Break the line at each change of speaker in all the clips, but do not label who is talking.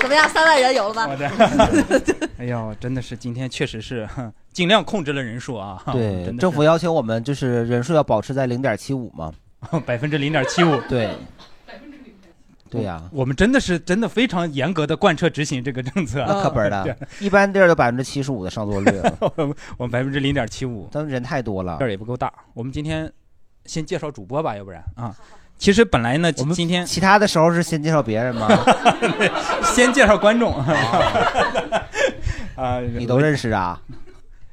怎么样？三万人有了吗？
好的哎呦，真的是今天确实是哼尽量控制了人数啊。
对，政府要求我们就是人数要保持在零点七五嘛，
百分之零点七五。
对，对呀、
我们真的是真的非常严格的贯彻执行这个政策啊，
那可本儿
对
的， 一般地儿都百分之七十五的上座率了，
我们百分之零点七五，
咱们人太多了
这。儿也不够大。我们今天先介绍主播吧，要不然 啊。 其实本来呢，我们今天
其他的时候是先介绍别 人吗？
先介绍观 众 啊，
你都认识啊？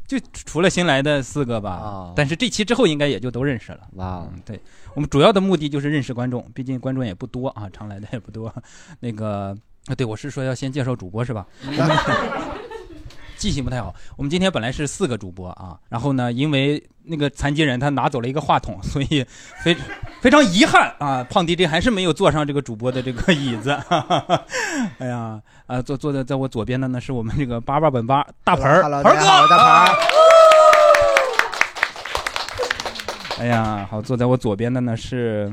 就除了新来的四个吧，但是这期之后应该也就都认识了。嗯
哇，哦
对我们主要的目的就是认识观众，毕竟观众也不多啊，常来的也不多。 那个，啊对我是说要先介绍主播是吧？ 我们记性不太好。我们今天本来是四个主播啊，然后呢，因为那个残疾人他拿走了一个话筒，所以非非常遗憾啊，胖迪这还是没有坐上这个主播的这个椅子。 哎呀，啊，坐坐在在我左边的呢是我们这个八八本八大盆儿，
Hello，
盆儿
大家好
哥，
大盆儿
哎呀，好，坐在我左边的呢是，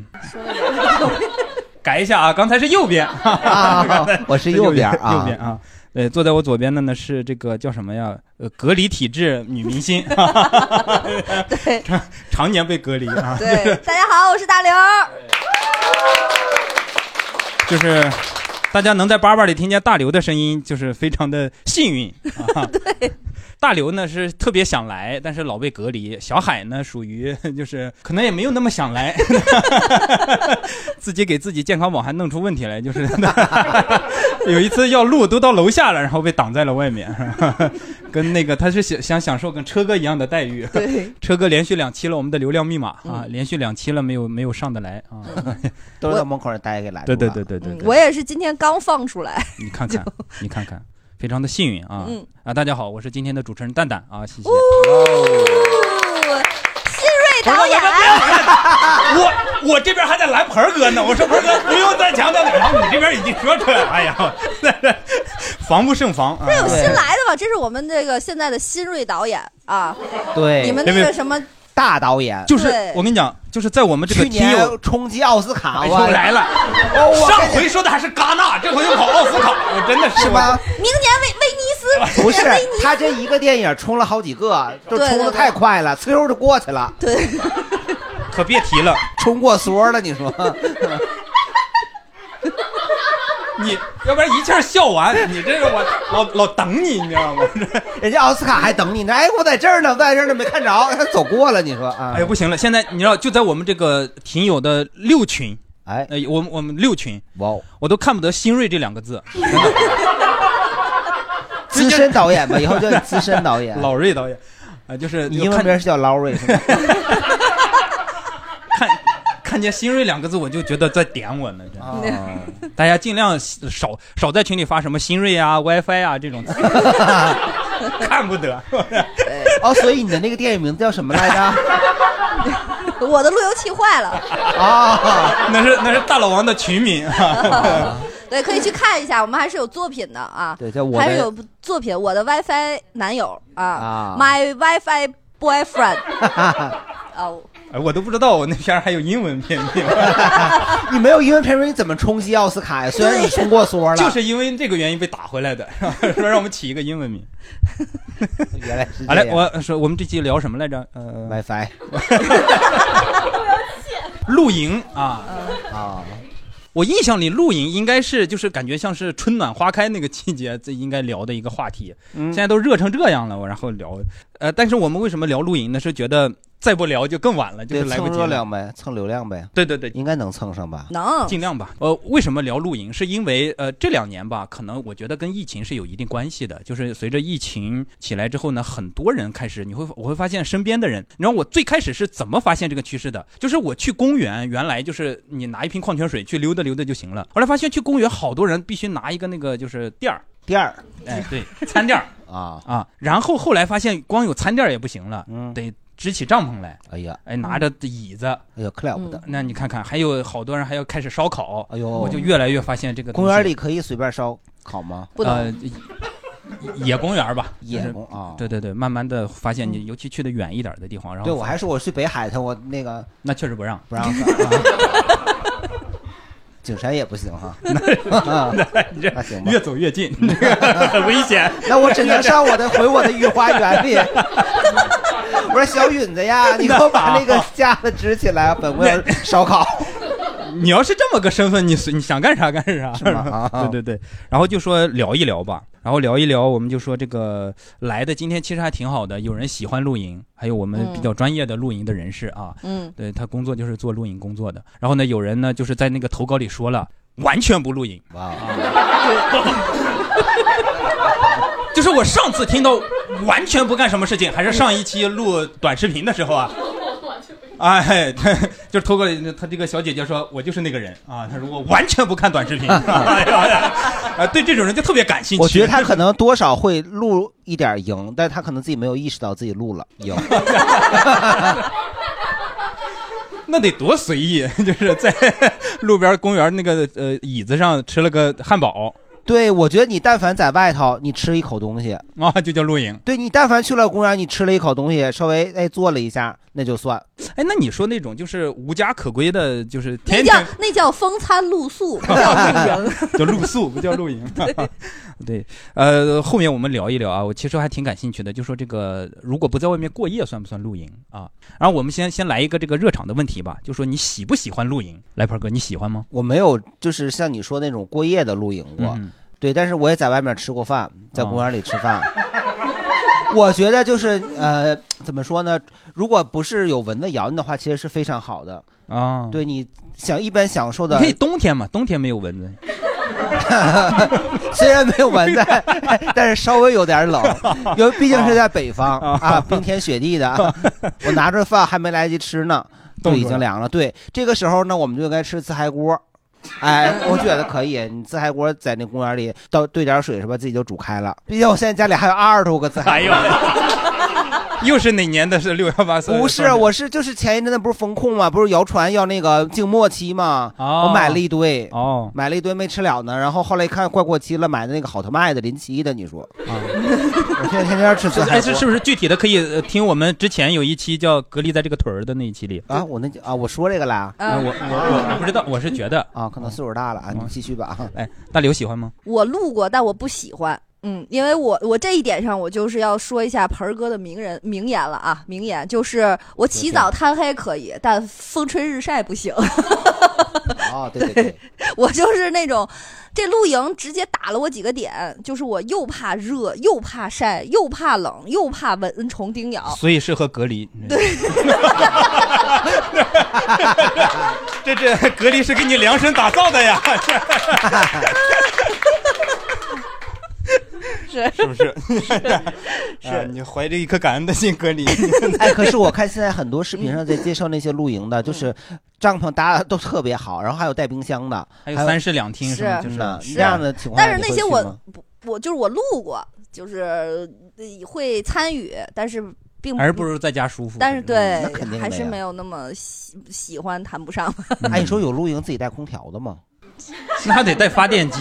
改一下啊，刚才是右边，刚才
我是右边啊
右边啊。对，坐在我左边的呢是这个叫什么呀？呃，隔离体质女明星，
对，
常常年被隔离 啊。
对，大家好，我是大刘。
就是大家能在叭叭里听见大刘的声音，就是非常的幸运啊。大刘呢是特别想来，但是老被隔离。小海呢属于 就是可能也没有那么想来，自己给自己健康宝还弄出问题来，就是 有一次要录都到楼下了，然后被挡在了外面， 跟那个他是想想享受跟车哥一样的待遇。
对，
车哥连续两期了我们的流量密码啊，连续两期了没有没有上得来啊，
都是在门口儿待给来的。
对对对对对对。
我也是今天刚放出 来。
你看看，你看看，非常的幸运啊！
嗯哦
啊，大家好，我是今天的主持人蛋蛋啊，谢谢。哦
新锐导演，
我我这边还在拦盆儿哥呢，我说盆儿哥不用再强调了，然后你这边已经说出来了，哎呀，防不胜防啊！
有新来的吧？这是我们这个现在的新锐导演啊。
对
你们那个什么，
大导演，
就是
对
我跟你讲，就是在我们这个
去
听
年
友
冲击奥斯卡，
哎
我
又来了，
哦，我
上回说的还是戛纳，这回又跑奥斯卡，我真的
是
是
吗？
明年威威尼斯，
不是
明年威尼，
他这一个电影冲了好几个，都
对
冲
对
的
对
太快了，呲溜就过去了，
对，
可别提了，
冲过缩了，你说？
你要不然一下笑完，你这是我老老等 你，你知道吗？这
人家奥斯卡还等你呢，哎，我在这儿呢，我在这儿呢，没看着，他走过了，你说啊？
哎呀，不行了，现在你知道就在我们这个听友的六群，
哎，
呃，我们我们六群，
哇哦，
我都看不得“新锐”这两个字，
资深导演吧，以后叫你资深导 演。
老瑞导演，啊、就是
你英文
看
名是叫 Larry 是吗？
看看见“新锐”两个字，我就觉得在点我呢。这、
啊，
大家尽量少少在群里发什么“新锐”啊、“WiFi” 啊这种词， 看不得。
哦，所以你的那个电影名啊字叫什么 来着？
我的路由器坏了，
啊，
那是那是大老王的群名 啊。
对，可以去看一下，我们还是有作品的啊，
对，叫我
还是
的
有作品，我的 WiFi 男友啊
啊
，My WiFi boyfriend 啊，我
哎，我都不知道我那片儿还有英文片名，
你没有英文片名，你怎么冲击奥斯卡呀？虽然你冲过缩了，
就是因为这个原因被打回来的， 说让我们起一个英文名。
原来是
好
这
嘞，
样。
我说我们这期聊什么来着？呃，
WiFi
露营啊。
啊，
我印象里露营应该是就是感觉像是春暖花开那个季节，这应该聊的一个话题。
嗯
现在都热成这样了，我然后聊，呃，但是我们为什么聊露营呢？是觉得再不聊就更晚了，就
对，
是来不
蹭
及
热
了。
量呗，蹭流量呗，
对对对，
应该能蹭上吧？
能，
尽量吧。呃，为什么聊露营？是因为呃这两年吧，可能我觉得跟疫情是有一定关系的。就是随着疫情起来之后呢，很多人开始你会我会发现身边的人，你知道我最开始是怎么发现这个趋势的？就是我去公园，原来就是你拿一瓶矿泉水去溜达溜达就行了。后来发现去公园，好多人必须拿一个那个就是垫儿，
第二，
哎，对，餐垫儿。
啊，嗯
啊，然后后来发现光有餐垫儿也不行了，得支起帐篷来。
哎呀，
哎，拿着椅子，嗯
哎呦，可了不得！
那你看看，还有好多人还要开始烧烤。
哎呦，
我就越来越发现这个东
公园
西
里可以随便烧烤吗？
呃，野公园儿吧，
野
就是
公啊
对对对，慢慢的发现你，尤其去的远一点儿的地方，然后
对，我
发
还说我去北海滩，我 那个啊
那确实不让，
不让放。景山也不行 哈，
你这
那行吧
越走越近， 很危险。
那我只能上我的回我的御花 园里。 我说小允子呀，你给我把那个架子支起来，本公园 烧烤。
你要是这么个身份，你随你想干啥干啥，
是吗啊
对对对，然后就说聊一聊吧，然后聊一聊，我们就说这个来的今天其实还挺好的，有人喜欢露营，还有我们
嗯
比较专业的露营的人士啊，
嗯，
对他工作就是做露营工作的。然后呢，有人呢就是在那个投稿里说了，完全不露营，
哇，哦
啊
就是我上次听到完全不干什么事情，还是上一期录短视频的时候啊。哎，对，就是投稿里，他这个小姐姐说，我就是那个人啊。她说我完全不看 短视频，哎呀啊，对这种人就特别感兴趣。
我觉得他可能多少会录一点赢，但是他可能自己没有意识到自己录了赢。
那得多随意，就是在路边公园那个呃椅子上吃了个汉堡
对，我觉得你但凡在外头，你吃一口东西，
啊，就叫露营。
对你但凡去了公园，你吃了一口东西，稍微哎坐了一下，那就算。
哎，那你说那种就是无家可归的，就是
那
天
叫
天
那叫风餐露宿，不叫露营。
叫露宿，不叫露营。 对，呃，后面我们聊一聊啊，我其实还挺感兴趣的，就说这个如果不在外面过夜，算不算露营啊？然后我们先先来一个这个热场的问题吧，就说你喜不喜欢露营？来，鹏哥，你喜欢吗？
我没有就是像你说那种过夜的露营过，
嗯哦
对，但是我也在外面吃过饭，在公园里吃饭。 我觉得就是呃，怎么说呢？如果不是有蚊子咬你的话，其实是非常好的。
啊，，
对你想一般享受
你
的
可，以冬天嘛，冬天没有蚊子。
虽然没有蚊子， 但是稍微有 点冷，因为毕竟是在北方啊，冰天雪 地的。我拿着饭还没来得及吃呢，
冻住
就
了
已经凉了。对，这个时候呢，我们就该吃自嗨锅。哎，我觉得可以，你自嗨锅在那公园里倒兑点水是吧，自己就煮开了。毕竟我现在家里还有二十多个自
哎
嗨
呦，又是哪年的是六幺八？
不是，我是就是前一阵子不是风控嘛，不是谣传要那个静默期嘛，
哦
我买了一堆，
哦，
买了一堆没吃了呢。然后后来一看快过期了，买的那个好特卖的临期的，你说，
啊
我现在天天 吃自嗨
哎，是是
锅
不是具体的可以呃听我们之前有一期叫隔离在这个腿儿的那一期里？
啊，我那啊，我说这个啦
啊
啊，
我我我不知道，我是觉得，
啊，可能岁数大了啊，你继续吧啊。
哎，大刘喜欢吗？
我路过，但我不喜欢。嗯，因为我我这一点上，我就是要说一下盆儿哥的名人名言了啊，名言就是我起早贪黑可以，但风吹日晒不行。
哦，对对对，
我就是那种，这露营直接打了我几个点，就是我又怕热，又怕晒，又怕冷，又怕蚊虫叮
啊
咬。
所以适合隔离。对，这这隔离是给你量身打造的呀，
是
是不是？是 啊，你怀着一颗感恩的心隔 离。
哎，可是我看现在很多视频上在介绍那些露营的，就是帐篷搭的都特别好，然后还有带冰箱的，
还有三室两厅
是
吗？
是
就是啊
那
是
这样的情况
但
下
是那
你会去吗，
些我不，我就是我路过，就是呃会参与，但是并
还是不如在家舒服。
但是对
那肯定，的
还是
呀
没有那么喜喜欢，谈不上吧。
嗯，
哎，你说有露营自己带空调的吗？
那还得带发电机。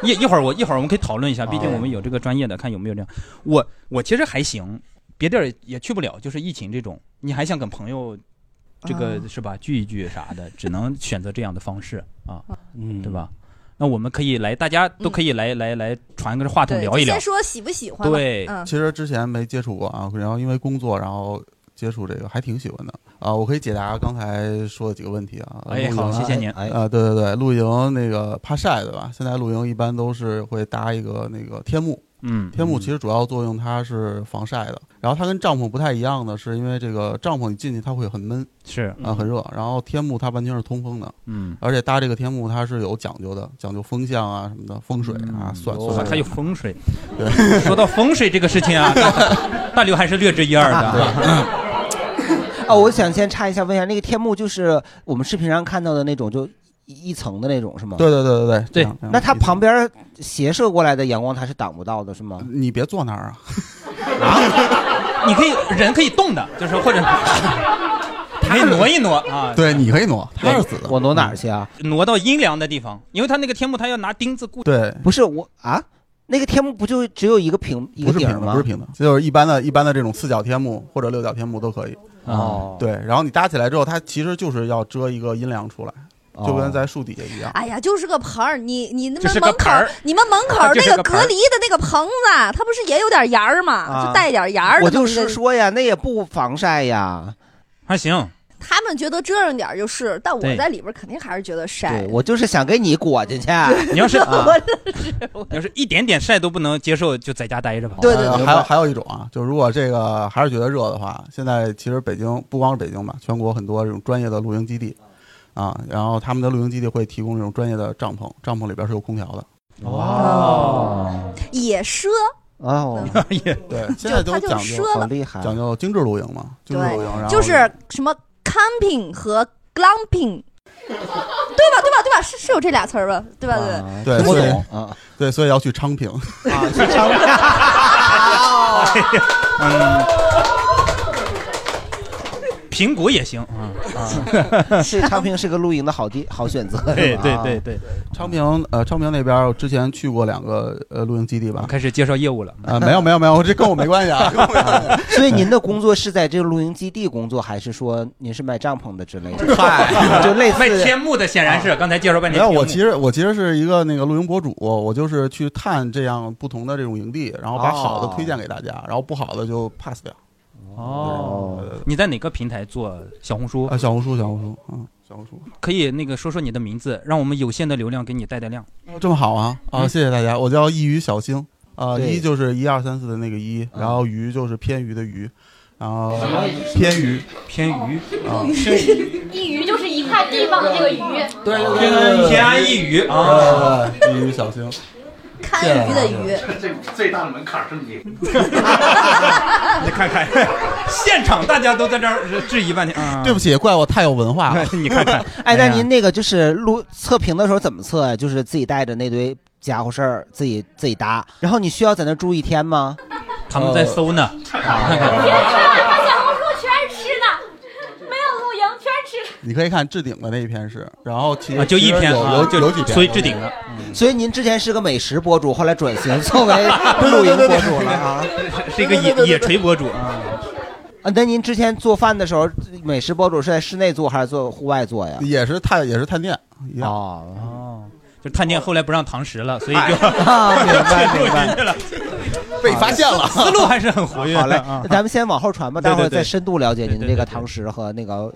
一一会儿我一会儿我们可以讨论一下，
哦
毕竟我们有这个专业的，看有没有这样。我我其实还行，别地儿也去不了，就是疫情这种，你还想跟朋友这个、
哦
嗯
是吧聚一聚啥的，只能选择这样的方式啊，
嗯
对？吧？那我们可以来，大家都可以来、来来传个话筒
对，
聊一
就
聊
先。说喜不喜欢吧。
对，
嗯，
其实之前没接触过啊，然后因为工作，然后接触这个还挺喜欢的啊。我可以解答刚才说的几个问题啊。
哎
露营
好
啊
谢谢您
哎，
啊，对对对，露营那个怕晒对吧？现在露营一般都是会搭一个那个天幕，
嗯，
天幕其实主要作用它是防晒的。然后它跟帐篷不太一样的是，因为这个帐篷你进去它会很闷
是，
啊，很热。然后天幕它完全是通风的，
嗯，
而且搭这个天幕它是有讲究的，讲究风向啊什么的，风水啊，
嗯
算
哦
算
还有风水
对。
说到风水这个事情啊，大大刘还是略知一二的啊。
啊哦，我想先插一下，问一下，那个天幕就是我们视频上看到的那种，就一一层的那种是吗？
对对对对对
对
这样这样
那它旁边斜射过来的阳光它是挡不到的，是吗？
你别坐那儿啊，
啊你可以人可以动的，就是或者可以挪一挪 啊，
对，你可以挪，它是
我
死的，
哎
嗯
我挪哪儿去啊？
挪到阴凉的地方，因为它那个天幕它要拿钉子固定。
对，
不是我啊，那个天幕不就只有一个平一
不是
个顶
平
儿
的，不是
吗？
平的，就是一般的、一般的这种四角天幕或者六角天幕都可以。
哦，
对，然后你搭起来之后，它其实就是要遮一个阴凉出来，
哦，
就跟在树底下一样。
哎呀，就是个盆儿，你你那
这是
门门
个
口
盆儿，啊
你们门口
这是
那
个
个
盆儿
隔离的那个棚子，啊它不是也有点檐儿吗？
啊
就带点檐儿的。
我就是，说呀，那也不防晒呀。
还行，
他们觉得遮上点儿就是，但我
对
在里边儿肯定还是觉得晒
对，。我就是想给你裹进去。
你要 是
啊
你要是一点点晒都不能接受，就在家待着吧。
对对
呃
对
还有
明白
还有一种啊，就如果这个还是觉得热的话，现在其实北京不光是北京吧，全国很多这种专业的露营基地啊，然后他们的露营基地会提供这种专业的帐篷，帐篷里边是有空调的。
哦野奢，
哦，
也
对，现在
就
都
它就
讲
奢
究
好厉害！啊
讲究精致露营嘛，精致露营，然后
就是什么 camping 和 glamping，对吧？对吧？对吧？是是有这俩词儿吧？对吧？对吧。
啊
对
听不
所以
懂啊
对，所以要去昌平。
啊，去哦成
嗯
平谷也行啊。
是昌平是个露营的好地好选择。
对
是吧
对对，对，
昌平呃，昌平那边我之前去过两个呃露营基地
我
吧。
开始介绍业务了。
啊，没有没有没有，这跟我没关系 啊，跟我 没关系。
所以您的工作是在这个露营基地工作，还是说您是卖帐篷的之类的？哎就类
卖
似
天幕的显然是刚才介绍半
没
天
有，
天幕。
我其实我其实是一个那个露营博主，我就是去探这样不同的这种营地，然后把
哦
好的推荐给大家，然后不好的就 pass 掉。
哦
对，对对
你在哪个平台做小红书
啊，？小红书，小红书，嗯，小红书，
可以那个说说你的名字，让我们有限的流量给你带带量。
这么好啊啊！
嗯
谢谢大家，我叫一鱼小星，啊，
对
一就是一二三四的那个一，
嗯
然后鱼就是偏鱼的鱼，然后偏鱼，
偏鱼，
啊，
一鱼就是一块地方的那个鱼。
偏安
偏安一隅啊。
对，一鱼小星，
看鱼的鱼，
这最大的门槛是 你。
你看看， 现场大家都在这儿质疑半天。啊
对不起，怪我太有文化了。
你看看，
哎，
呀
那您那个就是录测评的时候怎么测呀、就是自己带着那堆家伙事儿自己自己搭，然后你需要在那住一天吗？哦
他们在搜呢，
别看我小红书全是吃的，没有露营，全是吃的。
你可以看置顶的那一篇是，然后其
啊
实
就一篇
有
啊
有
就
有几篇，
所以置顶了。
所以您之前是个美食博主，后来转型 作为露营博主了啊。
是一个野野锤博主啊。
嗯
啊，那您之前做饭的时候，美食博主是在室内做还是做户外做呀？
也是探也是探店一样。
哦，
哦，就探店后来不让堂食了，所以就
哎啊，明白明白。
去了。
被发现了。
啊 思 路还是很活跃的。
好嘞
啊，
那咱们先往后传吧，
对对
待会儿
对
再深度了解
对
您
对
这个
对对
堂食和 那个，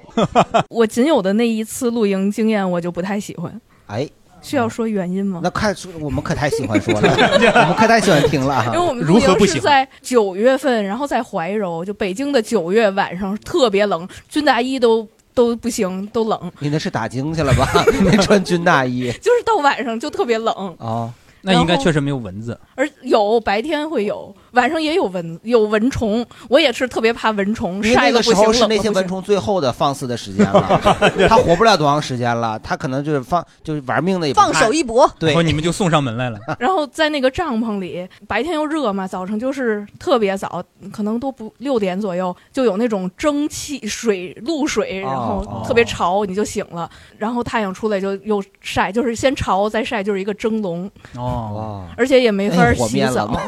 我仅有的那一次露营经验，我就不太喜欢。
哎，
需要说原因吗？
那看我们可太喜欢说了， 我们可太喜欢听了
因为
啊。
我们
如
露
何不
营
喜
是
欢
在九月份，然后在怀柔，就北京的九月晚上特别冷，军大衣都都不行，都冷，
你那是打精去了吧？ 那穿军大衣
就是到晚上就特别冷，
啊，
那应该确实没有蚊子。
而有白天会有，晚上也有蚊有蚊虫，我也是特别怕蚊虫，
因为那
晒得
个
不
时
行，冷
候
得
是
不
那些
行
蚊虫最后的放肆的时间 了，它活不了多长时间了，它可能就是放就是玩命的也不
放
看
手一搏，
对
然后你们就送上门 来了。
然后在那个帐篷里，白天又热嘛，早上就是特别早，可能都不六点左右就有那种蒸汽水露水，
哦
然后
哦
特别潮，你就醒了。然后太阳出来就又晒，就是先潮再晒，就是一个蒸笼，
哦，
哇，
而且也没法
哎
儿
火
洗
灭了
澡。
吗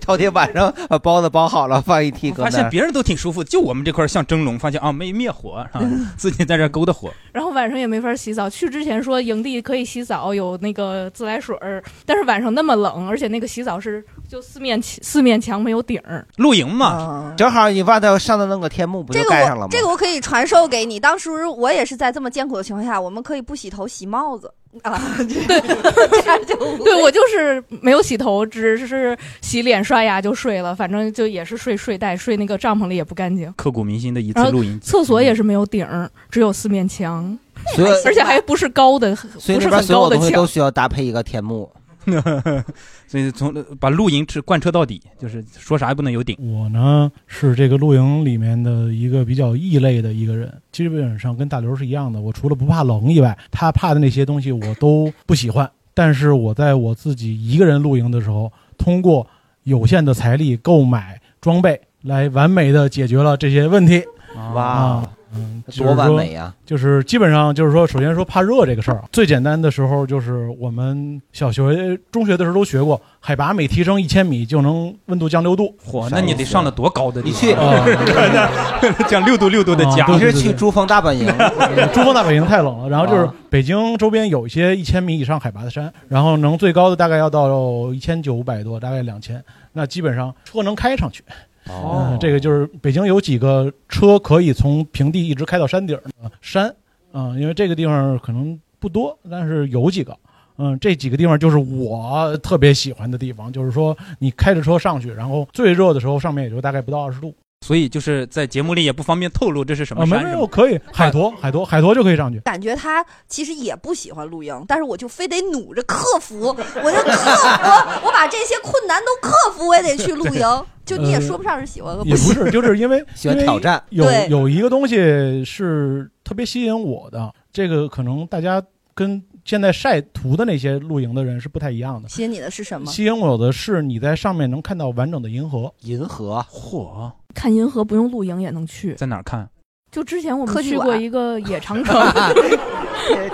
头天晚上把包子包好了，放一屉搁
发
那
现
儿。
别人都挺舒服，就我们这块儿像蒸笼，发现啊没灭火 啊，自己在这儿勾的火。
然后晚上也没法洗澡。去之前说营地可以洗澡，有那个自来水儿，但是晚上那么冷，而且那个洗澡是就四面起四面墙没有顶儿，
露营嘛，
啊
嗯
正好你把它上头弄个天幕，不就
这个
盖上
我
了吗？
这个我可以传授给你。当时我也是在这么艰苦的情况下，我们可以不洗头洗帽子啊，对，这样就无
对我就是没有洗头，只是洗脸刷牙就睡了，反正就也是睡睡袋，睡那个帐篷里也不干净。
刻骨铭心的一
然后
次露营。
厕所也是没有顶儿，只有四面墙，
所以
而且还不是高的，
所以
不
那
是
边
很
所有
高的
东西都
墙。
需要搭配一个天幕。
所以从呃把露营吃贯彻到底，就是说啥也不能有顶。
我呢是这个露营里面的一个比较异类的一个人，基本上跟大刘是一样的。我除了不怕冷以外，他怕的那些东西我都不喜欢。但是我在我自己一个人露营的时候，通过有限的财力购买装备，来完美的解决了这些问题。
哇
啊，嗯，
多完美呀
就是基本上就是说，首先说怕热这个事儿，最简单的时候就是我们小学、中学的时候都学过，海拔每提升一千米就能温度降六度。
嚯，那你得上了多高的地 方？
啊
讲六度六度的
啊
家，
对对对你是去
珠峰大本营？
珠峰大本营太冷了，然后就是
啊
北京周边有一些一千米以上海拔的山，然后能最高的大概要到一千九百多，大概两千，那基本上车能开上去。
哦
嗯这个就是北京有几个车可以从平地一直开到山顶儿的山，嗯、因为这个地方可能不多，但是有几个。嗯，这几个地方就是我特别喜欢的地方，就是说你开着车上去，然后最热的时候上面也就大概不到二十度，
所以就是在节目里也不方便透露这是什么
啊，没
山
没
是
有
吗？
可以，海坨海坨海坨就可以上去。
感觉他其实也不喜欢露营，但是我就非得努着克服，我就克服，我 把这些困难都克服，我也得去露营。就你也说呃不上是喜欢和
也不
喜
是，就是因为
喜欢挑战
因为
对
有有一个东西是特别吸引我的，这个可能大家跟现在晒图的那些露营的人是不太一样的。
吸引你的是什么？
吸引我的是你在上面能看到完整的银河，
银河，
嚯，
看银河不用露营也能去。
在哪儿看？
就之前我
科
们
技
去过
馆
一个野长 城，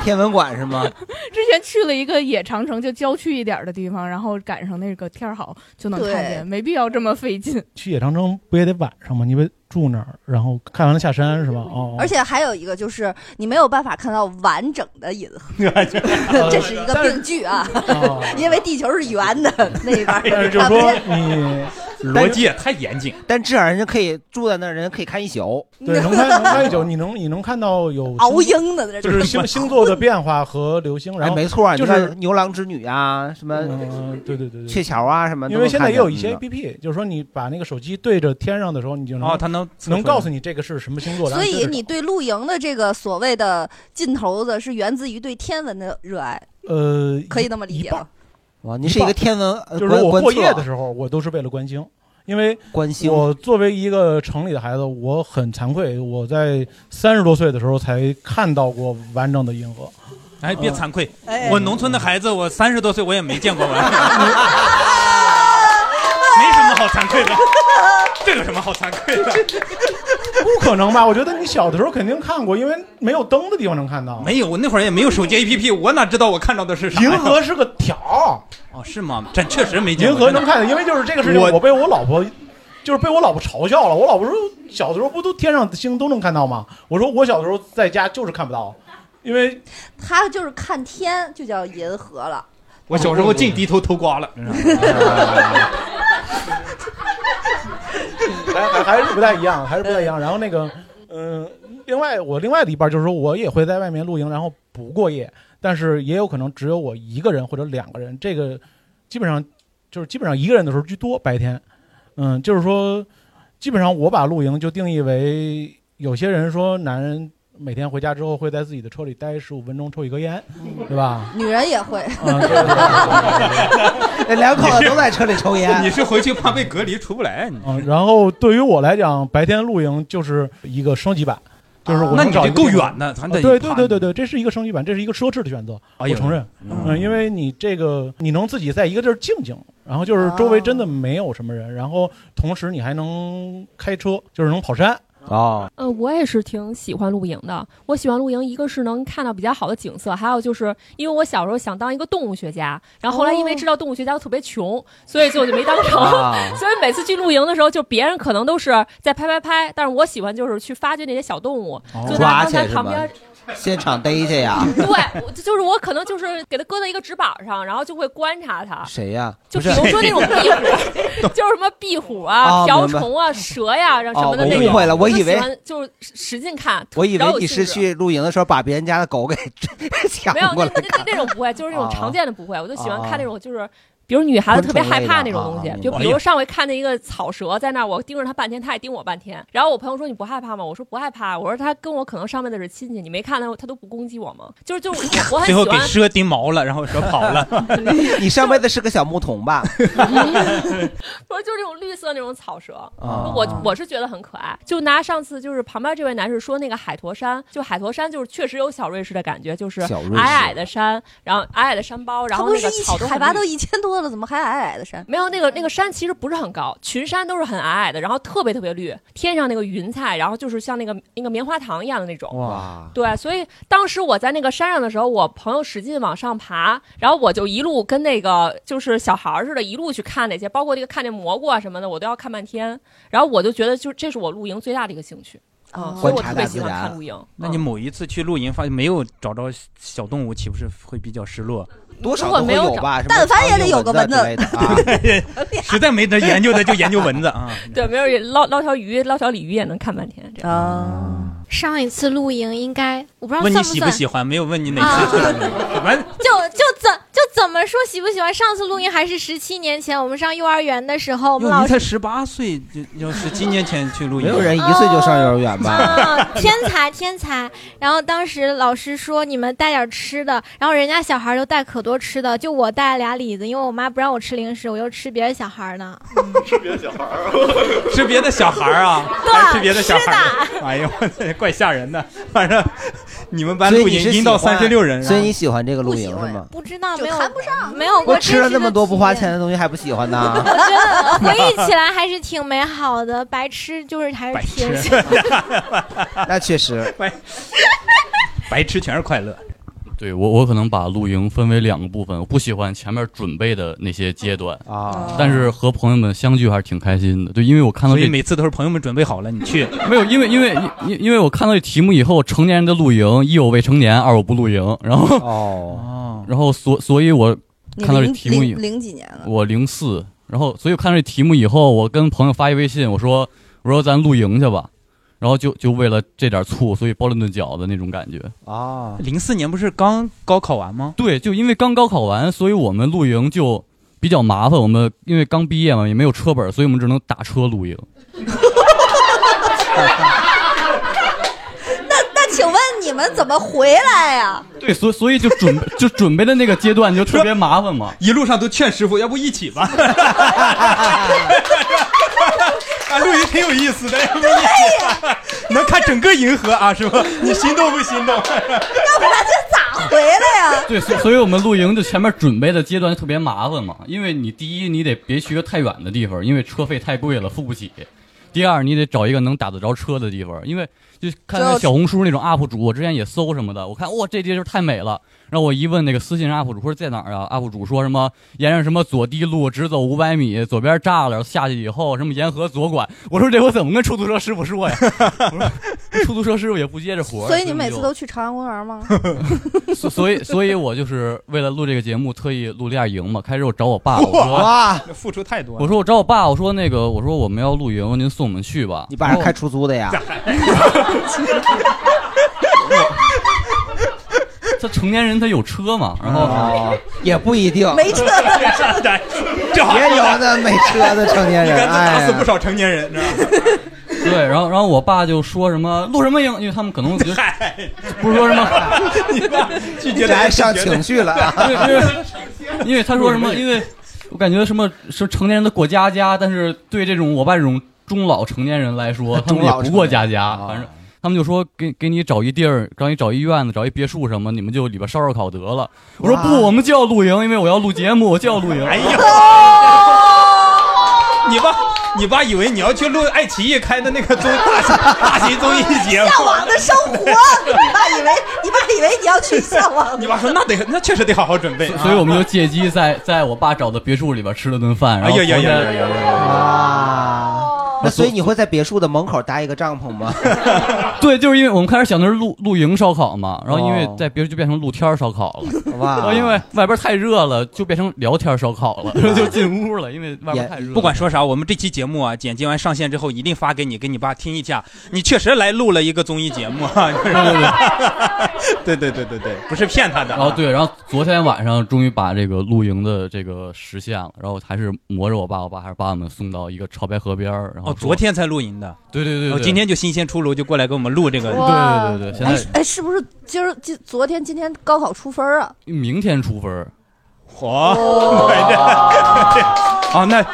天文馆是吗？
之前去了一个野长城，就郊区一点儿的地方，然后赶上那个天儿好就能看
对
见，没必要这么费劲。
去野长城不也得晚上吗？你不得住那儿，然后看完了下山是吧？哦，
而且还有一个就是你没有办法看到完整的银河，这是一个病句啊，
哦 哎
因为地球是圆的那一边儿，
但是就是
啊
说你
逻 辑也太严谨，
但至少人家可以住在那儿，人家可以看一宿。
对能看能看久，你能你能看到有
熬
星
鹰的那
就是星星座的变化和流星，然
哎，
后
没错啊，
就
你看
是
牛郎织女啊，什么
嗯，对对对对，
鹊桥啊，什么都
因
能
为
看见。
现在也有一些
嗯
APP，就是说你把那个手机对着天上的时候，你就能、
哦，他能
能告诉你这个是什么星座。然
所
后
以
就
你
是
对露营的这个所谓的劲头子，是源自于对天文的热爱，
呃
可以那么理解
一半
吗？
哇，你是一个天文，呃
就是说我
观
过夜
测
的时候，我都是为了观星，因为
观星，
我作为一个城里的孩子，我很惭愧，我在三十多岁的时候才看到过完整的银河。
哎，别惭愧，
哎
我农村的孩子，我三十多岁我也没见过完整的，没什么好惭 愧的， 这有什么好惭愧的？
不可能吧？我觉得你小的时候肯定看过，因为没有灯的地方能看到。
没有，我那会儿也没有手机 APP，我 哪知道我看到的是啥呀？
银河是个条儿，
哦，是吗？这确实没见过。
银河能
真的
看见，因为就是这个事情，
我
我被我老婆，就是被我老婆嘲笑了。我老婆说，小的时候不都天上的星都能看到吗？我说我小的时候在家就是看不到，因为
他就是看天就叫银河了。
我小时候净低头偷瓜了。。
还还还是不太一样，还是不太一样。然后那个，嗯、另外我另外的一半就是说，我也会在外面露营，然后不过夜，但是也有可能只有我一个人或者两个人，这个基本上就是基本上一个人的时候居多，白天，嗯，就是说基本上我把露营就定义为有些人说男人。每天回家之后会在自己的车里待十五分钟，抽一根烟，对吧？
女人也会，
啊、这个
哎两口子都在车里抽烟
你是回去怕被隔离出不来？你
嗯，然后对于我来讲，白天露营就是一个升级版，就是我
啊那你
能找
这
一个地
够
方
远的，咱
啊
得
对对对对对，这是一个升级版，这是一个奢侈的选择，
哎
我
呦
承认。嗯，因为你这个你能自己在一个地儿静静，然后就是周围真
哦
的没有什么人，然后同时你还能开车，就是能跑山。
哦，
呃，我也是挺喜欢露营的。我喜欢露营，一个是能看到比较好的景色，还有就是因为我小时候想当一个动物学家，然后后来因为知道动物学家特别穷，所以就就没当成。
啊，
所以每次去露营的时候，就别人可能都是在拍拍拍，但是我喜欢就是去发掘那些小动物，
哦
就
抓
拿
起来
在
是
旁
吗
边
现场逮去 呀？
对，我就是我可能就是给它搁在一个纸板上，然后就会观察它。
谁呀？
就
不
比
是
如说那种壁 虎，就是什么壁虎啊、
哦
瓢
明白
虫啊、蛇呀、然后什
哦，
么的
我
那
误
种。
会了，我
就
以
喜
为
欢就是使劲看，
我以
饶
为
有
你
兴
是
致
去露营的时候把别人 家的狗给抢
没有
过
那
来
那那
看。
那种不会，就是那种
啊
常见的不会，我就喜欢
啊
看那种就是。比如女孩子特别
昆
害
虫类
怕那
的
种
啊
东
啊
西，
嗯
明
就
白
比
哎
如
呀
上回看见一个草蛇在那儿，我盯着它半天，它也盯我半天。然后我朋友说你不害怕吗？我说不害怕。我说他跟我可能上面的是亲戚，你没看他他都不攻击我吗？ 就是就是我我
最
很喜
后给
欢。
蛇叮毛了，然后蛇跑 了。
你上辈子是个小牧童 吧？
不是，就是这种绿色那种草蛇，
啊
我我是觉得很可爱。就拿上次就是旁边这位男士说那个海坨山，就海坨山就是确实有小瑞士的感觉，就是
小瑞士
矮矮的山，然后矮矮的山包，然后
它不
那
是
个
一
草都
海拔都
一。
一千多了，怎么还矮矮的山？
没有那
嗯
个那个山其实不是很高，群山都是很矮矮的，然后特别特别绿，天上那个云彩，然后就是像那个那个棉花糖一样的 那种。
哇，
对，所以当时我在那个山上的时候，我朋友使劲往上爬，然后我就一路跟那个就是小孩儿似的，一路去看那些，包括这个看那蘑菇啊什么的，我都要看半天。然后我就觉得，就这是我露营最大的一个兴趣
哦
啊，所以我特别喜欢看露营。
那你某一次去露营，发现没有找着小动物，岂不是会比较失落？
多少都会有吧，什么
但凡也得有个蚊子
苍蝇之类的啊。
实在没得研究的就研究蚊子啊。
嗯对，没有捞捞条鱼，捞条鲤鱼也能看半天。这样
上一次露营应该我不知道
哦问
算
你
不
喜不
算，
喜欢，没有问你哪次去了。反正
就就怎就怎么说喜不喜欢？上次露营还是十七年前，我们上幼儿园的时候，我们
哟，
老
你才
师
十八岁，就要是今年前去露营，
没有人一岁就上幼儿 园吧？
啊，天才天才。然后当时老师说你们带点吃的，然后人家小孩儿都带可多吃的，就我带了俩李子，因为我妈不让我吃零食，我又吃别的小孩儿呢。嗯
吃别的小孩儿，
吃别的小孩儿啊，还吃别的小孩儿。哎呦， 这怪吓人的。反正你们班
所以
露
你
营
是
阴到
喜欢
三十六人，啊
所以你喜欢这个露营是吗？
不知道没有
谈不上
没有
我
过
吃
真
了
实
那
的
么多不花钱的东西还不喜欢呢？
我觉得回忆起来还是挺美好的，白痴就是还是挺喜 欢。
那确 实，
白痴全是快乐。
对我，我可能把露营分为两个部分，我不喜欢前面准备的那些阶段
啊
但是和朋友们相聚还是挺开心的。对，因为我看到
所
这
以每次都是朋友们准备好了，你去。
没有，因为因为因因为我看到这题目以后，成年人的露营，一我未成年，二我不露营，然后
哦，
然后所所以，我
你
看到这
零
题目以
零零几年了？
我零四，然后所以我看到这题目以后，我跟朋友发一微信，我说我说咱露营去吧，然后就就为了这点醋，所以包了顿饺子那种感觉
啊。
零四年不是刚高考完吗？
对，就因为刚高考完，所以我们露营就比较麻烦。我们因为刚毕业嘛，也没有车本，所以我们只能打车露营。
那那请问你们怎么回来呀？
对，所所以就准就准备的那个阶段就特别麻烦嘛。
一路上都劝师傅，要不一起吧。 啊，露营挺有意思的，要不一起 能看整个银河啊，是吧？ 你心动不心动？
要不然这咋回来呀？
对，所所以我们露营就前面准备的阶段就特别麻烦嘛，因为你第一你得别去一个太远的地方，因为车费太贵了，付不起。第二，你得找一个能打得着车的地方，因为就看那
就
小红书那种 UP 主，我之前也搜什么的，我看哇这地儿太美了。然后我一问那个私信人 UP 主说在哪儿啊？UP 主说什么沿着什么左堤路直走五百米，左边栅栏下去以后什么沿河左拐。我说这我怎么跟出租车师傅说呀？ 我说出租车师傅也不接这活儿。
所以你
们
每次都去朝阳公园吗？
所所以，所以我就是为了录这个节目，特意录了点营嘛。开始我找我爸，我说，
哇，
付出太多了。
我说我找我爸，我说那个，我说我们要露营，您送我们去吧。
你爸是开出租 的呀？
他成年人他有车嘛，然后、
哦也不一定
没车
这好
别聊那没车的成年人，
你看这打
哎
死
呀
不少成年人，知道吗？
对，然后然后我爸就说什么录什么营，因为他们可能觉得不是说什 么，
拒
绝的人这还上情绪了啊
因为因为因为他说 什么，因为我感觉什么说成年人的过家家，但是对这种我爸这种中老成年人来说，他们也不过家家，反正。他们就说给给你找一地儿，让你找一院子，找一别墅什么，你们就里边烧烧烤得了。我说不，我们就要露营，因为我要录节目，我就要露营。哎呀，
你爸，你爸以为你要去录爱奇艺开的那个综大型大型综艺节目，啊
向往的生活，你爸以为你爸以为你要去向往。
你爸说那得那确实得好好准备，啊
所以我们就借机在在我爸找的别墅里边吃了顿饭，然后
哎呀呀呀
昨天
呀呀呀
啊，那所以你会在别墅的门口搭一个帐 篷吗？
对，就是因为我们开始想的是露露营烧烤嘛，然后因为
哦
在别人就变成露天儿烧烤了，
哇
然后因为外边太热了，就变成聊天儿烧烤了， 就进屋了，因为外边太热了。
不管说啥，我们这期节目啊，剪辑完上线之后一定发给你，给你爸听一下。你确实来录了一个综艺节目啊， 对对对对对，不是骗他的、啊
然后哦对，然后昨天晚上终于把这个露营的这个实现了，然后还是磨着我爸，我爸还是把我们送到一个潮白河边儿，然后
哦，昨天才露营的，
对对对
哦
对
今天就新鲜出炉，就过来给我们录这个，
哇
对对对对现在
哎，是不是今儿今昨天今天高考出分儿啊？
明天出分儿。
哇！啊，那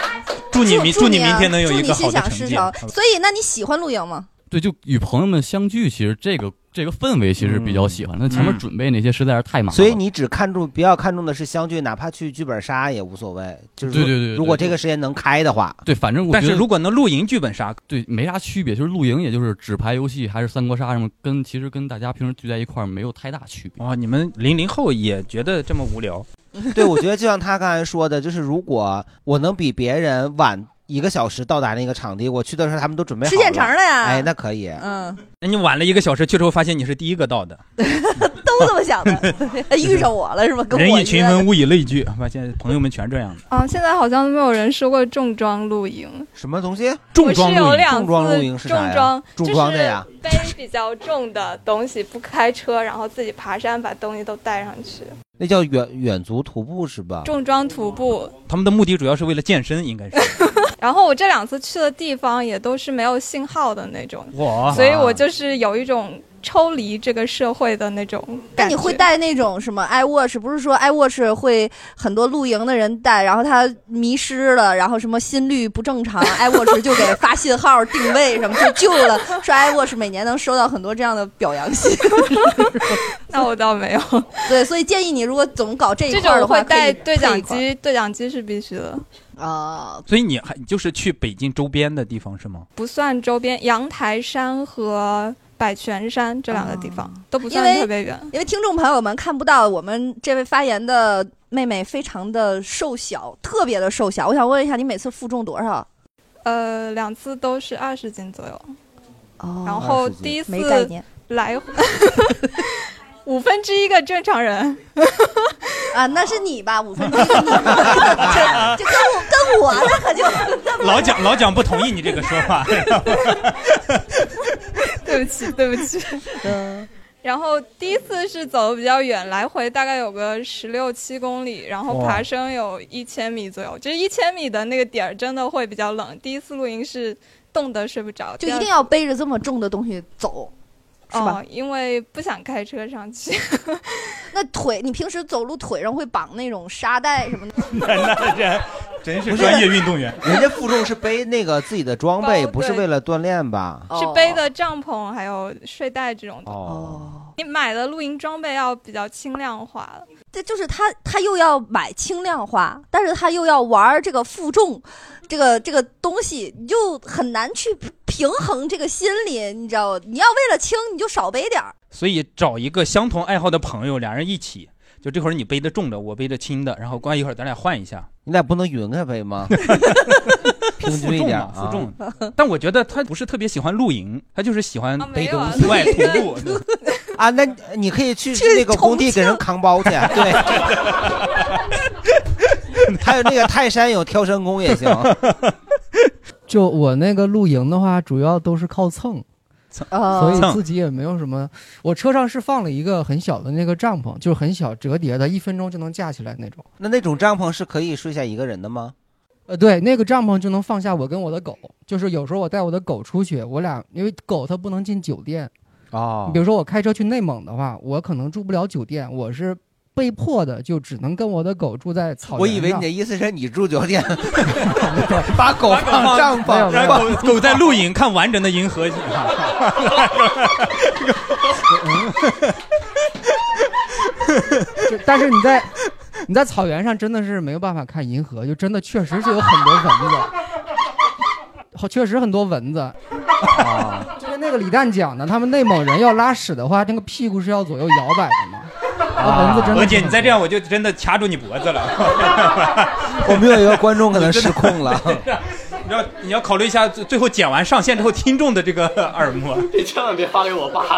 祝你明祝你
啊
明天能有
祝
一
你
个好
心
的
想
成
事
绩。嗯
成
好。
所以，那你喜欢露营吗？
对，就与朋友们相聚，其实这个这个氛围其实比
嗯
较喜欢。那前面准备那些实在是太麻烦了。
所以你只看重比较看重的是相聚，哪怕去剧本杀也无所谓。就是
对对对对
如果这个时间能开的话，
对，反正我
但是如
果
能露营剧本杀，
对，没啥区别，就是露营，也就是纸牌游戏还是三国杀什么，跟其实跟大家平时聚在一块儿没有太大区别。
哇、哦你们零零后也觉得这么无聊？
对，我觉得就像他刚才说的，就是如果我能比别人晚一个小时到达那个场地，我去的时候他们都准备好
吃现成的呀
哎，那可以。
嗯，
那你晚了一个小时，去之后发现你是第一个到的，
都这么想 的，哎遇上我了是吗？跟
人
我
以群
样
分，物以类聚，发现朋友们全这样的。
啊，现在好像没有人说过重装露营。
什么东西？
重装
我是
露
啊
有
营
两次
重装露营是啥
重
呀
装
重装的呀
就是背比较重的东西，不开车，然后自己爬山，把东西都带上去。
那叫远远足徒步是吧？
重装徒步，
他们的目的主要是为了健身，应该是。
然后我这两次去的地方也都是没有信号的那种，
哇啊
所以我就是有一种抽离这个社会的那种
那
感觉。
你会带那种什么 iWatch？不是说 iWatch 会很多露营的人带，然后他迷失了，然后什么心率不正常，iWatch 就给发信号定位什么就救了。说 iWatch 每年能收到很多这样的表扬信。
那我倒没有。
对，所以建议你如果总搞这一
这
块儿的
种
话，
会
可以
带对
配
讲
一块儿
机，对讲机是必须的。
啊，
所以你还就是去北京周边的地方是吗？
不算周边，阳台山和百泉山这两个地方、都不
哦因
算
为
特别远。
因为听众朋友们看不到我们这位发言的妹妹非常的瘦小，特别的瘦小。我想问一下，你每次负重多少？
呃，两次都是二十斤左右。
哦
然后第一次
没概念
来 五分之一个正常人，
啊，那是你吧，五分之一个你吧，就就跟我跟我那可就
老蒋老蒋不同意你这个说法。
对不起，对不起。
嗯。
然后第一次是走的比较远，来回大概有个十六七公里，然后
哇
爬升有一千米左右。就是一千米的那个点儿真的会比较冷。第一次露营是冻得睡不着，
就
第
一
二
定要背着这么重的东西走，是吧
哦，？因为不想开车上去。
那腿，你平时走路腿上会绑那种沙袋什么的？
那人真
不
是
是
专业运动员。
人家负重是背那个自己的装备，
包
不是
对
为了锻炼吧？
是背的帐篷还有睡袋这种东西。
哦，
你买的露营装备要比较轻量化了。
对，就是他，他又要买轻量化，但是他又要玩这个负重，这个这个东西，你就很难去平衡这个心理，你知道吗？你要为了轻，你就少背点儿。
所以找一个相同爱好的朋友，俩人一起。就这会儿你背的重的，我背的轻的，然后关一会儿咱俩换一下，
你俩不能匀开 背吗？平
负
均一
重
点
嘛，
啊
负重。但我觉得他不是特别喜欢露营，他就是喜欢
没有啊
户外徒
那
步。 对
啊，那你可以去那个工地给人扛包去，啊 对。 还有那个泰山有跳山工也行，
就我那个露营的话，主要都是靠蹭，
哦
所以自己也没有什么。我车上是放了一个很小的那个帐篷，就是很小折叠的，一分钟就能架起来那种。
那那种帐篷是可以睡下一个人的 吗？
呃，对，那个帐篷就能放下我跟我的狗，就是有时候我带我的狗出去，我俩因为狗它不能进酒店，
哦
你比如说我开车去内蒙的话，我可能住不了酒店，我是被迫的，就只能跟我的狗住在草原上。
我以为你的意思是你住酒店，把狗放帐
没有
篷，
没有
然后狗狗在露营看完整的银河。
就但是你在你在草原上真的是没有办法看银河，就真的确实是有很多蚊子，好确实很多蚊子。
啊
就跟那个李诞讲的，他们内蒙人要拉屎的话，那个屁股是要左右摇摆的嘛。啊，蚊子真
娥
的
姐，
是
你再这样我就真的掐住你脖子了。
我们有一个观众可能失控了。
你要你要考虑一下，最最后剪完上线之后听众的这个耳膜。
你千万别发给我爸。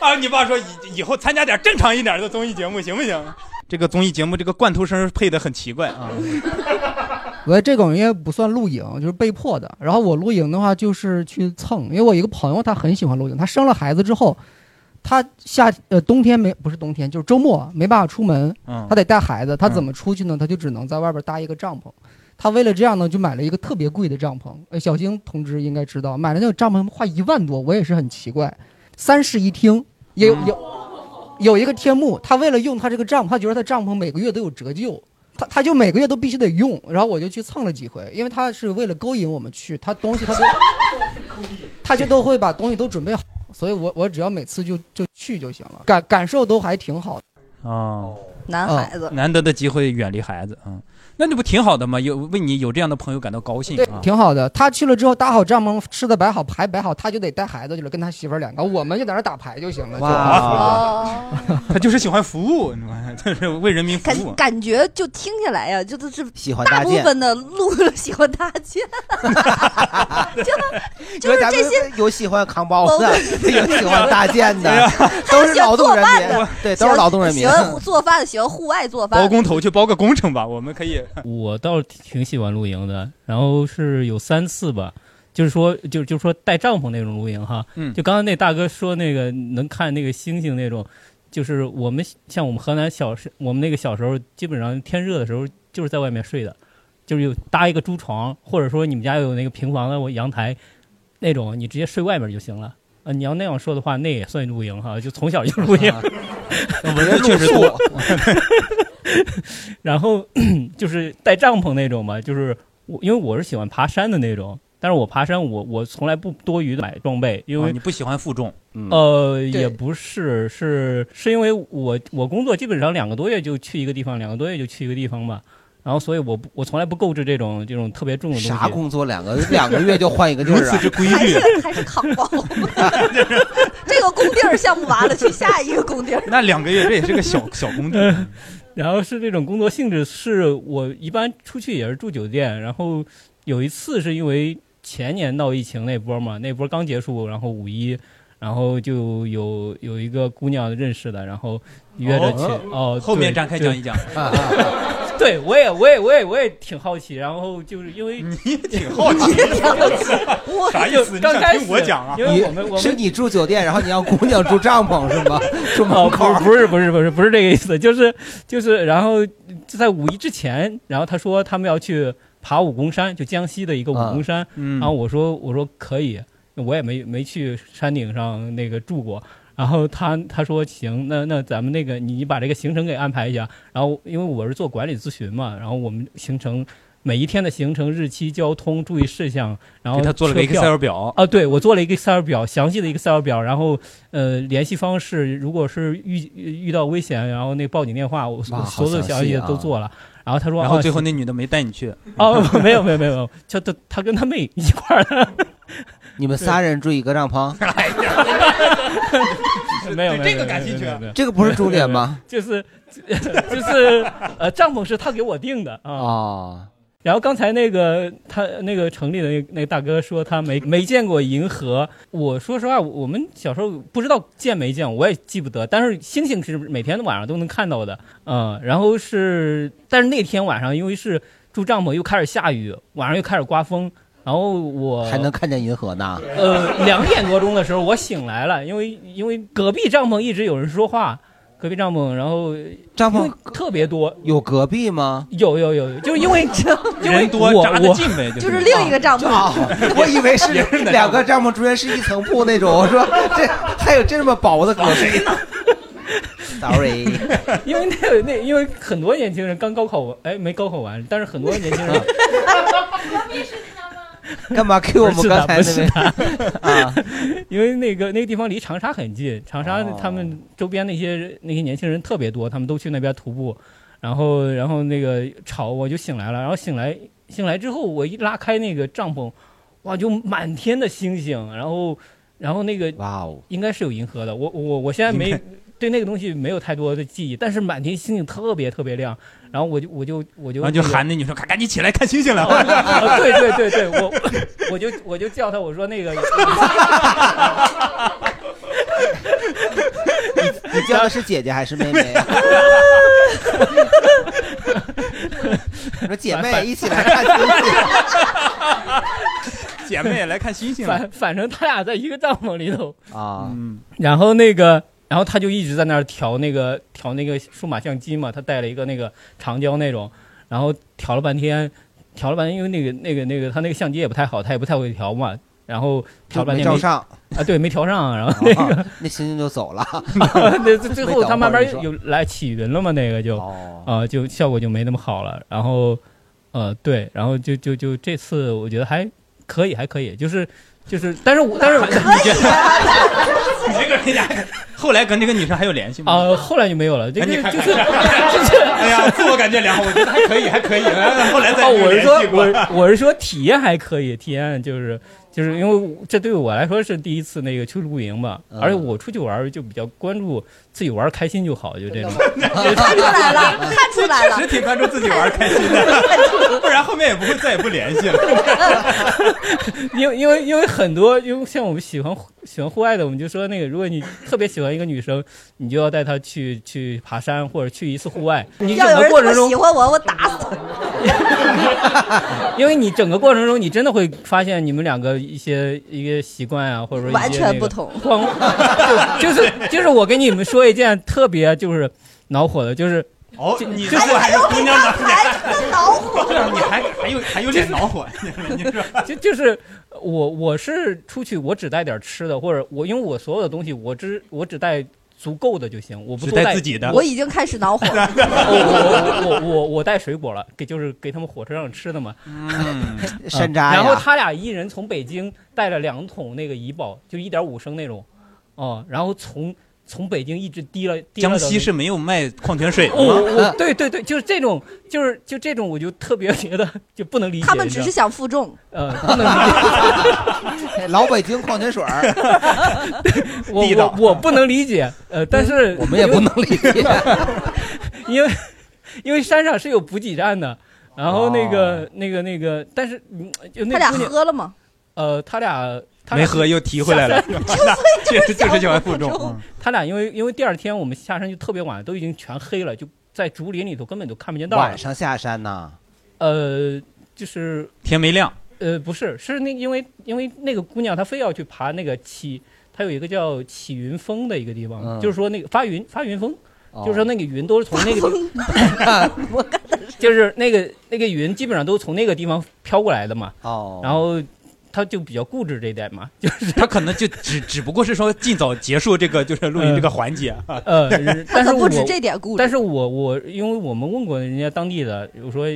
啊，你爸说以以后参加点正常一点的综艺节目行不行？这个综艺节目这个罐头声配的很奇怪啊。
我这种应该不算露营，就是被迫的。然后我露营的话，就是去蹭，因为我一个朋友他很喜欢露营，他生了孩子之后，他夏呃冬天没不是冬天，就是周末没办法出门
嗯，
他得带孩子，他怎么出去呢？他就只能在外边搭一个帐篷。他为了这样呢，就买了一个特别贵的帐篷。呃，小星同志应该知道，买了那个帐篷花一万多，我也是很奇怪。三室一厅，也
嗯
有有有一个天幕，他为了用他这个帐篷，他觉得他帐篷每个月都有折旧，他他就每个月都必须得用，然后我就去蹭了几回，因为他是为了勾引我们去，他东西他都他就都会把东西都准备好，所以我我只要每次就就去就行了，感感受都还挺好的。
哦，
男孩子
嗯难得的机会远离孩子啊、嗯那这不挺好的吗？有为你有这样的朋友感到高兴
对
啊，，
挺好的。他去了之后搭好帐篷，吃的摆好，牌摆好，他就得带孩子去了，跟他媳妇儿两个，我们就在那儿打牌就行了。就
哇，他就是喜欢服务， 你知道吗？就是为人民服务
感。感觉就听起来呀，就是这
喜欢搭
大
建
部分的路喜欢搭建，
因为咱们有喜欢扛包
我
子， 有喜欢搭建的，都是劳动人民，对，都是劳动人民
喜。欢做饭，喜欢户外做饭。
包工头去包个工程吧，我们可以。
我倒是挺喜欢露营的，然后是有三次吧，就是说，就就说带帐篷那种露营哈，
嗯
就刚才那大哥说那个能看那个星星那种，就是我们像我们河南小时，我们那个小时候基本上天热的时候就是在外面睡的，就是有搭一个猪床，或者说你们家有那个平房的我阳台那种，你直接睡外面就行了。啊，你要那样说的话，那也算露营哈，就从小就露营，
啊
啊
蚊子确实
哦
多。 然后 就是带帐篷那种嘛，就是我因为我是喜欢爬山的那种，但是我爬山我我从来不多余的买装备，因为、
啊你不喜欢负重，嗯
呃，
对
也不是，是是因为我我工作基本上两个多月就去一个地方，两个多月就去一个地方吧。然后，所以我不我从来不购置这种这种特别重的东西。
啥工作两个两个月就换一个地儿啊如此之规
还 是还是扛包，这个工地儿项目完了，去下一个工地儿。
那两个月这也是个 小小工地。
然后是这种工作性质，是我一般出去也是住酒店。然后有一次是因为前年闹疫情那波嘛，那波刚结束，然后五一，然后就有有一个姑娘认识的，然后约着去哦，
后面
对
展开
对
讲一讲。
对， 我也，我也，我也，我也挺好奇。然后就是因为你也挺
好 奇
你也挺好奇
我啥意思你想
刚开
听
始
我讲啊
因为我们我
是
们
你住酒店，然后你让姑 娘住帐篷是吗？住门
哦，
口
不不是不是不是不是这个意思，就是就是，然后就在五一之前，然后他说他们要去爬武功山，就江西的一个武功山，
啊
嗯
然后我说我说可以，我也没没去山顶上那个住过。然后他他说行，那那咱们那个你你把这个行程给安排一下。然后因为我是做管理咨询嘛，然后我们行程每一天的行程、日期、交通注意事项，然后
给他做了个
车票
Excel 表
啊，对我做了一个 Excel 表，详细的一个 Excel 表，然后呃联系方式，如果是遇呃遇到危险，然后那个报警电话，我
哇
我
好
所有的
详
详
细
细
啊
都做了。然后他说，
然后
啊
最后
行
那女的没带你去。
哦，没有没有没有没有，就他他跟他妹一块儿的。
你们仨人住一个帐篷，
哎 没有没有
对这个感兴趣啊这个不是重点吗？
没有没有没有就是 就是呃，帐篷是他给我定的啊。
哦
然后刚才那个他那个城里的那个那个大哥说他没没见过银河，我说实话，我我们小时候不知道见没见，我也记不得。但是星星是每天晚上都能看到的，嗯。然后是，但是那天晚上因为是住帐篷，又开始下雨，晚上又开始刮风，然后我
还能看见银河呢。
呃，两点多钟的时候我醒来了，因为因为隔壁帐篷一直有人说话，隔壁帐篷，然后
帐
篷特别多，
有隔壁吗？
有有有，就是 因为因为
人多
我
扎得
我
近呗
就是就是另一个帐篷
啊我以为是两个帐篷中间是一层布那种，我说这还有这么薄的隔壁？Sorry，
因为那那因为很多年轻人刚高考完，哎，没高考完，但是很多年轻人
干嘛 Q 我们刚才
不是
那
他
位？啊，
因为那个那个地方离长沙很近，长沙
哦
他们周边那些那些年轻人特别多，他们都去那边徒步，然后然后那个吵我就醒来了，然后醒来醒来之后我一拉开那个帐篷，哇，就满天的星星，然后然后那个
哇哦，
应该是有银河的，我我我现在没。对那个东西没有太多的记忆，但是满天星星特别特别亮，然后我就我就我就
然后就喊那女生，赶赶紧起来看星星了。
啊 对对对对，我我就我就叫他，我说那个，
你叫的是姐姐还是妹妹啊 呀？你说姐妹一起来看星
星， 姐妹也来看星星了
反反正他俩在一个帐篷里头
啊，
嗯，然后那个，然后他就一直在那儿调那个调那个数码相机嘛，他带了一个那个长焦那种，然后调了半天，调了半天，因为那个那个那个他那个相机也不太好，他也不太会调嘛，然后调了半天
就没照上哦
啊，对，没调上，然后那个、
啊那星星就走了。
那最最后他慢慢
没等会儿
有来起云了嘛，那个就
哦
啊就效果就没那么好了，然后呃对，然后就就就这次我觉得还可以，还可以，就是就是，但是我但是我
啊
你这个人家，后来跟这个女生还有联系吗？
啊，后来就没有了。这
赶
个
紧哎看
就
看
是，哎
呀，自我感觉良好，我觉得还可以，还可以。哎 后来再
哦，我是
联
说
系，过。
我我是说体验还可以，体验就是就是因为这对我来说是第一次那个去露营吧，
嗯
而且我出去玩儿就比较关注自己玩儿开心就好，就这种。 嗯
看出来了，看出来了
确，实挺关注自己玩儿开心的，不然后面也不会再也不联系了。
因为因为因为很多，因为像我们喜欢户喜欢户外的，我们就说那个，如果你特别喜欢一个女生，你就要带她去去爬山或者去一次户外。你整
要有
个
人
过
这
程
么
中
喜，欢我，我打死他。
因为你整个过程中，你真的会发现你们两个一些一个习惯啊，或者说一些
完全
那个
不同
光 就就是就是我跟你们说一件特别就是恼火的，就是
哦，你
就是
还 是姑娘呢？
哎
恼火，
你还还有还有点恼 火，你你说
就就是我我是出去我只带点吃的，或者我因为我所有的东西我只我只带足够的就行，我不
只
多
带
带
自己的
我已经开始恼火了。
我我我我我带水果了，给就是给他们火车上吃的嘛。
嗯，
山楂呀
然后他俩一人从北京带了两桶那个怡宝，就一点五升那种，哦，然后从从北京一直滴了。滴了
江
到
西是没有卖矿泉水的
我我我
吗？
哦对对对，就是这种，就是就这种，我就特别觉得就不能理解。
他们
你知
只
道
是想负重，
呃，不能理解。
哎老北京矿泉水儿，
我
地道
我我不能理解，呃，但是
我们也不能理解，
因为因为山上是有补给站的，然后那个、
哦
那个那个，但是嗯就那
他俩
姑娘
喝了吗？
呃，他俩他
没
俩
喝又提回来了
下山
确实就是喜欢负重嗯
他俩因为因为第二天我们下山就特别晚，都已经全黑了，就在竹林里头根本就看不见道。
晚上下山呐。
呃，就是
天没亮，
呃，不是，是那因为因为那个姑娘她非要去爬那个起，她有一个叫起云峰的一个地方，
嗯
就是说那个发云发云峰，
哦
就是说那个云都是从 那个地， 就是那个那个云基本上都是从那个地方飘过来的嘛。
哦，
然后她就比较固执这一点嘛，就是
他可能就只 只不过是说尽早结束这个就是录音这个环节。啊
呃， 但是我
点故事，
但是我我因为我们问过人家当地的，我说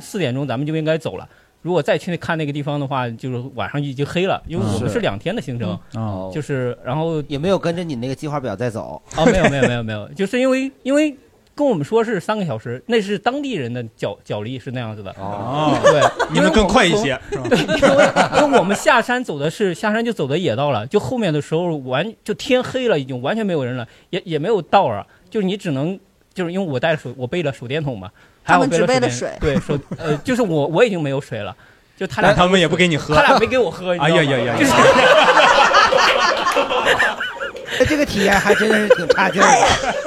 四点钟咱们就应该走了。如果再去看那个地方的话，就是晚上已经黑了，因为我们
是
是两天的行程，
哦
嗯就是然后
也没有跟着你那个计划表再走。
哦，没有没有没有没有，就是因为因为跟我们说是三个小时，那是当地人的脚脚力是那样子的。
哦
对，
你们更快一 些是
因为
吧
我们从对，因为因为我们下山走的是下山就走的野道了，就后面的时候完就天黑了，已经完全没有人了，也也没有道啊，就是你只能就是因为我带了手我背了手电筒嘛，还
他
好
们只
背
背了
手
水
电对手呃就是我我已经没有水了。就他俩，
但他们也不给你喝
他俩没给我喝。你知道吗
哎呀呀呀
就是
哎这个体验还真是挺差劲的。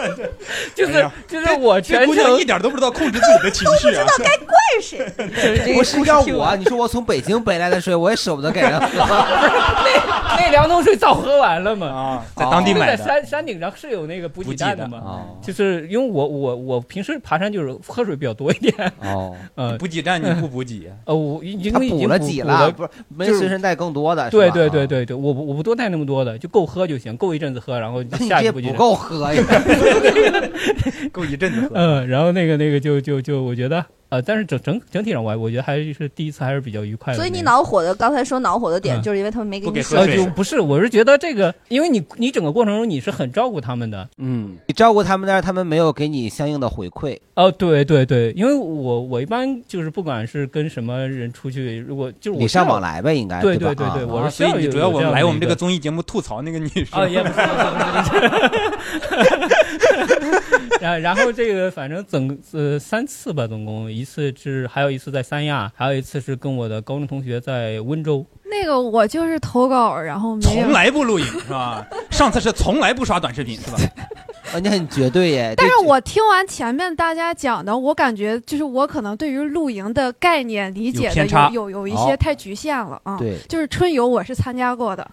就是就是 我
哎这
全
姑娘
程
一点都不知道控制自己的情绪 啊！
怪谁？
不是要我，啊你说我从北京北来的水，我也舍不得给人喝。
那两桶水早喝完了嘛？
哦
啊，在当地买
在
的，
山山顶上是有那个补给站的嘛？
哦
就是因为我我我平时爬山就是喝水比较多一点。
哦，
呃，
补给站你不补给？
呃，我已经
啊他
已
补
经
了几了？
了，
不是没
就是
随身带更多的是吧。
对对对对对，我不我不多 带那么多的，就够喝就行，够一阵子喝，然后下一步
你这
就是
不够喝呀！
够一阵子喝。
嗯，然后那个那个就就就我觉得呃，但是整整整体上我还我觉得还是第一次还是比较愉快的那
所
个。
以你恼火的，刚才说恼火的点，
嗯
就是因为他们没给你
呃就不是，我是觉得这个，因为你你整个过程中你是很照顾他们的，
嗯，你照顾他们，但是他们没有给你相应的回馈。
哦，对对对，因为我我一般就是不管是跟什么人出去，如果就是我
礼尚
需要
往来呗应该
对
对吧
对
啊
对，我
啊
是
所以你主要我们来我们这个综艺节目吐槽那个女生
啊，也不是， 然然后这个反正总呃三次吧，总共一次是还有一次在三亚，还有一次是跟我的高中同学在温州，
那个我就是投稿，然后没有
从来不 录影是吧？上次是从来不刷短视频是吧？
啊，你很绝对耶。
但是我听完前面大家讲的，我感觉就是我可能对于露营的概念理解
有
的
偏
有
差
有有一
哦
些太局限了啊。
对
就是春游我是参加过的，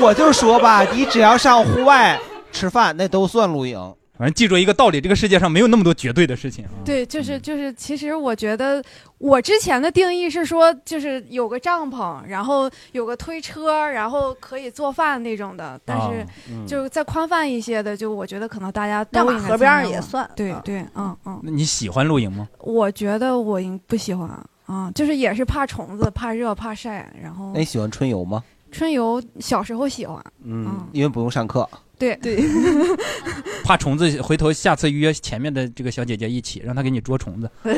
我就说吧，你只要上户外吃饭，那都算露营。
反正记住一个道理，这个世界上没有那么多绝对的事情啊。
对，就是就是，其实我觉得我之前的定义是说，就是有个帐篷，然后有个推车，然后可以做饭那种的。但是
啊嗯
就是再宽泛一些的，就我觉得可能大家都
那
应该
河边儿
参加
也
过
算啊
对对，嗯嗯。
那你喜欢露营吗？
哦
我觉得我应不喜欢啊，就是也是怕虫子、怕热、怕晒，然后
那
哎
你喜欢春游吗？
春游小时候喜欢，
嗯，因为不用上课。
对 对，
怕虫子，回头下次约前面的这个小姐姐一起，让她给你捉 虫子。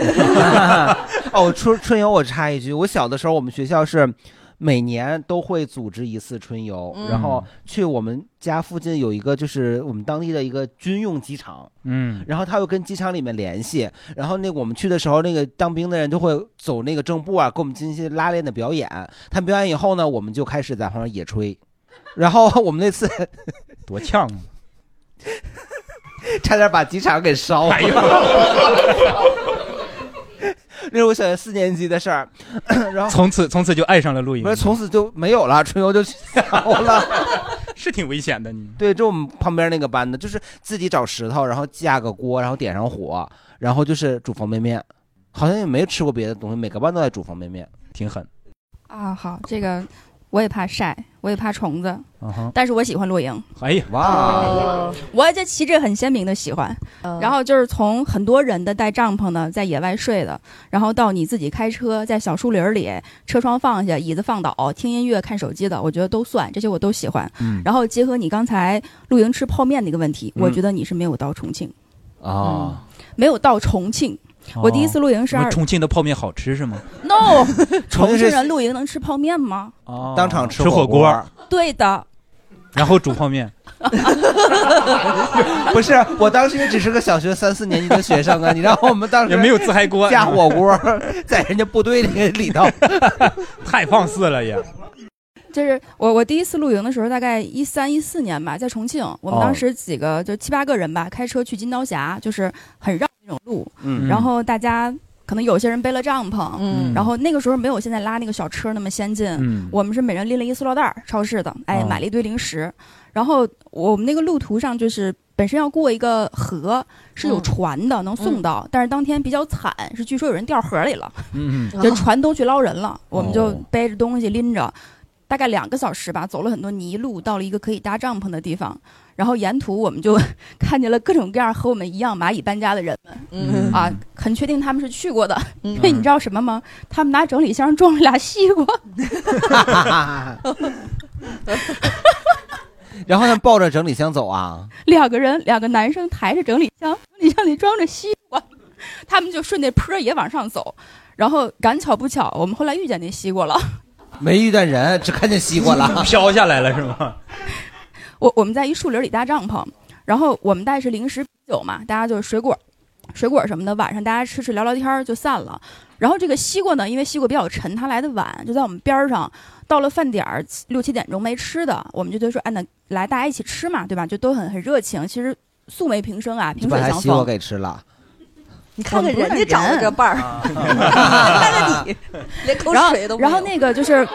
哦，春春游，我插一句，我小的时候我们学校是每年都会组织一次春游，
嗯
然后去我们家附近有一个就是我们当地的一个军用机场，
嗯，
然后他又跟机场里面联系，然后那个我们去的时候，那个当兵的人就会走那个正步啊，给我们进行一些拉练的表演。他们表演以后呢，我们就开始在旁边野炊，然后我们那次
多呛啊，
差点把机场给烧了。 那是我小学四年级的事儿， 然后
从此从此就爱上了露营
不，是从此就没有了，春游就去然后了。
是挺危险的你。
对，就我们旁边那个班的，就是自己找石头，然后架个锅，然后点上火，然后就是煮方便面，好像也没吃过别的东西，每个班都在煮方便面，
挺狠。
啊，好，这个我也怕晒，我也怕虫子，
嗯
啊哈
但是我喜欢露营。
哎呀，
哇我这旗帜很鲜明的喜欢。然后就是从很多人的带帐篷的在野外睡的，然后到你自己开车在小树林儿里，车窗放下，椅子放倒，听音乐、看手机的，我觉得都算，这些我都喜欢。
嗯
然后结合你刚才露营吃泡面那个问题，我
嗯
觉得你是没有到重庆，嗯
嗯
啊！
没有到重庆。我第一次露营是
哦
二、
重庆的泡面好吃是吗？
no，
重
重
庆是
庆人露营能吃泡面吗？
哦
当场
吃
吃
火
火锅
锅，
对的，
然后煮泡 面。
不是，我当时也只是个小学三四年级的学生啊，你让我们当时
也没有自嗨锅
架火锅，在人家部队 里里头，
太放肆了也。
就是我我第一次露营的时候，大概一三一四年吧，在重庆，我们
哦
当时几个就七八个人吧，开车去金刀峡，就是很绕那种路，
嗯
然后大家。可能有些人背了帐篷，
嗯
然后那个时候没有现在拉那个小车那么先进，
嗯
我们是每人拎了一塑料袋儿，超市的，哎，
哦
买了一堆零食，然后我们那个路途上就是本身要过一个河，是有船的，能送到，但是当天比较惨，是据说有人掉河里了，
嗯
就 船都去捞人了，我们就
哦
背着东西拎着，大概两个小时吧，走了很多泥路，到了一个可以搭帐篷的地方。然后沿途我们就 看见了各种各样和我们一样蚂蚁搬家的人们，
嗯
啊，很确定他们是去过的，因为你知道什么吗？他们拿整理箱装了俩西瓜，
然后呢，抱着整理箱走啊，
两个人，两个男生抬着整理箱，整理箱里装着西瓜，他们就顺那坡儿也往上走，然后赶巧不巧，我们后来遇见那西瓜了。
没遇见人，只看见西瓜了，
飘下来了是吗？
我我们在一树林里搭帐篷，然后我们带是零食啤酒嘛，大家就是水果、水果什么的，晚上大家吃吃聊聊天儿就散了。然后这个西瓜呢，因为西瓜比较沉，它来的晚，就在我们边儿上。到了饭点儿六七点钟没吃的，我们就觉得说，哎，那来大家一起吃嘛，对吧？就都很很热情。其实素昧平生啊，
就
萍
把
水
他
相
西瓜
逢。
给吃了。
你
看看人家找了个伴儿，
啊
看看你，
连口水都没
然后然
有
后那个就是，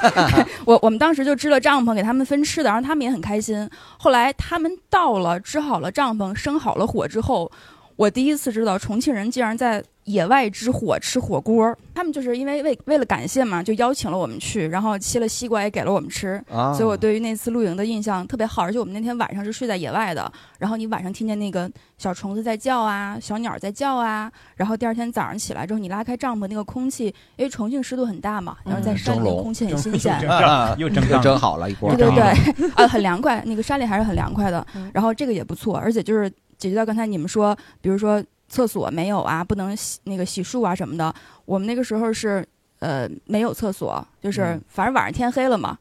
我我们当时就支了帐篷给他们分吃的，然后他们也很开心。后来他们到了支好了帐篷、生好了火之后，我第一次知道重庆人竟然在野外之火吃火锅。他们就是因为为为了感谢嘛，就邀请了我们去，然后切了西瓜也给了我们吃。
啊
所以我对于那次露营的印象特别好，而且我们那天晚上是睡在野外的，然后你晚上听见那个小虫子在叫啊，小鸟在叫啊，然后第二天早上起来之后，你拉开帐篷，那个空气，因为重庆湿度很大嘛，然后
嗯
在山里
蒸笼
空气很新鲜，
又 蒸上了
蒸好了一锅
对对对， 啊，很凉快，那个山里还是很凉快的。然后这个也不错，而且就是解决到刚才你们说，比如说厕所没有啊，不能洗那个洗漱啊什么的，我们那个时候是呃没有厕所，就是
嗯
反正晚上天黑了嘛，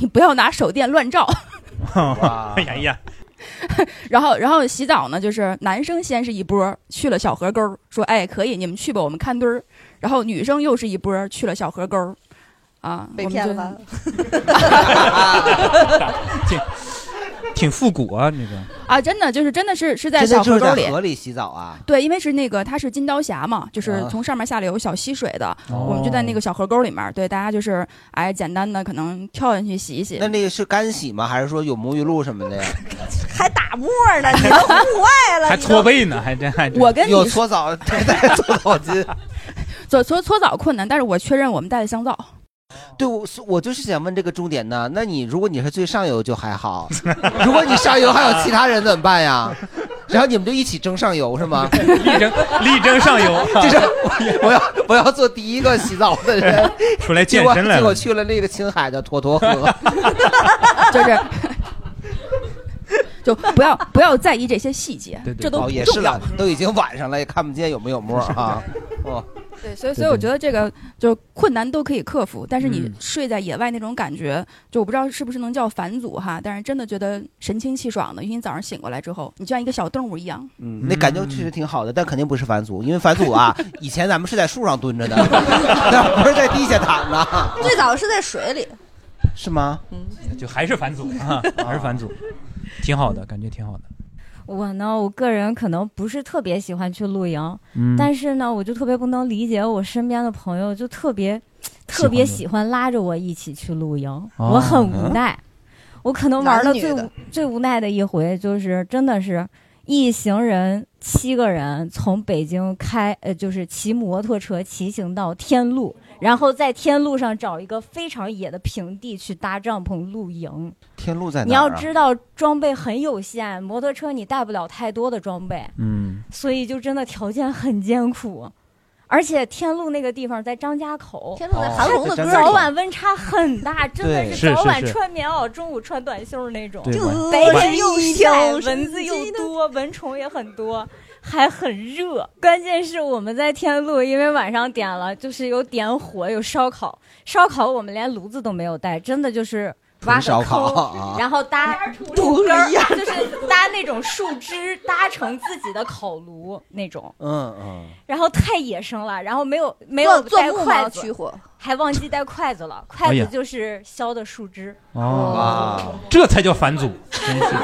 你不要拿手电乱照。
哎呀呀，
然后，然后洗澡呢，就是男生先是一波去了小河沟儿，说：“哎，可以，你们去吧，我们看堆儿。”然后女生又是一波去了小河沟儿，啊，
被
我们
骗
就
了。
挺挺复古啊，这个
啊，真的就是真的是是在
真的
小
就
河
是
沟
在
里。
河里洗澡啊？
对，因为是那个它是金刀峡嘛，就是
啊
从上面下来有小溪水的，
哦
我们就在那个小河沟里面儿。对，大家就是哎，简单的可能跳进去洗一洗。
那那个是干洗吗？还是说有沐浴露什么 的呀？
还打沫呢，你都户外了，
还
你
搓
都
背呢，还真还真
我跟你
有搓澡，带搓澡巾。
搓搓搓澡困难，但是我确认我们带了香皂。
对，我是我就是想问这个重点呢。那你如果你是最上游就 还好，如果你上游还有其他人怎么办呀？然后你们就一起争上游是吗？，
力争力争上游
就是我要我要做第一个洗澡的人，
出来健身来
结果结果
了。
去了那个青海的沱沱河，
就是。就不要不要在意这些细节，这都
哦
不
也是
重要
了。，都已经晚上了，也看不见有没有沫儿啊。 哦，
对，所以所以我觉得这个就是困难都可以克服，但是你
嗯
睡在野外那种感觉，就我不知道是不是能叫返祖哈，但是真的觉得神清气爽的，因为你早上醒过来之后，你就像一个小动物一样。
嗯，那感觉确实挺好的，但肯定不是返祖，因为返祖啊，以前咱们是在树上蹲着的， 那不是在地下躺
啊
的，
最早是在水里，
是吗？
就还是返祖啊，还是返祖，挺好的，感觉挺好的。
我呢，我个人可能不是特别喜欢去露营，
嗯
但是呢，我就特别不能理解我身边的朋友就特别特别喜欢拉着我一起去露营，
哦
我很无奈。我可能玩
男
的
女
最
的
无最无奈的一回，就是真的是一行人七个人从北京开呃，就是骑摩托车骑行到天路，然后在天路上找一个非常野的平地去搭帐篷露营。
天路在哪、啊？
你要知，道装备很有限，摩托车你带不了太多的装备，
嗯，
所以就真的条件很艰苦。而且天路那个地方在张家口，天
路在韩红的歌里
早晚温差很大，真的
对
是
是
早
是
晚
是
穿棉袄，中午穿短袖那种
对晚，
白
晚
天又
一
晒，
条
蚊子又多，蚊虫也很多，还很热。关键是我们在天路，因为晚上点了，就是有点火，有烧烤，烧烤我们连炉子都没有带，真的就是挖个
烧烤
坑
啊，
然后 搭
土
根儿，
一样
就是搭那种树枝搭成自己的烤炉那种。
嗯嗯，
然后太野生了，然后没有没有
做
带
木
筷
毛
子，
取火
还忘记带筷子了。
哎
筷
呀
子就是削的树枝。
哦，这才叫返祖，真是。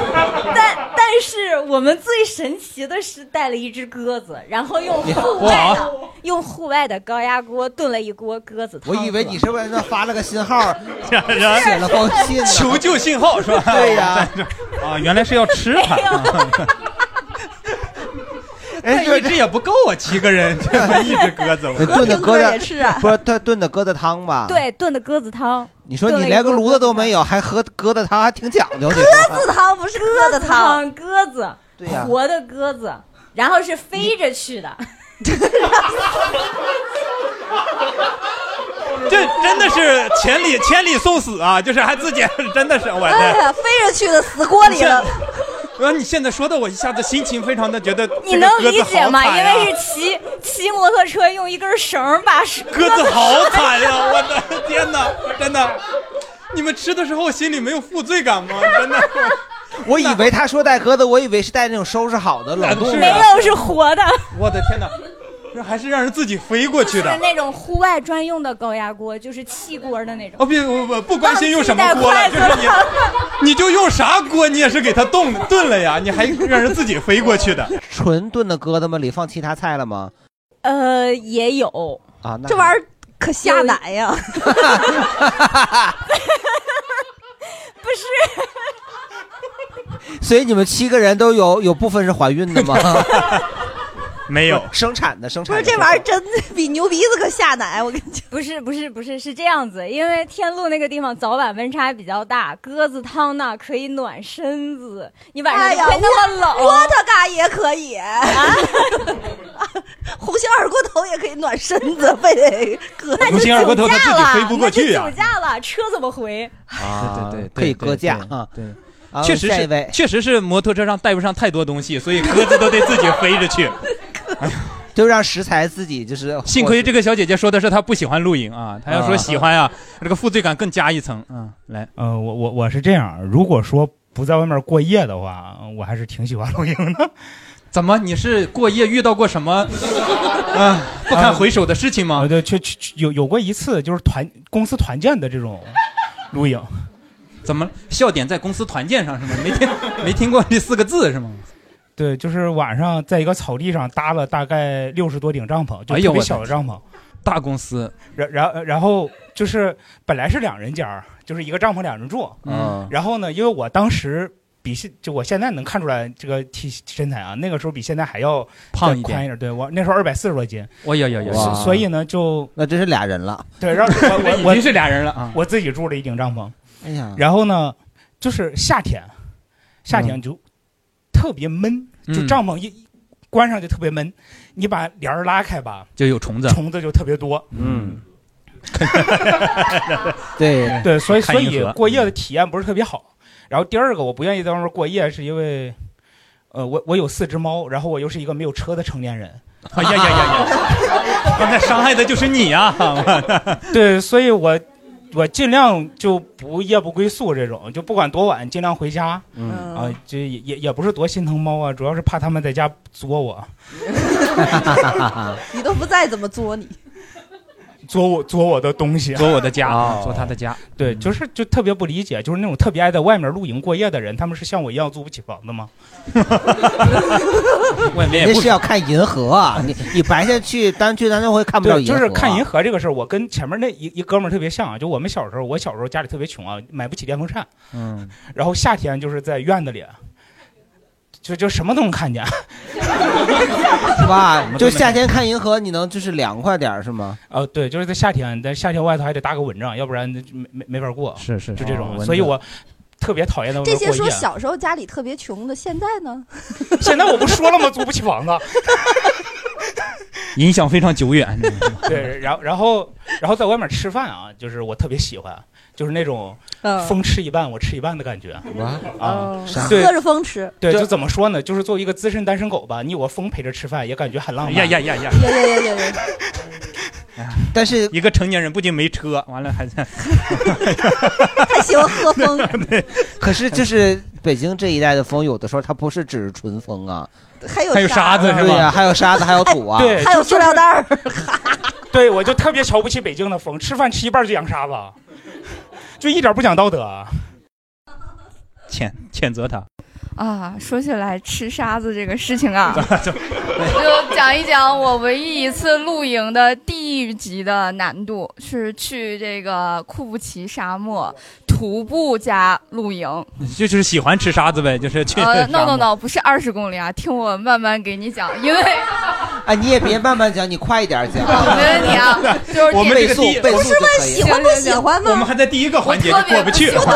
但但是我们最神奇的是带了一只鸽子，然后用户外的用户外的高压锅炖了一锅鸽子汤
我
喝。
以为你是为了发了个 信号，
然
写了封信呢，
啊求救信号是吧？
对呀
在这儿啊，原来是要吃它。 哎，一只也不够啊，七个人，这么 一只鸽子，我
哎炖的鸽子不
是
是他炖的鸽子汤
啊
吧？，
对炖的鸽子汤。
你说
炖
你
了一
连个
锅
炉子都没有，还喝鸽子汤，还挺讲究。鸽
鸽子汤不是鸽
啊
子汤，鸽子，
对呀
活的鸽子，然后是飞着去的，
这真的是千里千里送死啊！就是还自己 真的是我
哎呀，
的。
飞着去的，死锅里了。
然后你现在说的，我一下子心情非常的觉得
你
这个
能
鸽
理
子好
解吗？
惨啊
因
呀
为是骑骑摩托车用一根绳儿把鸽
鸽子好惨 呀！我的天哪，真的，你们吃的时候心里没有负罪感吗？真的，
我以为他说带鸽子，我以为是带那种收拾好的冷冻的。
没有是活的，
啊我的天哪，这还是让人自己飞过去
是
的。
那种户外专用的高压锅，就是气锅的那种。
哦，别我我不关心用什么锅
忘
了，
记
就
带筷
是
子了
你，你就用啥锅，你也是给它冻炖了呀，你还让人自己飞过去的。
纯炖的鸽子吗？里放其他菜了吗？
呃，也有
啊，那
玩
意儿可下奶呀！
不是，
所以你们七个人都有有部分是怀孕的吗？
没有
生产的 生
不
产
是
的。
这玩意儿真比牛鼻子可下奶，我跟你讲。
不是不是不是是这样子，因为天路那个地方早晚温差比较大，鸽子汤呢可以暖身子，你晚上
哎
就
呀，
不会那么冷。
窝窝特嘎也可以啊，红星二锅头也可以暖身子，非得搁。
那就
红星二锅头
酒驾
他自己
了
飞不过去啊
那就酒驾了，车怎么回？
啊，
对对对，
可以
对
搁架
对
啊
对
啊
确实
下一
是，确实是摩托车上带不上太多东西，所以鸽子都得自己飞着去。
就让食材自己就是。
幸亏这个小姐姐说的是她不喜欢露营啊，她要说喜欢啊，这个负罪感更加一层啊。来，
呃，我我我是这样，如果说不在外面过夜的话，呃我还是挺喜欢露 营的。
怎么？你是过夜遇到过什么？啊，不堪回首的事情吗？
呃，对，确确确有有过一次，就是团公司团建的这种露营。
怎么笑点在公司团建上是吗？没 听没听过这四个字是吗？
对，就是晚上在一个草地上搭了大概六十多顶帐篷，就
哎呦
特别
我的
小的帐篷。
大公司，
然然然后就是本来是两人间儿，就是一个帐篷两人住。
嗯
然后呢，因为我当时比现就我现在能看出来这个体身材啊，那个时候比现在还要
胖一
再
点
宽一点。对我那时候二百四十多斤。
哎呀呀呀
所所以呢，就
那真是俩人了。
对，让我我
已经是俩人了啊，
我自己住了一顶帐篷。
哎呀，
然后呢，就是夏天，夏天就特别闷，
嗯
就帐篷一一关上就特别闷，你把帘儿拉开吧，
就有虫子。
虫子就特别多。
嗯，
对
对，所以
看嗯
所
银
以
河
过夜的体验不是特别好。然后第二个，我不愿意在外面过夜，是因为，呃，我我有四只猫，然后我又是一个没有车的成年人。
哎呀呀呀呀！刚才伤害的就是你啊呀、
对，所以我我尽量就不夜不归宿这种，就不管多晚，尽量回家。
嗯
啊，这也也也不是多心疼猫啊，主要是怕它们在家作 我，
你都不在，怎么作你？
作我作我的东西，哦
作我的家作它的家。嗯
对，就是就特别不理解，就是那种特别爱在外面露营过夜的人，他们是像我一样租不起房子吗？
外面
那是要看银河啊！你你白天去单去单单会看不到
对
银河啊，
就是看银河这个事儿，我跟前面那一一哥们儿特别像啊。就我们小时候，我小时候家里特别穷啊，买不起电风扇，
嗯，
然后夏天就是在院子里，就就什么都能看 见。
哇，就夏天看银河，你能就是凉快点儿是吗？
哦，对，就是在夏天，在夏天外头还得搭个蚊帐，要不然就没没没法过。
是是
就这种，
哦
所以
蚊子
我特别讨厌在外
这
面
些
过
说
啊
夜。
小时候家里特别穷的，现在呢？
现在我不说了吗？租不起房子。
影响非常久 远。
对，然后然后然后在外面吃饭啊，就是我特别喜欢，就是那种
嗯哦
风吃一半我吃一半的感觉。
哇
啊，对
喝着风吃。
对，就怎么说呢？就是作为一个资深单身狗吧，你有个风陪着吃饭，也感觉很浪漫。
呀呀呀呀
呀呀呀呀呀！
但是
一个哎 成年人不仅没车，完了还在
还喜欢喝 风。
可是就是北京这一带的风，有的时候它不是只是纯风啊，
还有还有沙子沙子是吧
对呀、还有沙子，还有土啊。
对，
还有塑料袋儿。
对，我就特别瞧不起北京的风，吃饭吃一半就扬沙子，就一点不讲道德啊。
谴谴责他。
啊，说起来吃沙子这个事情啊，
就
就讲一讲我唯一一次露营的地狱级的难度，是去这个库布齐沙漠徒步加露营。
就是喜欢吃沙子呗，就是去。
呃，no no no，不是二十公里啊，听我慢慢给你讲，因为
哎，你也别慢慢讲，你快一 点讲。
没问题啊 就是
我们
这
倍
个
速
地
倍速
不是
就
问
可以
喜欢不喜欢吗我们
还在第一个 环节就
特别
过不去
喜
了。
欢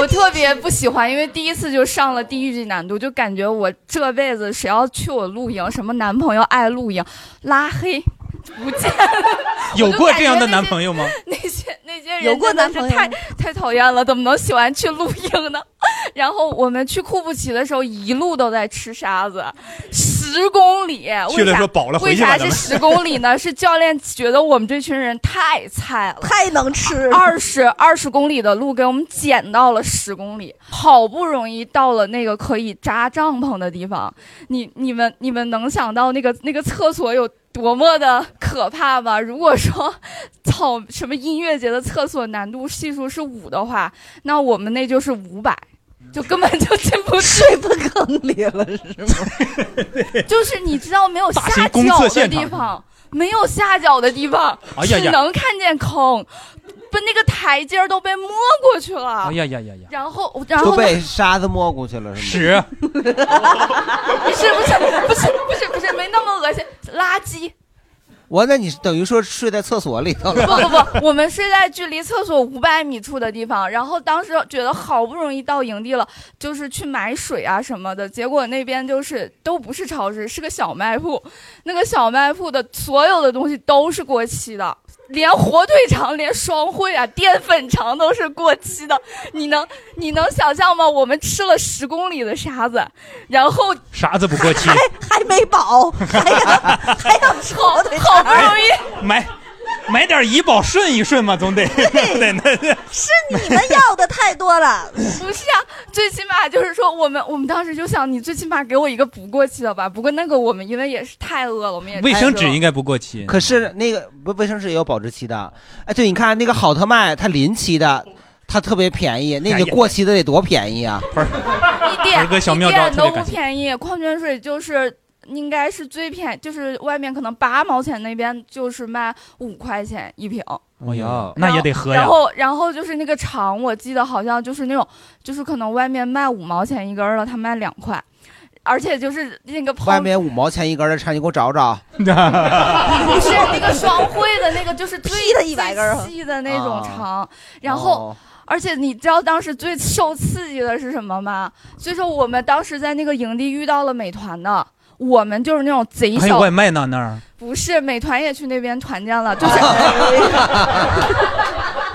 我特别不喜欢，因为第一次就上了地狱级难度，就感觉我这辈子谁要去我露营，什么男朋友爱露营，拉黑。不见了
有过这样的男朋 友吗？
那些那些人
有过
真的
男
是
朋友
太太讨厌了，怎么能喜欢去露营呢？ 然后我们去库布齐的时候，一路都在吃沙子，十公里。
去
为
了
啥
说饱了回
为
去吧
啥
咱
是十
们
公里呢？是教练觉得我们这群人太菜了，
太能吃。
二十二十公里的路给我们减到了十公里，好不容易到了那个可以扎帐篷的地方。你你们你们能想到那个那个厕所有？多么的可怕吗？如果说草什么音乐节的厕所难度系数是五的话，那我们那就是五百，就根本就进不去，
睡不坑里了是
吗？就是你知道没有
型
下
公
脚
厕
的
现
地
场
方，没有下脚的地方，
哎呀呀
只能看见坑，不那个台阶儿都被摸过去了。
哎呀呀呀呀！
然后，然
就
后呢
被沙子没过去了，是吗？
屎，
不是不是不是不是不是没那么恶心，鸡。
我那你等于说睡在厕所里头
不
了？
不不，我们睡在距离厕所五百米处的地方。然后当时觉得好不容易到营地了，就是去买水啊什么的。结果那边就是都不是超市，是个小卖铺。那个小卖铺的所有的东西都是过期的，连火腿肠、连双汇啊、淀粉肠都是过期的。你能你能想象吗？我们吃了十公里的沙子，然后
啥子不过
哎
期？
还没饱， 还要还要吃火腿好不容易。
买买点怡宝顺一顺嘛，总得 得那那
是你们要的太多了，不是啊，最起码就是说，我们我们当时就想，你最起码给我一个不过期的吧。不过那个我们因为也是太饿了，我 们也
卫生纸应该不过期。
可是那个不卫生纸也有保质期的。哎，对，你看那个好特卖，它临期的，它特别便宜。那
哎
你
呀
过期的得多便宜啊！
不是，
一点
盆哥小
一
妙招
点
特别
都不
感谢
便宜，矿泉水就是。应该是最便宜，就是外面可能八毛钱那边就是卖五块钱一瓶，
哎
嗯
呀，那也得喝呀
然。后，然后就是那个肠，我记得好像就是那种，就是可能外面卖五毛钱一根儿了，他卖两块，而且就是那个泡
外面五毛钱一根儿的肠，你给我 找找。
不是那 个双汇的那个，就是最
劈了一百根儿啊
最细的那种肠，然
哦
后。而且你知道当时最受刺激的是什么吗？就是我们当时在那个营地遇到了美团的，我们就是那种贼
还
小
有，外卖呢那儿，
不是美团也去那边团建了，就是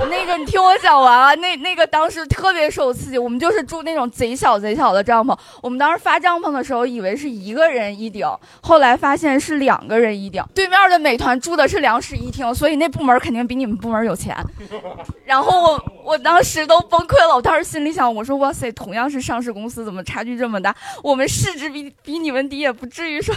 那个你听我讲完啊，那那个当时特别受刺激，我们就是住那种贼小贼小的帐篷。我们当时发帐篷的时候，以为是一个人一顶，后来发现是两个人一顶。对面的美团住的是两室一厅，所以那部门肯定比你们部门有钱。然后我我当时都崩溃了，我当时心里想，我说哇塞，同样是上市公司，怎么差距这么大？我们市值比比你们低，也不至于说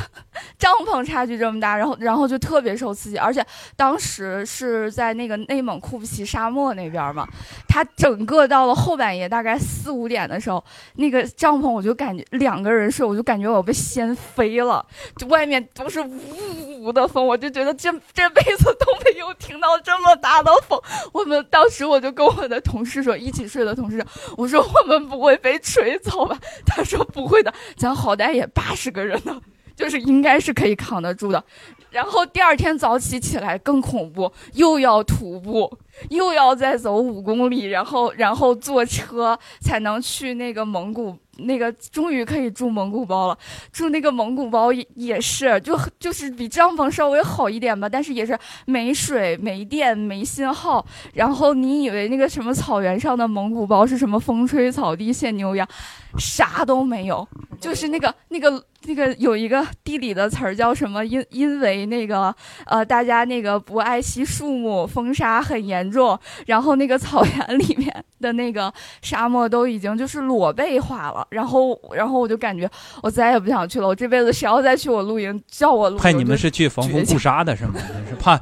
帐篷差距这么大。然后然后就特别受刺激，而且当时是在那个内蒙库布齐沙漠那边嘛，它整个到了后半夜大概四五点的时候，那个帐篷我就感觉两个人睡，我就感觉我被掀飞了，就外面都是呜呜呜的风，我就觉得这这辈子都没有听到这么大的风。我们当时我就跟我的同事说，一起睡的同事说，我说我们不会被吹走吧？他说不会的，咱好歹也八十个人呢， 就是应该是可以扛得住的。然后第二天早起起来更恐怖，又要徒步，又要再走五公里，然后然后坐车才能去那个蒙古，那个终于可以住蒙古包了。住那个蒙古包也也是，就就是比帐篷稍微好一点吧，但是也是没水、没电、没信号。然后你以为那个什么草原上的蒙古包是什么风吹草低见牛羊，啥都没有，就是那个那个那个有一个地理的词儿叫什么？因因为那个呃，大家那个不爱惜树木，风沙很严重，然后那个草原里面的那个沙漠都已经就是裸背化了。然后然后我就感觉我再也不想去了，我这辈子谁要再去我露营，叫我露营。
派你们是去防风固沙的是吗？是怕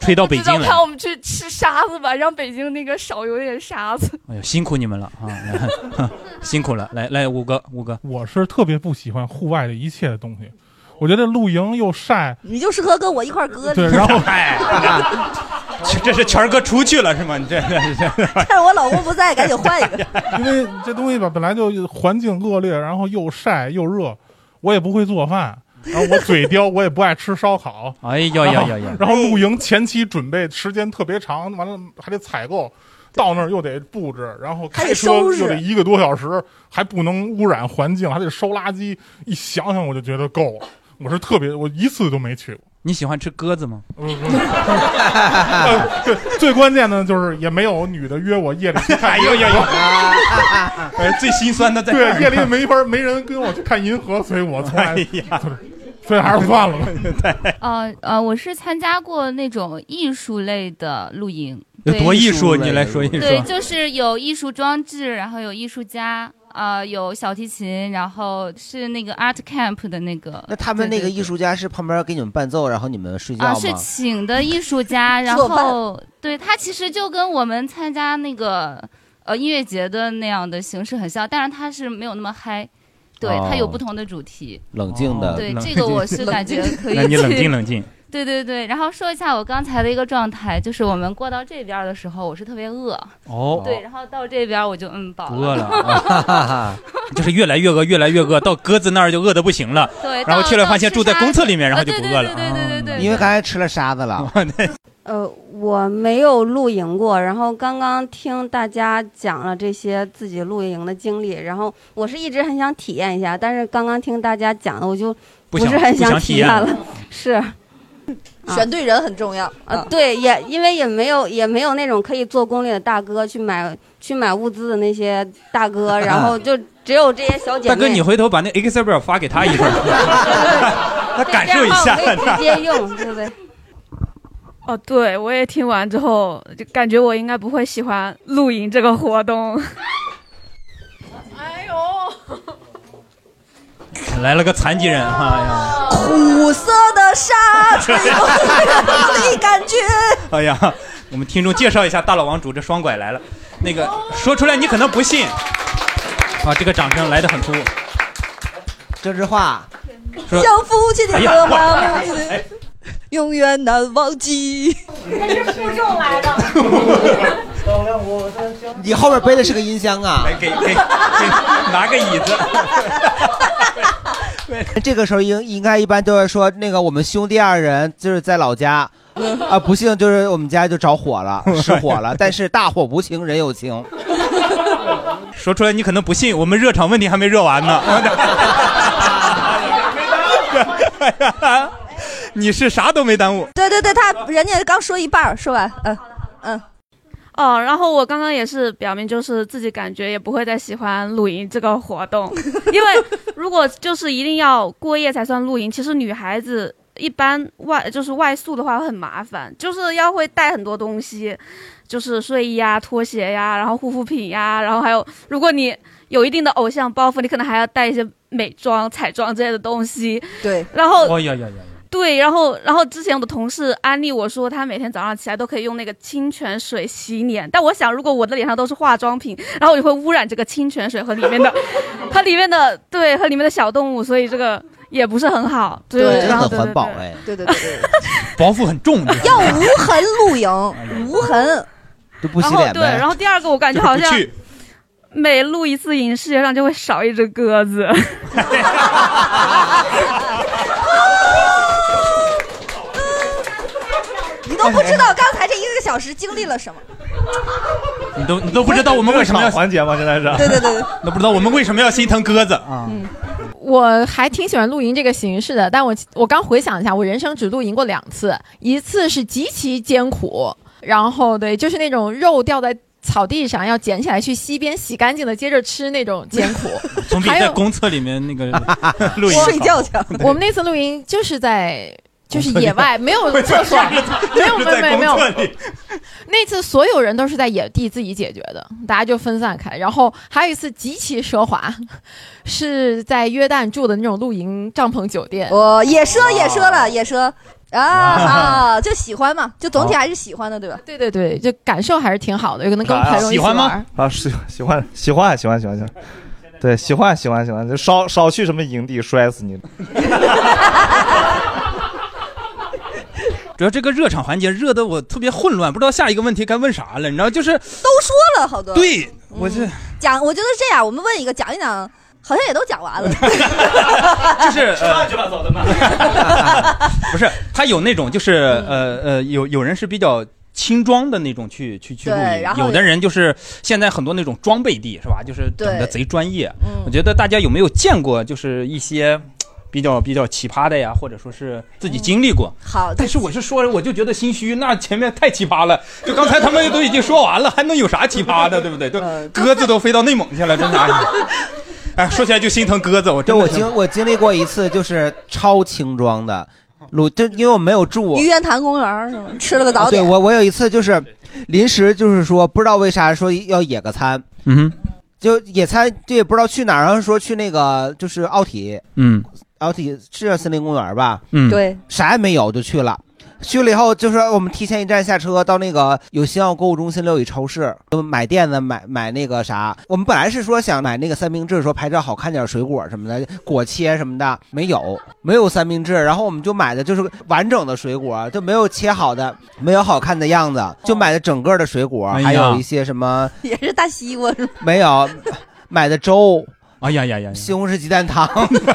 吹到北
知道
京来
看。我们去吃沙子吧，让北京那个少有点沙子。
哎呦，辛苦你们了啊！来 辛苦了，来来，五哥，五哥，
我是特别不喜欢户外的一切的东西，我觉得露营又晒，
你就适合跟我一块儿割。
对，然后
这是全哥出去了是吗？你这这这，
但是我老公不在，赶紧换一 个。
因为这东西吧，本来就环境恶劣，然后又晒又热，我也不会做饭，然后我嘴刁，我也不爱吃烧烤。
哎呀呀呀呀！
然后露营前期准备时间特别长，完了还得采购，到那儿又得布置，然后
还
开
得
车
收拾
又得一个多小时，还不能污染环境，还得收垃圾。一想想我就觉得够了，我是特别，我一次都没去过。
你喜欢吃鸽子吗？
呃最最关键的就是也没有女的约我夜里去 看。哎呦呦呦！
哎，最心酸的在这儿哎
对夜里没法没人跟我去看银河，所以我从来，所以还是 算了吧。
呃呃，我是参加过那种艺术类的露营，
有
对
多艺术？你来说一说。
对，就是有艺术装置，然后有艺术家，呃，有小提琴，然后是那个 art camp 的那个。
那他们
对
那个艺术家是旁边给你们伴奏，然后你们睡觉
啊、
吗？
是请的艺 术家，然
作伴
后对他其实就跟我们参加那个呃音乐节的那样的形式很像，但是他是没有那么嗨，对，他有
哦
不同的主题。
冷静的，
哦对，这个我是感觉可以
那你冷
去
静冷静。
对对对，然后说一下我刚才的一个状态，就是我们过到这边儿的时候，我是特别饿。
哦
对，然后到这边儿我就嗯饱
不饿了，啊 就是越来越饿，越来越饿，到鸽子那儿就饿得不行了。
对
然后
到
去了
到
发现
吃
住在
沙
公厕
子
里面，然后
啊
就
对
不
对
饿了。
对对对对，
因为刚才吃了沙 子了。
呃，我没有露营过，然后刚刚听大家讲了这些自己露营的经历，然后我是一直很想体验一下，但是刚刚听大家讲的，我就
不
不是
想
很
不想
体
体验
了
了，
是。
选对人很重要
啊，对，也因为也没有也没有那种可以做攻略的大哥去买去买物资的那些大哥，然 后就只有这些小姐妹。
大哥，你回头把那 Excel 表发给他一份儿， 他
对
感受一下
这。样可以直接用，对不对？
哦，对，我也听完之后，就感觉我应该不会喜欢露营这个活动。
哎呦，
来了个残疾人，哎呀，
苦涩呃的沙吹过我的感觉。
哎呀，我们听众介绍一下大老王主这双拐来了，那个说出来你可能不信，啊，这个掌声来的很突兀。
这句话，
说
像父亲的
哎
渴
呀
望，
哎
永远难忘记。
这是负重来 的。
你后面背的是个音箱 啊？
哎给给给，拿个椅子。
这个时候应应该一般都是说那个我们兄弟二人就是在老家，
嗯
啊不幸就是我们家就着火 了，失火了，但是大火无情人有情，
说出来你可能不信，我们热场问题还没热完呢。 你是啥都没耽误。
对对对，他人家刚说一半儿，说完，嗯嗯，
哦，然后我刚刚也是表明，就是自己感觉也不会再喜欢露营这个活动，因为如果就是一定要过夜才算露营，其实女孩子一般外就是外宿的话会很麻烦，就是要会带很多东西，就是睡衣呀、拖鞋呀、然后护肤品呀、然后还有如果你有一定的偶像包袱，你可能还要带一些美妆、彩妆之类的东西。
对，
然后
哎
哦呀呀呀！
对，然后然后之前我的同事安利我说，她每天早上起来都可以用那个清泉水洗脸，但我想如果我的脸上都是化妆品，然后我就会污染这个清泉水和里面的它里面的对和里面的小动物，所以这个也不是很好。对，
真的
然后
很
对
环保哎。
对对对对，
包袱很重，
要无痕露营，无痕。
就不洗
然后
脸
对，然
呗。
后第二个我感觉
就是不
好像
去
每录一次影视上就会少一只鸽子。
你都不知道刚才这一个小时经历了什么。
你都你都不知道我们为什么要环节吗？现在是？
对对 对，
都不知道我们为什么要心疼鸽子啊？
我还挺喜欢露营这个形式的，但我我刚回想一下，我人生只露营过两次，一次是极其艰苦，然后对，就是那种肉掉在草地上要捡起来去溪边洗干净的，接着吃那种艰苦。
总比
还
在
有
公厕里面那个录音好，
去。
我们那次露营就是在就是野外，没有厕所没有没有没有没有
公。厕里
那次所有人都是在野地自己解决的，大家就分散开。然后还有一次极其奢华， 是在约旦住的那种露营帐篷酒店。哦
我哦也奢也奢了，也奢 啊啊，就喜欢嘛，就总体
哦
还是喜欢的，对吧？
对对对，就感受还是挺好的，有可能跟
啊
朋友一起玩。？
啊，喜喜欢喜欢喜欢喜欢喜欢，对，喜欢喜欢喜欢，就少少去什么营地摔死你。
主要这个热场环节热的我特别混乱，不知道下一个问题该问啥了，你知道？就是
都说了好多。
对，我这
讲，我觉得是这样，我们问一个，讲一讲，好像也都讲完了。
就是乱七八糟的嘛。不是，他有那种就是
嗯
呃呃，有有人是比较。轻装的那种去去去露
对
营
然，后
有的人就是现在很多那种装备地是吧？就是整
对
的贼专
嗯
业。我觉得大家有没有见过就是一些比较比较奇葩的呀，或者说是自己经历过？
嗯好，
但是我是说，我就觉得心虚。那前面太奇葩了，就刚才他们都已经说完了，还能有啥奇葩的，对不对？都
嗯
鸽子都飞到内蒙去了，真的。哎，说起来就心疼鸽子，我
对
真的
我
是
经我经历过一次就是超轻装的路，就因为我没有住，
愚园潭公园儿是吗？吃了个
啊
早
对
点。
我，我有一次就是临时就是说不知道为啥说要野个餐，
嗯
就野餐这也不知道去哪儿，然后说去那个就是奥体，
嗯
哦奥体是叫森林公园吧？
嗯对，
啥也没有就去了。去了以后，就是我们提前一站下车，到那个有新奥购物中心六里超市，就买垫子，买买那个啥。我们本来是说想买那个三明治，说拍照好看点水果什么的，果切什么的，没有，没有三明治。然后我们就买的就是完整的水果，就没有切好的，没有好看的样子，就买的整个的水果，
哎呀
还有一些什么
也是大西瓜是吗？
没有，买的粥。
哎呀呀呀！
西红柿鸡蛋汤，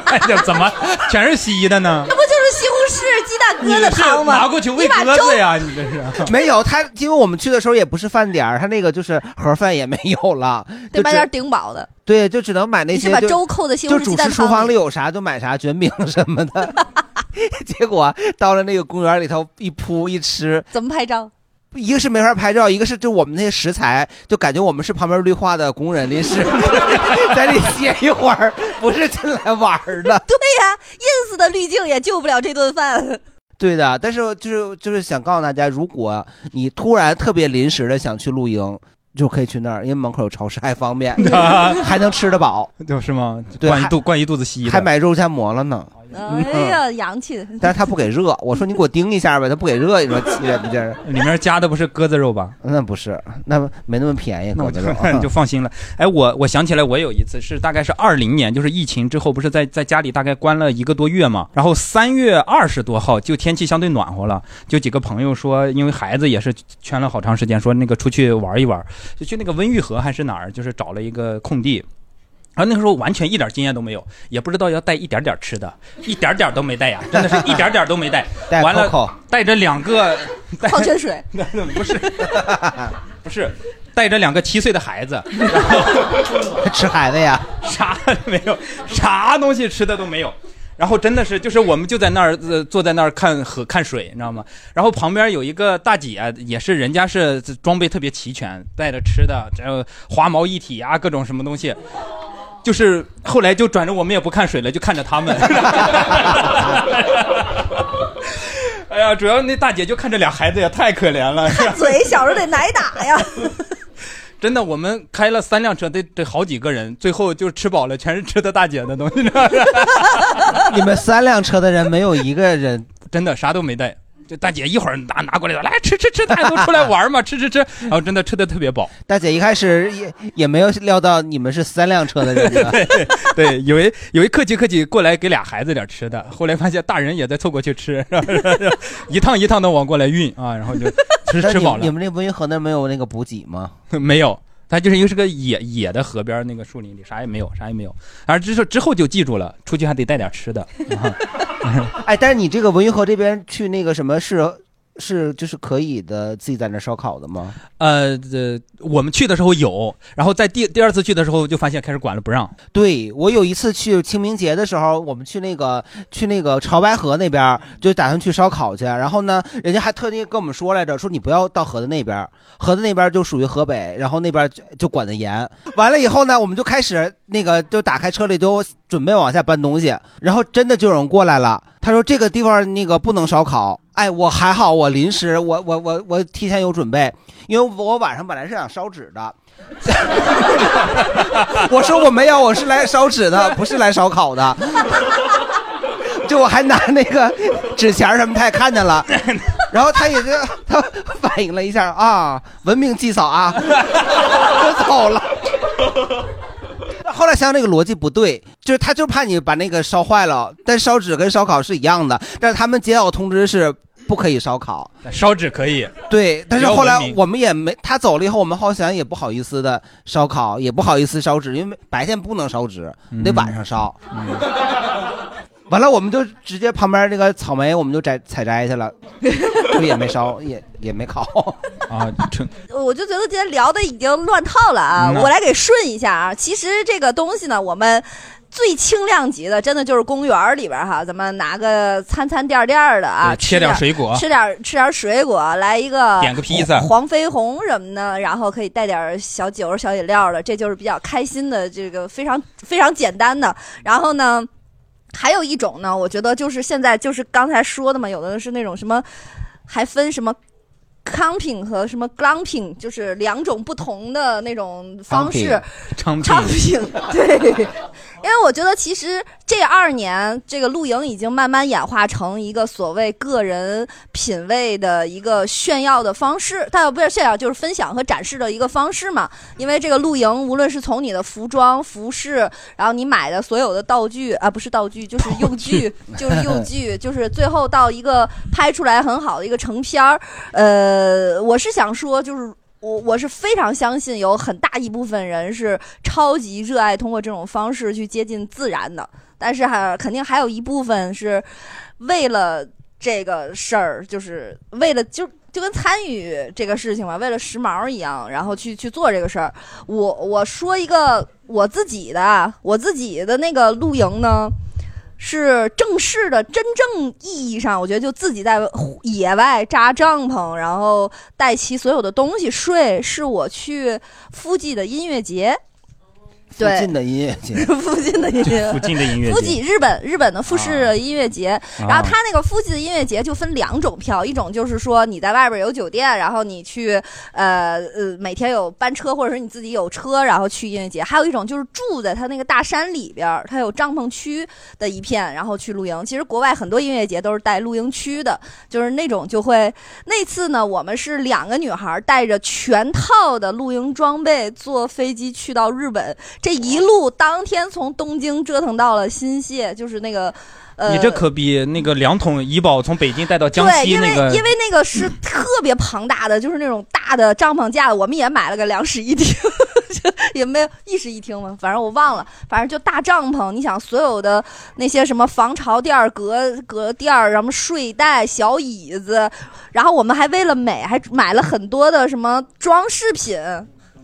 哎呀，怎么全是稀的 呢？
那不就是西红柿鸡蛋疙瘩汤吗？
拿过去喂鸽子呀！你这是
没有他，因为我们去的时候也不是饭点儿，他那个就是盒饭也没有了，
得
就
买
只
点顶饱的。
对，就只能买那
你
些
是
就。
把粥扣在西
就
红柿鸡
主
蛋
食厨
汤
房
里？
里有啥就买啥，卷饼什么的。 结果到了那个公园里头一扑一吃，
怎么拍照？
一个是没法拍照，一个是就我们那些食材，就感觉我们是旁边绿化的工人，临时 在那歇一会儿，不是进来玩儿的。
对呀、ins 的滤镜也救不了这顿饭。
对的，但是就是就是想告诉大家，如果你突然特别临时的想去露营，就可以去那儿，因为门口有超市，还方 便，还能吃得饱，
就是吗？
对，
灌一
还
肚灌一肚子稀的，
还买肉夹馍了呢。
哎呀，洋气！
但 是他不给热，我说你给我盯一下呗，他不给热，你说气人不劲儿。
里面加的不是鸽子肉吧？
那不是，那没那么便宜，
那我
狗
就
子肉
你就放心了。哎，我我想起来，我有一次是大概是二零年，就是疫情之后，不是在在家里大概关了一个多月嘛。然后三月二十多号就天气相对暖和了，就几个朋友说，因为孩子也是圈了好长时间，说那个出去玩一玩，就去那个温榆河还是哪儿，就是找了一个空地。然后那个时候完全一点经验都没有，也不知道要带一点点吃的，一点点都没带呀，真的是一点点都没带。
带
完了
Coco
带着两个
矿泉水，
不是带着两个七岁的孩子，
吃孩子呀，
啥都没有，啥东西吃的都没有。然后真的是，就是我们就在那儿、呃、坐在那儿看河看水，你知道吗？然后旁边有一个大姐，啊也是人家是装备特别齐全，带着吃的，这花毛一体啊，各种什么东西。就是后来就转着我们也不看水了，就看着他们。 哎呀，主要那大姐就看这俩孩子也太可怜了，是吧
嘴小时候得奶打呀。
真的，我们开了三辆车，得得好几个人，最后就吃饱了，全是吃的大姐的东西，
你们三辆车的人没有一个人
真的啥都没带。就大姐一会儿拿拿过来的，来吃吃吃，大家都出来玩嘛， 吃吃吃，然后真的吃的特别饱。
大姐一开始也也没有料到你们是三辆车的人啊呢，
对，有一有一客气客气过来给俩孩子点吃的， 后来发现大人也在凑过去吃， 是吧是吧是吧一趟一趟的往过来运啊，然后就 吃
那
吃
你
饱
们
了
你。们那温榆河那没有那个补给吗？
没有，它就是一个是个野野的河边儿那个树林里，啥也没有，啥也没有。然后之后之后就记住了，出去还得带点吃的。
啊
哎，但是你这个文榆河这边去那个什么是是就是可以的，自己在那烧烤的吗？
呃，这我们去的时候有，然后在第第二次去的时候就发现开始管了，不让。
对我有一次去清明节的时候，我们去那个去那个潮白河那边儿，就打算去烧烤去。然后呢，人家还特地跟我们说来着，说你不要到河的那边儿，河的那边儿就属于河北，然后那边儿就就管得严。完了以后呢，我们就开始那个就打开车里就准备往下搬东西，然后真的就有人过来了，他说这个地方那个不能烧烤。哎，我还好，我临时我我我我提前有准备，因为我晚上本来是想烧纸的。 我说我没有，我是来烧纸的，不是来烧烤的。就我还拿那个纸钱儿什么，他也看见了，然后他也就他反应了一下啊，文明祭扫啊，就走了。 后来想想这个逻辑不对，就是他就怕你把那个烧坏了，但烧纸跟烧烤是一样的，但是他们接到通知是不可以烧烤。
烧纸可以，
对，但是
比较
后来
文明
我们也没他走了以后，我们好像也不好意思的烧烤，也不好意思烧纸，因为白天不能烧纸，
嗯
得晚上烧。 完了，我们就直接旁边那个草莓，我们就摘采摘去了， 就也没烧，也也没烤。
啊，成
我就觉得今天聊的已经乱套了啊！
嗯呐
我来给顺一下啊。其实这个东西呢，我们最轻量级的，真的就是公园儿里边儿哈，咱们拿个餐餐店儿店儿的啊，
对切
吃
点水果
吃点儿吃点儿水果，来一个
点个披萨
黄黄飞鸿什么的，然后可以带点儿小酒儿、小饮料的，这就是比较开心的，这个非常非常简单的。然后呢？还有一种呢，我觉得就是现在就是刚才说的嘛，有的是那种什么，还分什么 camping 和什么 glamping，就是两种不同的那种方式。
昌
昌平， 对，因为我觉得其实这二年这个露营已经慢慢演化成一个所谓个人品味的一个炫耀的方式，但不是炫耀，就是分享和展示的一个方式嘛。因为这个露营，无论是从你的服装、服饰，然后你买的所有的道具啊，不是道具，就是用具，就是用具，就是最后到一个拍出来很好的一个成片儿。呃，我是想说，就是我我是非常相信有很大一部分人是超级热爱通过这种方式去接近自然的，但是还肯定还有一部分是为了这个事儿，就是为了就就跟参与这个事情嘛，为了时髦一样，然后去去做这个事儿。我我说一个我自己的啊，我自己的那个露营呢。是正式的、真正意义上，我觉得就自己在户野外扎帐篷，然后带齐所有的东西睡，是我去附近的音乐节。
附
对，
近的音乐节，
附近的音乐，
附近的音乐节啊
附近日本日本的富士音乐节。然后它那个附近的音乐节就分两种票，一种就是说你在外边有酒店，然后你去呃呃每天有班车，或者是你自己有车，然后去音乐节；还有一种就是住在它那个大山里边儿，它有帐篷区的一片，然后去露营。其实国外很多音乐节都是带露营区的，就是那种就会那次呢，我们是两个女孩带着全套的露营装备坐飞机去到日本，这一路当天从东京折腾到了新泻，就是那个。呃，
你这可比那个两桶怡宝从北京带到江
对，
西
因为
那个，嗯
因为那个是特别庞大的，就是那种大的帐篷架，我们也买了个两室一厅， 就也没有一室一厅嘛，反正我忘了，反正就大帐篷。你想，所有的那些什么防潮垫儿、隔隔垫儿，什么睡袋、小椅子，然后我们还为了美，还买了很多的什么装饰品，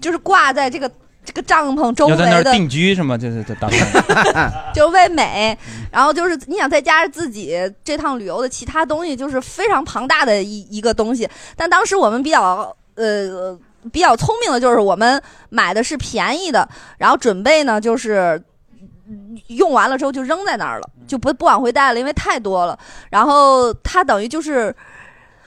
就是挂在这个这个帐篷周
要
围
在那儿
的
定居是吗？这这这 打算
就是为美，然后就是你想再加上自己这趟旅游的其他东西，就是非常庞大的一一个东西。但当时我们比较呃比较聪明的就是我们买的是便宜的，然后准备呢就是用完了之后就扔在那儿了，就不不往回带了，因为太多了。然后它等于就是。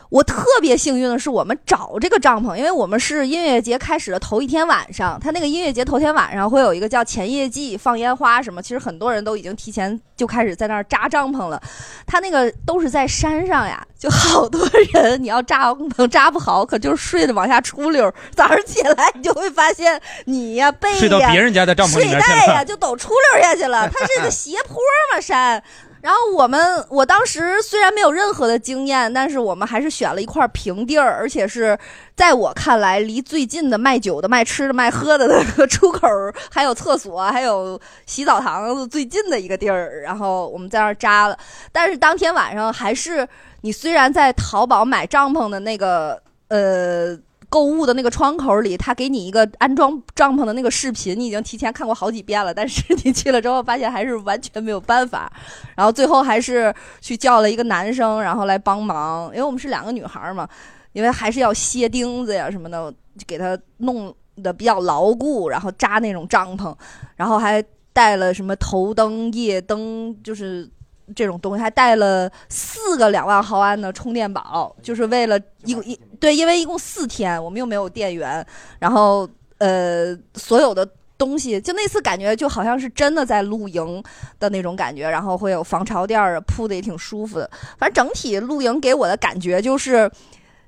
我特别幸运的是，我们找这个帐篷，因为我们是音乐节开始的头一天晚上，它那个音乐节头天晚上会有一个叫前夜祭，放烟花什么，其实很多人都已经提前就开始在那儿扎帐篷了。它那个都是在山上呀，就好多人，你要扎帐篷扎不好，可就是睡得往下出溜儿。早上起来你就会发现你呀、被
睡到
呀
别人家的帐篷里
睡
面去
袋呀
了。
就抖出溜儿下去了，它是个斜坡嘛山。然后我们，我当时虽然没有任何的经验，但是我们还是选了一块平地儿，而且是在我看来离最近的卖酒的、卖吃的、卖喝的 那个出口儿，还有厕所，还有洗澡堂最近的一个地儿。然后我们在那儿扎了，但是当天晚上还是你虽然在淘宝买帐篷的那个呃。购物的那个窗口里，他给你一个安装帐篷的那个视频，你已经提前看过好几遍了，但是 你去了之后发现还是完全没有办法，然后最后还是去叫了一个男生，然后来帮忙，因为我们是两个女孩儿嘛，因为还是要歇钉子呀什么的，就给它弄得比较牢固，然后扎那种帐篷，然后还带了什么头灯、夜灯，就是这种东西，还带了四个两万毫安的充电宝，就是为了一一对，因为一共四天，我们又没有电源，然后呃，所有的东西，就那次感觉就好像是真的在露营的那种感觉，然后会有防潮垫儿，铺的也挺舒服的。反正整体露营给我的感觉就是，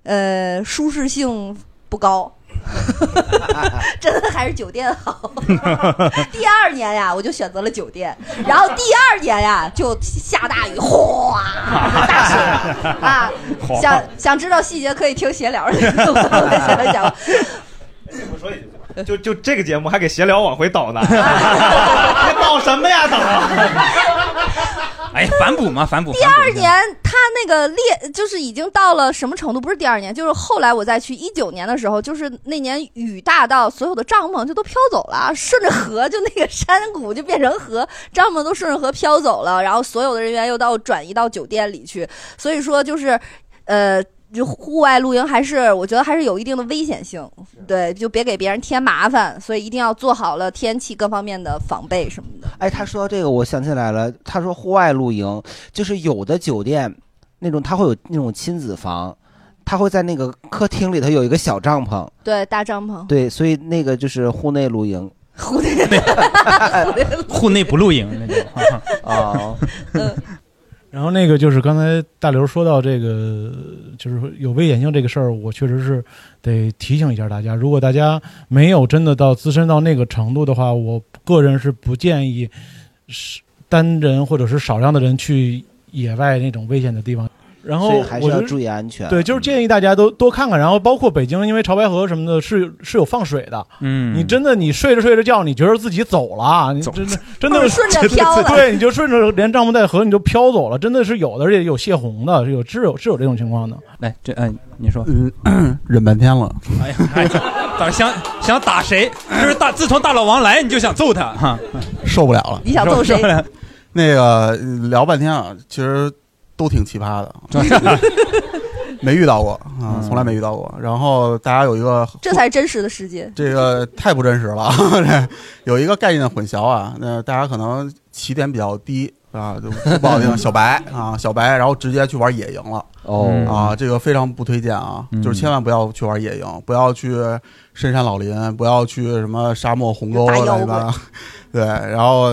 呃，舒适性不高。 真的还是酒店好。 第二年呀，我就选择了酒店，然后第二年呀就下大雨，哗，大雪啊！想想知道细节可以听闲聊儿。
就就这个节目还给闲聊往回倒呢， 你倒什么呀倒？
哎，反哺嘛，反哺。
第
反哺
二年，他那个列就是已经到了什么程度？不是第二年，就是后来我再去一九年的时候，就是那年雨大到所有的帐篷就都飘走了， 顺着河就那个山谷就变成河，帐篷都顺着河飘走了，然后所有的人员又到转移到酒店里去，所以说就是，呃。就户外露营还是我觉得还是有一定的危险性，对，就别给别人添麻烦，所以一定要做好了天气各方面的防备什么的。
哎，他说到这个，我想起来了，他说户外露营就是有的酒店那种，他会有那种亲子房。他会在那个客厅里头有一个小帐篷，
对，搭帐篷，
对，所以那个就是户内露营。
户内不露营那 种。
哎
哦，
然后那个就是刚才大刘说到这个，就是有危险性这个事儿，我确实是得提醒一下大家，如果大家没有真的到资深到那个程度的话，我个人是不建议是单人或者是少量的人去野外那种危险的地方。然后
所以还是
我
要
就
注意安全。
对，就是建议大家都多看看，然后包括北京，因为潮白河什么的是是有放水的。
嗯
你真的你睡着睡着觉，你觉得自己走了，啊你真 的真的
顺着飘了
对，你就顺着连帐篷带河你就飘走了，真的是有的，而且有泄洪的，是有是有是有这种情况的。
来，这嗯、你说，
嗯， 忍半天了，
哎呀，哎呀打想想打谁？就是大自从大老王来，你就想揍他 嗯哈。
受不了了。
你想揍谁受不了？
那个聊半天啊，其实都挺奇 葩的，没遇到过啊，从来没遇到过。然后大家有一个
这才是真实的世界。
这个太不真实了， 这有一个概念的混淆啊。那大家可能起点比较低啊，就不好听，小白啊，小白，然后直接去玩野营了。
哦
啊，这个非常不推荐啊，
嗯
就是千万不要去玩野营，不要去深山老林，不要去什么沙漠鸿沟
打
乱
妖
七八糟。 对，然后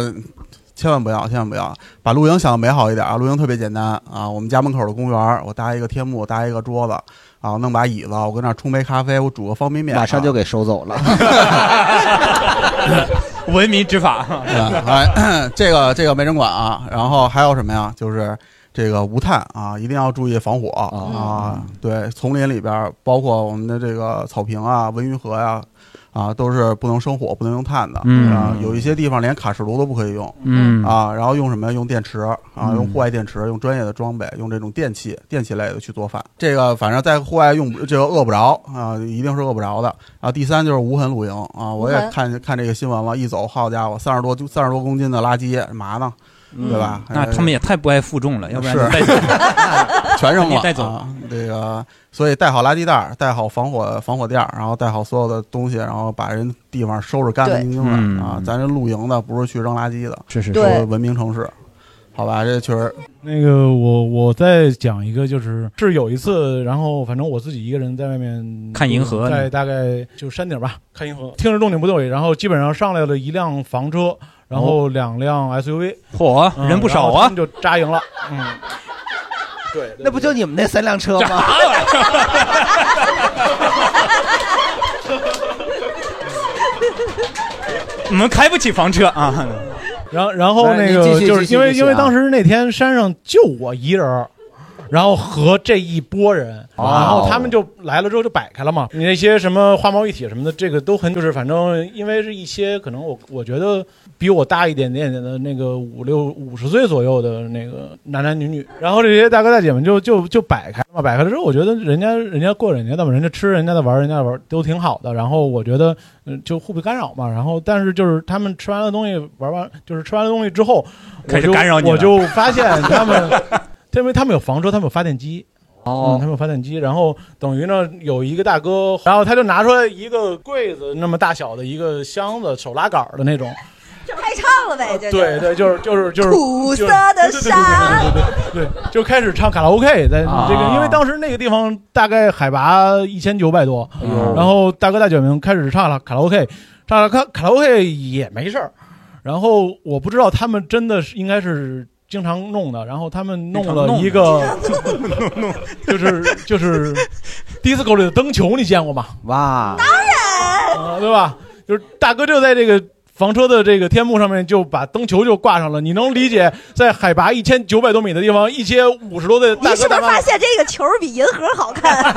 千万不要，千万不要把露营想的美好一点啊！露营特别简单啊，我们家门口的公园，我搭一个天幕，搭一个桌子啊，弄把椅子，我跟那儿冲杯咖啡，我煮个方便面，
马上就给收走了。
文明执法。
嗯哎，啊这个这个没人管啊。然后还有什么呀？就是这个无碳啊，一定要注意防火啊。对，丛林里边儿包括我们的这个草坪啊、文鱼河呀、啊，都是不能生火、不能用碳的。
嗯
啊，有一些地方连卡式炉都不可以用。
嗯
啊，然后用什么呀？用电池啊，
嗯
用户外电池，用专业的装备，用这种电器、电器类的去做饭。这个反正在户外用不这个饿不着啊，一定是饿不着的。然后第三就是无痕露营啊，我
无
也
痕
看看这个新闻了，一走好家伙，三十多三十多公斤的垃圾，嘛呢？对吧？
嗯那他们也太不爱负重了，要不然
是
带走
全扔
你
了，
带走
啊这个，所以带好垃圾袋儿，带好防火防火垫儿，然后带好所有的东西，然后把人地方收拾干干净净
对嗯
的啊！咱这露营的不是去扔垃圾的，
是
是说
对
文明城市，好吧？这确实
那个我我再讲一个，就是是有一次，然后反正我自己一个人在外面
看银河
在大概就山顶吧，看银河，听着动静不对，然后基本上上来了一辆房车，然后两辆 SUV，
哦嚯
嗯
人不少
然后
啊
他们就扎营了，嗯，
对，那不就你们那三辆车 吗？
我们开不起房车啊。
然后然后
来
那
你
个
继续
就是
继续
因为
继续
因为
啊
当时那天山上就我一人儿，然后和这一波人，
哇哦
然后他们就来了之后就摆开了嘛。你那些什么花猫一体什么的，这个都很就是反正因为是一些可能我我觉得比我大一点点点的那个五六五十岁左右的那个男男女女，然后这些大哥大姐们就就就摆开嘛，摆开了之后，我觉得人家人家过人家的嘛，人家吃人家的玩人家的玩都挺好的，然后我觉得嗯就互不干扰嘛，然后但是就是他们吃完了东西玩完就是吃完了东西之后，
开始
我就
干扰你了
我就发现他 们。因为他们有房车，他们有发电机。
哦
嗯他们有发电机，然后等于呢有一个大哥，然后他就拿出来一个柜子那么大小的一个箱子，手拉杆儿的那种。
就开唱了呗，这就
对对，就是就是就是
苦涩的沙，
对， 就开始唱卡拉 OK，在
啊
这个，因为当时那个地方大概海拔一千九百多
哎呦，
然后大哥大姐们开始唱了卡拉 OK，唱了卡卡拉 OK 也没事儿，然后我不知道他们真的是应该是。经常弄的，然后他们弄了一个， 就是就是迪斯科里的灯球，你见过吗？
哇，
啊，对吧？就是大哥就在这个房车的这个天幕上面就把灯球就挂上了，你能理解在海拔一千九百多米的地方，一些五十多的
你
大
是不
哥大
是
妈
发，现这个球比银河好看？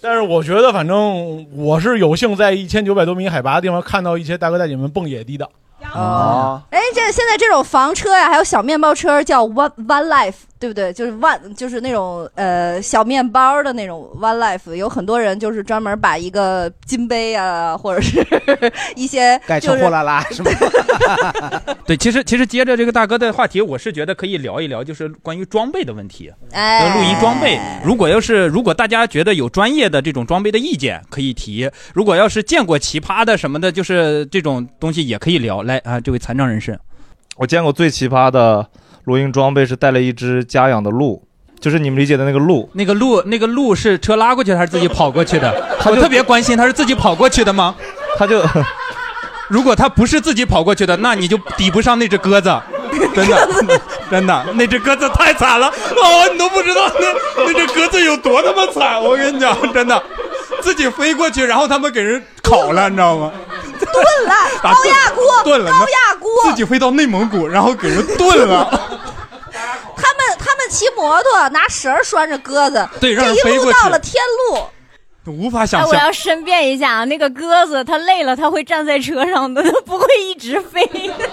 但是我觉得反正我是有幸在一千九百多米海拔的地方看到一些大哥大姐们蹦野地的。
哦，
哎，这现在这种房车呀，还有小面包车叫 One One Life，对不对？就是 One，就是那种呃小面包的那种 One Life，有很多人就是专门把一个金杯啊，或者是一些
改
就
成
是
货 拉拉是吗？
对，其实其实接着这个大哥的话题，我是觉得可以聊一聊，就是关于装备的问题。
哎，
露营装备，如果要是如果大家觉得有专业的这种装备的意见，可以提；如果要是见过奇葩的什么的，就是这种东西也可以聊。来啊，这位残障人士，
我见过最奇葩的露营装备是带了一只家养的鹿，就是你们理解的那个路。
那个路，那个路是车拉过去的还是自己跑过去的？我特别关心，他是自己跑过去的吗？
他就，
如果他不是自己跑过去的，那你就抵不上那只鸽子，真的，真的，那只鸽子太惨了，哦，你都不知道那那只鸽子有多他妈惨，我跟你讲，真的，自己飞过去，然后他们给人烤了，你知道吗？
炖了，
打
高压锅，
炖了呢
高压锅，
自己飞到内蒙古，然后给人炖了，
他们他们骑摩托拿绳儿拴着鸽子，
对让
这
人
一
飞
路
过
到
去
了天路，
无法想
哎我要
象。
申辩一下啊，那个鸽子它累了，它会站在车上的，它 不会一直飞。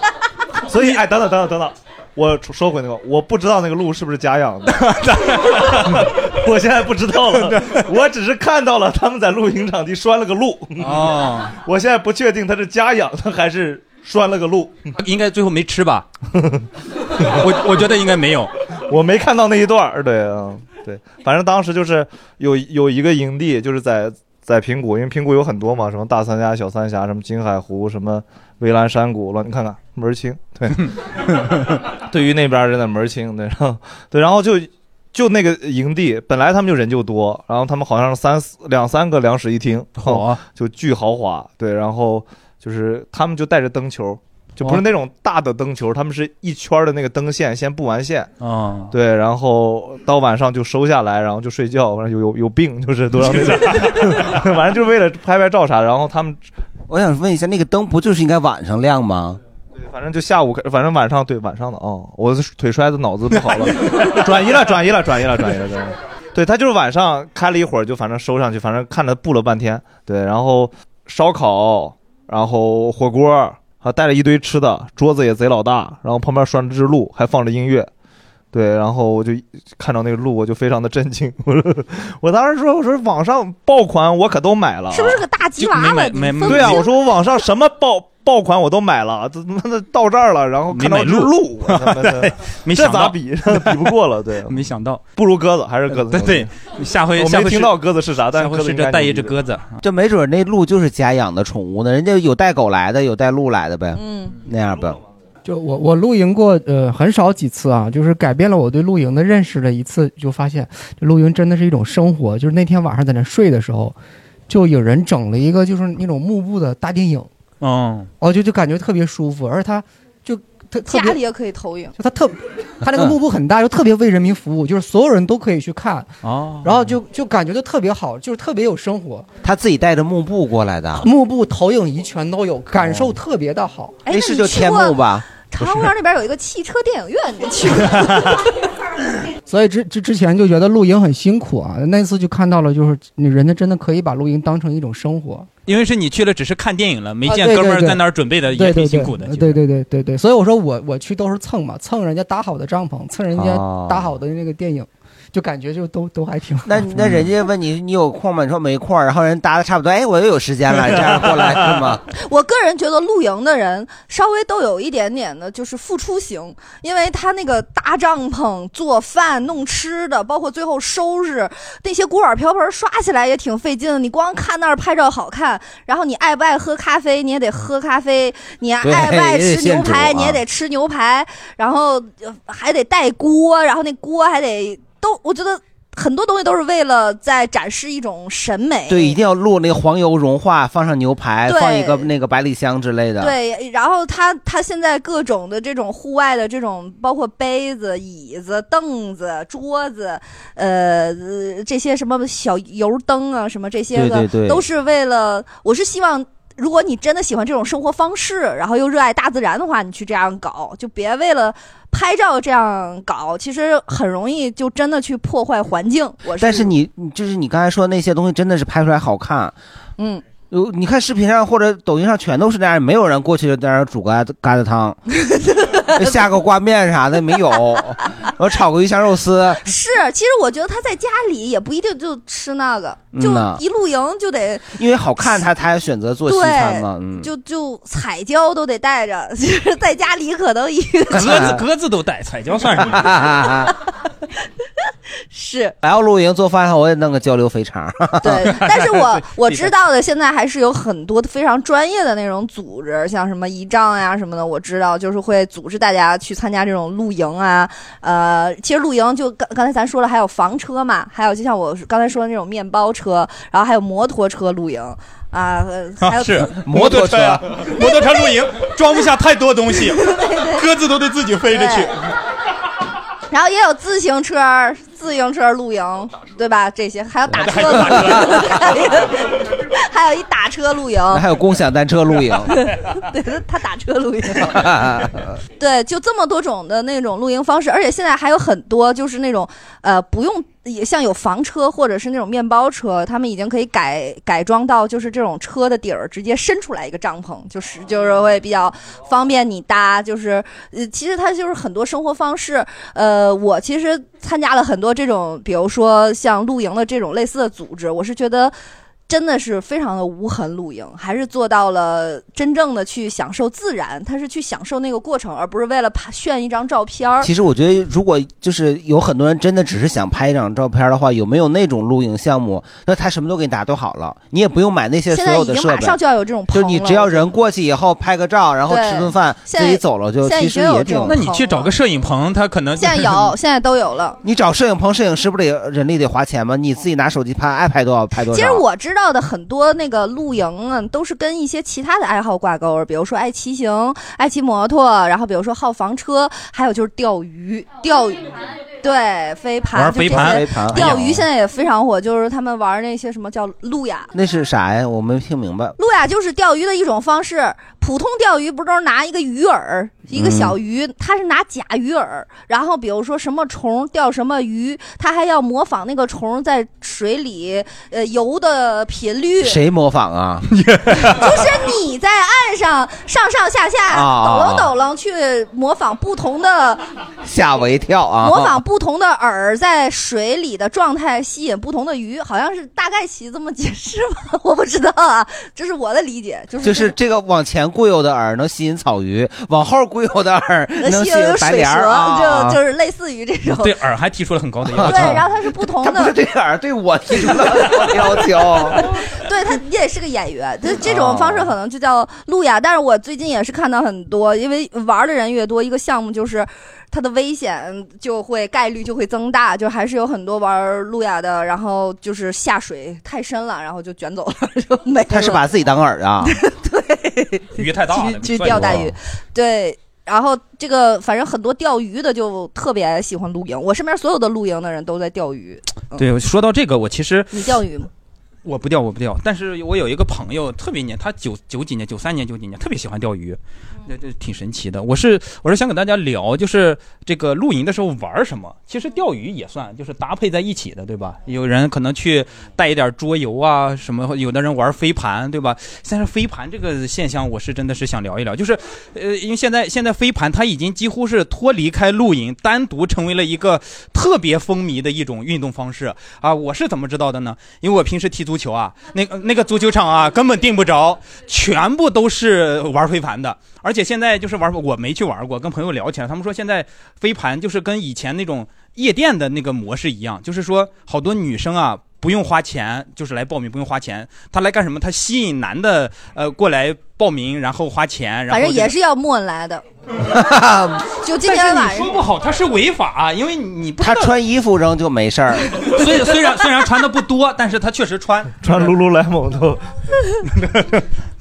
所以，哎，等等等等等等，我说回那个，我不知道那个鹿是不是家养的， 我现在不知道了，我只是看到了他们在露营场地拴了个鹿
哦，
我现在不确定它是家养的还是拴了个鹿，
应该最后没吃吧？ 我我觉得应该没有，
我没看到那一段儿，对啊，对，反正当时就是有有一个营地，就是在在平谷，因为平谷有很多嘛，什么大三峡、小三峡，什么金海湖，什么围栏山谷了，你看看门儿清， 对，对于那边儿真的门儿清，对，然后对，然后就就那个营地，本来他们就人就多，然后他们好像是三四两三个两室一厅，
哦
就巨豪华，对，然后就是他们就带着灯球。就
哦
不是那种大的灯球，他们是一圈儿的那个灯线，先布完线，
啊，
对，然后到晚上就收下来，然后就睡觉，反正有有有病，就是都让那个， 反正就是为了拍拍照啥的。然后他们，
我想问一下，那个灯不就是应该晚上亮吗？
对，反正就下午开，反正晚上对晚上的哦，我腿摔的脑子不 好了，转移了，转移了，转移了，转移了，对。对他就是晚上开了一会儿，就反正收上去，反正看他布了半天，对，然后烧烤，然后火锅，还带了一堆吃的，桌子也贼老大，然后旁边拴着只鹿，还放着音乐，对，然后我就看到那个鹿，我就非常的震惊， 我说，我当时说，我说网上爆款我可都买了，
是不是个大吉娃娃？你分
对啊，
不清
我说我网上什么爆爆款我都买了，这他妈的到这儿了，然后看到
没买
只
鹿
鹿，我啊他妈 的
没
这
想
咋
到
比？比不过了，对，
没想到，
不如鸽子，还是鸽子。
对对，你下回
我
下
没
回
听
试
到鸽子是啥，但
下
是
回
鸽子
试
应该
着带一
牛
只
逼
鸽子。
这没准那鹿就是家养的宠物呢，人家有带狗来的，有带鹿来的呗，
嗯，
那样吧。
就我我露营过呃很少几次啊，就是改变了我对露营的认识的一次，就发现这露营真的是一种生活。就是那天晚上在那睡的时候，就有人整了一个就是那种幕布的大电影，
嗯，
哦就就感觉特别舒服，而且它就特特
家
别
里也可以投影，
就它特它
嗯
那个幕布很大，又特别为人民服务，就是所有人都可以去看，
哦，
然后就就感觉就特别好，就是特别有生活。
他自己带着幕布过来
哦
的，
幕布、投影仪全都有，感受特别的好。
哎
那是就天幕？吧？
长安公园那边有一个汽车电影院，你去。
所以之之之前就觉得露营很辛苦啊，那次就看到了，就是人家真的可以把露营当成一种生活，
因为是你去了，只是看电影了，没
啊
见
对
哥们儿
对对
在那儿准备的，
对
也
对
挺
对
辛苦的。
对对对对对，所以我说我我去都是蹭嘛，蹭人家搭好的帐篷，蹭人家
哦
搭好的那个电影，就感觉就都都还挺好。
那
嗯
那人家问你你有空吗？你说没空，然后人搭的差不多，哎，我又有时间 了，这样过来是吗？
我个人觉得露营的人稍微都有一点点的就是付出型，因为他那个搭帐篷、做饭、弄吃的，包括最后收拾那些锅碗瓢盆，刷起来也挺费劲的。你光看那儿拍照好看，然后你爱不爱喝咖啡，你也得喝咖啡；你
对
爱不爱
也得
吃牛
现煮
排，你也
啊
得吃牛排。然后呃还得带锅，然后那锅还得都，我觉得很多东西都是为了在展示一种审美。
对，一定要落那个黄油融化，放上牛排，
哎对
放一个那个百里香之类的。，
对，然后他他现在各种的这种户外的这种，包括杯子、椅子、凳子、桌子，呃，呃这些什么小油灯啊，什么这些的，
对对对
都是为了。我是希望，如果你真的喜欢这种生活方式，然后又热爱大自然的话，你去这样搞，就别为了拍照这样搞，其实很容易就真的去破坏环境。我是，
但是你你就是你刚才说那些东西，真的是拍出来好看。
嗯，
有你看视频上或者抖音上全都是那样，没有人过去就在那儿煮个疙瘩汤， 下个挂面啥的没有，然后炒个鱼香肉丝。
是，其实我觉得他在家里也不一定就吃那个， 就
嗯呐
一露营就得。
因为好看他，他才选择做西餐嘛。嗯，
就就彩椒都得带着， 就是在家里可能一个
鸽子鸽子都带，彩椒算什么？
是，
我要露营做饭的话，我也弄个交流肥肠。
对，但是我我知道的，现在还是有很多非常专业的那种组织，像什么仪仗呀什么的，我知道就是会组织大家去参加这种露营啊。呃，其实露营就刚刚才咱说了，还有房车嘛，还有就像我刚才说的那种面包车，然后还有摩托车露营啊、呃 还有、
是摩
啊
托车 呀，摩托车露营装不下太多东西，鸽子都得自己飞着去。
然后也有自行车、自行哦车露营，对吧？这些还有打车， 还有一打车露营，
还有共 享单车露营。
对，他打车露营。 对，就这么多种的那种露营方式，而且现在还有很多就是那种呃不用。也像有房车或者是那种面包车，他们已经可以改改装到就是这种车的底儿直接伸出来一个帐篷，就是就是会比较方便你搭。就是呃，其实它就是很多生活方式。呃，我其实参加了很多这种，比如说像露营的这种类似的组织，我是觉得。真的是非常的无痕露营，还是做到了真正的去享受自然，他是去享受那个过程，而不是为了拍炫一张照片儿。
其实我觉得，如果就是有很多人真的只是想拍一张照片的话，有没有那种露营项目？那他什么都给你打都好了，你也不用买那些
现
所
在
有
已
的
经
设
马
备。
上就要有这种棚了，
就你只要人过去以后拍个照，然后
对
吃顿饭，
现
自
在
己走了就
现在
其
已
实
经有
也
这
挺
种。
那你去找个摄影棚，他可能
现 在 有，现在都有了。
你找摄影棚、摄影师不得人力得花钱吗？你自己拿手机拍，爱拍多少拍多少。
其实我知道的很多那个露营啊，都是跟一些其他的爱好挂钩儿，比如说爱骑行、爱骑摩托，然后比如说好房车，还有就是钓鱼、钓鱼。哦对，飞盘
玩
就
飞
这
盘
些
飞盘
钓
哎
鱼
呦
现在也非常火，就是他们玩那些什么叫路亚，
那是啥呀？我没听明白。
路亚就是钓鱼的一种方式。普通钓鱼不是都是拿一个鱼饵，一个
嗯
小鱼，它是拿假鱼饵，然后比如说什么虫钓什么鱼，它还要模仿那个虫在水里呃游的频率。
谁模仿啊？
就是你在岸上上上下下抖
啊
楞抖楞去模仿不同的
吓我一跳啊！
模仿不同的饵在水里的状态，吸引不同的鱼，好像是大概其这么解释吧， 我不知道啊，这是我的理解，就是
就是这个往前固有的饵能吸引草鱼，往后固有的 饵能
吸
吸
引
引白
水
鲢儿
蛇，
啊。
就就是类似于这种。
对饵还提出了很高的要
对，
求。
然后它是不同
他不是
的，
对饵对我提出了要求，
对他也是个演员，这这种
哦
方式可能就叫路亚。但是我最近也是看到很多，因为玩的人越多，一个项目就是它的危险就会概率就会增大，就还是有很多玩路亚的，然后就是下水太深了，然后就卷走了，就没了。
他是把自己当 饵啊？
鱼太大了，
去钓大鱼，对。然后这个反正很多钓鱼的就特别喜欢露营，我身边所有的露营的人都在钓鱼。
对，说到这个，我其实
你钓鱼吗？
我不钓，我不钓。但是我有一个朋友特别年，他九九几年、九三年、九几年，特别喜欢钓鱼，那这挺神奇的。我是我是想跟大家聊，就是这个露营的时候玩什么。其实钓鱼也算，就是搭配在一起的，对吧？有人可能去带一点桌游啊什么，有的人玩飞盘，对吧？但是飞盘这个现象，我是真的是想聊一聊，就是呃，因为现在现在飞盘它已经几乎是脱离开露营，单独成为了一个特别风靡的一种运动方式啊。我是怎么知道的呢？因为我平时踢足球啊，那个那个足球场啊根本订不着，全部都是玩飞盘的。而且现在就是玩，我没去玩过，跟朋友聊起来，他们说现在飞盘就是跟以前那种夜店的那个模式一样，就是说好多女生啊。不用花钱，就是来报名不用花钱。他来干什么？他吸引男的呃过来报名，然后花钱，然后
反正
这个
也是要莫恩 来的。就今天
但
晚
是你
上
说不好，它是违法，因为你不知
他
道
穿衣服扔就没事儿。
虽虽然虽然穿的不多，但是他确实 穿
穿 lululemon 都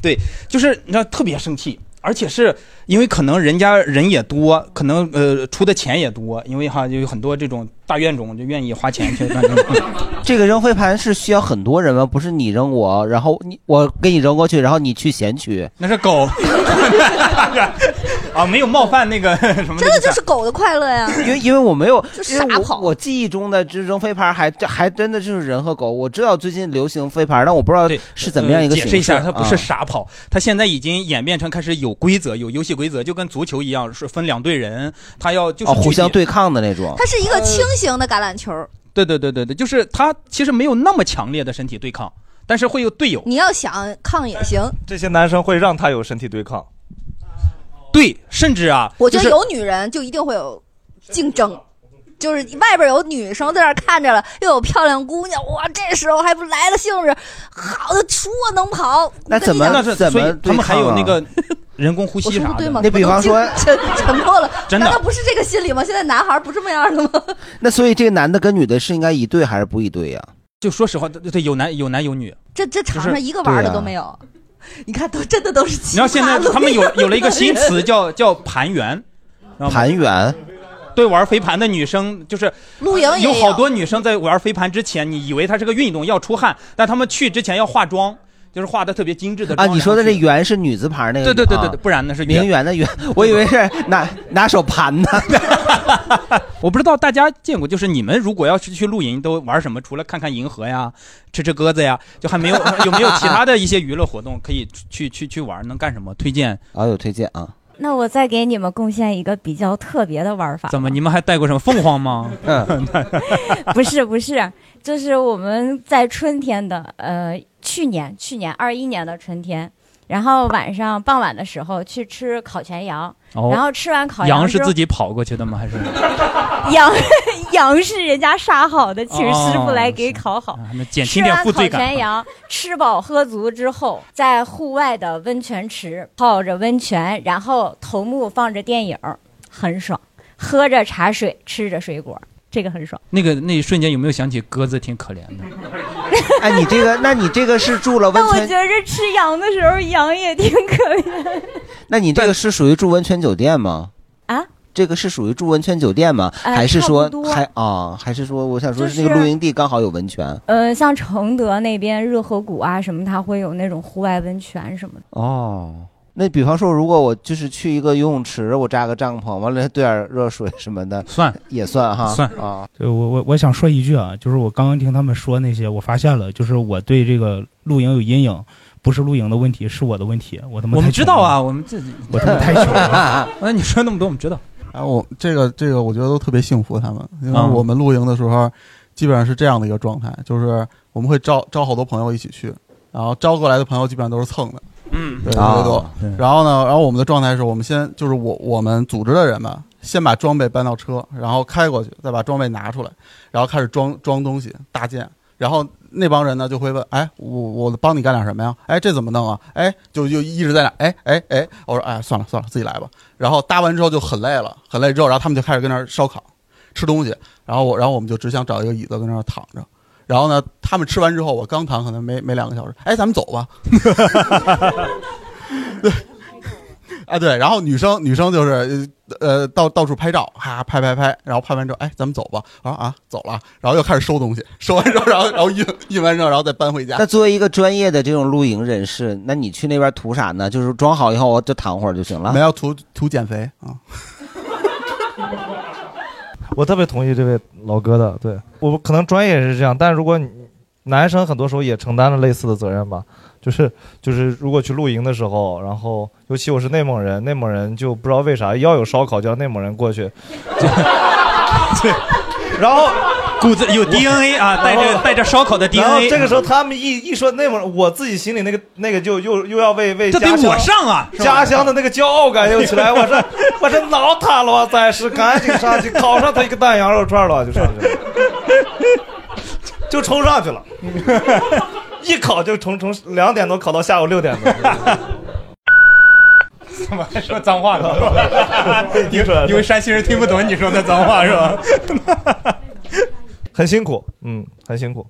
对，就是你知道特别生气，而且是因为可能人家人也多，可能呃出的钱也多，因为哈有很多这种大怨种就愿意花钱去干这 种。
这个扔飞盘是需要很多人吗？不是你扔我，然后你我给你扔过去，然后你去嫌取。
那是狗 啊，没有冒犯那个什么，
真的就是狗的快乐呀。
因为因为我没有
就，
因为
傻
我我记忆中的这扔飞盘还这还真的就是人和狗。我知道最近流行飞盘，但我不知道是怎么样一个
呃解
形式。
释一下，它不
啊
是傻跑，它现在已经演变成开始有规则、有游戏规则，就跟足球一样，是分两队人，他要就是
哦互
具体
相对抗的那
哦
种。
它是一个轻型的橄榄球，
对对对对对，就是他其实没有那么强烈的身体对抗，但是会有队友。
你要想抗也行。
这些男生会让他有身体对抗。
对，甚至啊，
我觉得
就是
有女人就一定会有竞争，
就是外边有女生在那儿看着了，又有漂亮姑娘，哇，这时候还不来了兴致，好的，除我能跑。
那怎么
我
那
跟你
这
讲
怎么
所以他
对
们
抗
还有
啊
那 个人工呼吸
我说
啥
的对
的
吗？。
那比方说
我都惊沉沉默了，
真的
难道不是这个心理吗？现在男孩不这么样的吗？
那所以这个男的跟女的是应该一对还是不一对呀、
就说实话，对对，有男有男有女。
这这场
就
上
是
一个玩的都
对啊
没有，你看都真的都是。
你知道现在他们有有了一个新词叫叫盘圆，
盘圆，
对，玩飞盘的女生就是
露营也
有
有
好多女生在玩飞盘之前，你以为它是个运动要出汗，但她们去之前要化妆，就是化的特别精致的
啊，
妆。
你说的这圆是女字旁那个？
对对对
啊
对对不然呢是圆
名媛的圆， 我以为是拿拿手盘呢。
我不知道大家见过，就是你们如果要是去露营，都玩什么？除了看看银河呀、吃吃鸽子呀，就还没有 有没有其他的一些娱乐活动可以去去去玩？能干什么？推荐
啊，有推荐啊？
那我再给你们贡献一个比较特别的玩法。
怎么？你们还带过什么凤凰吗？
嗯，
不是不是，就是我们在春天的呃，去年去年二一年的春天，然后晚上傍晚的时候去吃烤全羊，
哦
然后吃完烤
羊
之
是
后，
自己跑过去的吗？还是
羊 羊是人家杀好的，请
哦
师傅来给烤好。
啊那减
吃
轻点
完
负罪
烤
感？
全羊，吃饱喝足之后，在户外的温泉池泡着温泉，然后头目放着电影儿，很爽。喝着茶水，吃着水果，这个很爽。
那个那一瞬间有没有想起鸽子挺可怜的？
哎，你这个，那你这个是住了温
但我
泉
觉，着吃羊的时候，羊也挺可怜的。
那你这个是属于住温泉酒店吗？
啊？
这个是属于住温泉酒店吗？
呃
还是
差
说
不多
还啊？还是说我想说
就是
是那个露营地刚好有温泉？
呃，像承德那边热河谷啊什么，它会有那种户外温泉什么的。
哦，那比方说，如果我就是去一个游泳池，我扎个帐篷，完了兑点热水什么的，
算
也算哈，
算
啊。
对我我我想说一句啊，就是我刚刚听他们说那些，我发现了，就是我对这个露营有阴影，不是露营的问题，是我的问题，我他妈
我
太
们知
穷
道
了
啊，我们自己
我他妈太穷 了。
啊那你说那么多，我们知道。
哎，我这个这个，我觉得都特别幸福。他们，因为
嗯
我们露营的时候，基本上是这样的一个状态，就是我们会招招好多朋友一起去，然后招过来的朋友基本上都是蹭的，
嗯
对，特别多
啊对。
然后呢，然后我们的状态是我们先就是我我们组织的人们先把装备搬到车，然后开过去，再把装备拿出来，然后开始装装东西搭建，然后。那帮人呢就会问，哎，我我帮你干点什么呀？哎，这怎么弄啊？哎，就就一直在那，哎哎哎，我说，哎，算了算了，自己来吧。然后搭完之后就很累了，很累之后，然后他们就开始跟那儿烧烤，吃东西，然后我，然后我们就只想找一个椅子跟那儿躺着。然后呢，他们吃完之后，我刚躺可能没没两个小时，哎，咱们走吧。对， 啊对，然后女生女生就是呃到到处拍照，哈、拍拍拍，然后拍完之后，哎，咱们走吧。我说啊，走了，然后又开始收啊东西，收完之后，然后然后运运完之后，然后再搬回家。
那作为一个专业的这种露营人士，那你去那边图啥呢？就是装好以后我就躺会儿就行了。
没有图图减肥啊。
我特别同意这位老哥的，对我可能专业也是这样，但如果你男生很多时候也承担了类似的责任吧，就是就是如果去露营的时候，然后尤其我是内蒙人，内蒙人就不知道为啥要有烧烤就让内蒙人过去， 对，然后
骨子有 DNA 啊，带着带着烧烤的
然后
DNA。
这个时候他们一一说内蒙人，我自己心里那个那个就又又要为为
这得
家乡
我上啊是吧
家乡的那个骄傲感又起来，我说 我说挠他了，暂时赶紧上去 烤上他一个蛋羊肉串了，就上去了， 就冲上 去了，一烤就从从两点多烤到下午六点多。
怎么还说脏话 呢？
听出来了
因为山西人听不懂 你说的脏话是吧？
很辛苦，嗯，很辛苦。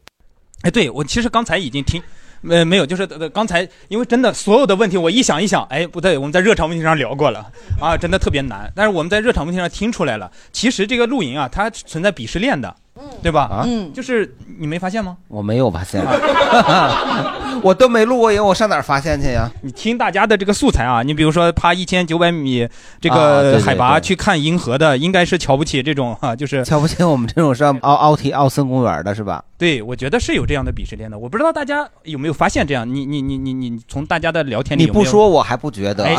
哎，对我其实刚才已经听，呃，没有，就是、呃、刚才因为真的所有的问题，我一想一想，哎，不对，我们在热场问题上聊过了啊，真的特别难。但是我们在热场问题上听出来了，其实这个露营啊，它存在鄙视链的，对
啊
吧？
嗯
就是你没发现吗？
我没有发现，
嗯
我都没露过营，我上哪儿发现去呀？
你听大家的这个素材啊，你比如说爬一千九百米这
啊
个
对对
海拔
对
去看银河的，应该是瞧不起这种哈、就是
瞧不起我们这种上奥奥体奥森公园的是吧？
对，我觉得是有这样的鄙视链的。我不知道大家有没有发现这样？你你你你你从大家的聊天里
你
有没有
不说我还不觉得，
哎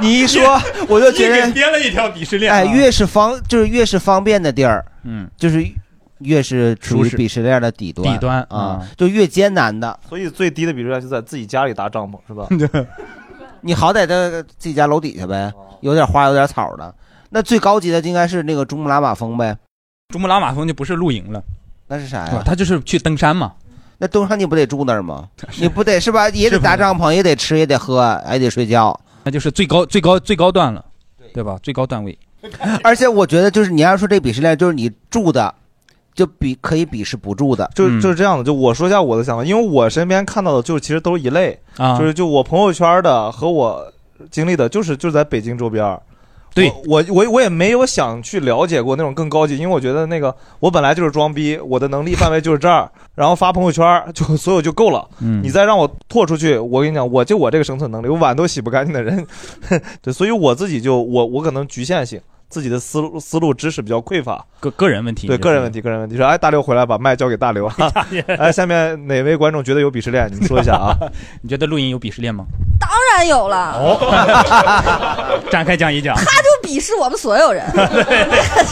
你一说我就觉得
你给编了一条鄙视链啊。
哎，越是方就是越是方便的地儿，
嗯，
就是越是处于鄙视链的底端
底端
啊
啊，
就越艰难的。
所以最低的比例就在自己家里搭帐篷， 是吧？
哦
你好歹在自己家楼底下呗，有点花有点草的，那最高级的应该是那个珠穆朗玛峰呗。
珠穆朗玛峰就不是露营了，
那是啥
呀？他就是去登山嘛。
那登山你不得住那儿吗？ 你不得是吧？也得搭帐篷，也得吃，也得喝，还得睡觉。
那就是最高最高最高段了，对吧？最高段位。
而且我觉得，就是你要说这鄙视链，就是你住的，就比可以鄙视不住的，
就就是这样的。就我说一下我的想法，因为我身边看到的，就是其实都是一类，
啊
就是就我朋友圈的和我经历的，就是就是在北京周边儿。
对
我我我我也没有想去了解过那种更高级，因为我觉得那
嗯
个我本来就是装逼，我的能力范围就是这 儿，然后发朋友圈儿就所有就够了。
嗯
你再让我拓出去，我跟你讲，我就我这个生存能力，我碗都洗不干净的人， 对，所以我自己就我我可能局限性，自己的思路思路知识比较匮乏，
个个人问题，
对个人问题，个人问题。说，哎，大刘回来，把麦交给大刘啊。哎，下面哪位观众觉得有鄙视链？你们说一下 啊。
你觉得录音有鄙视链吗？
当然有了，
哦 展开讲一 讲。
他就鄙视我们所有人。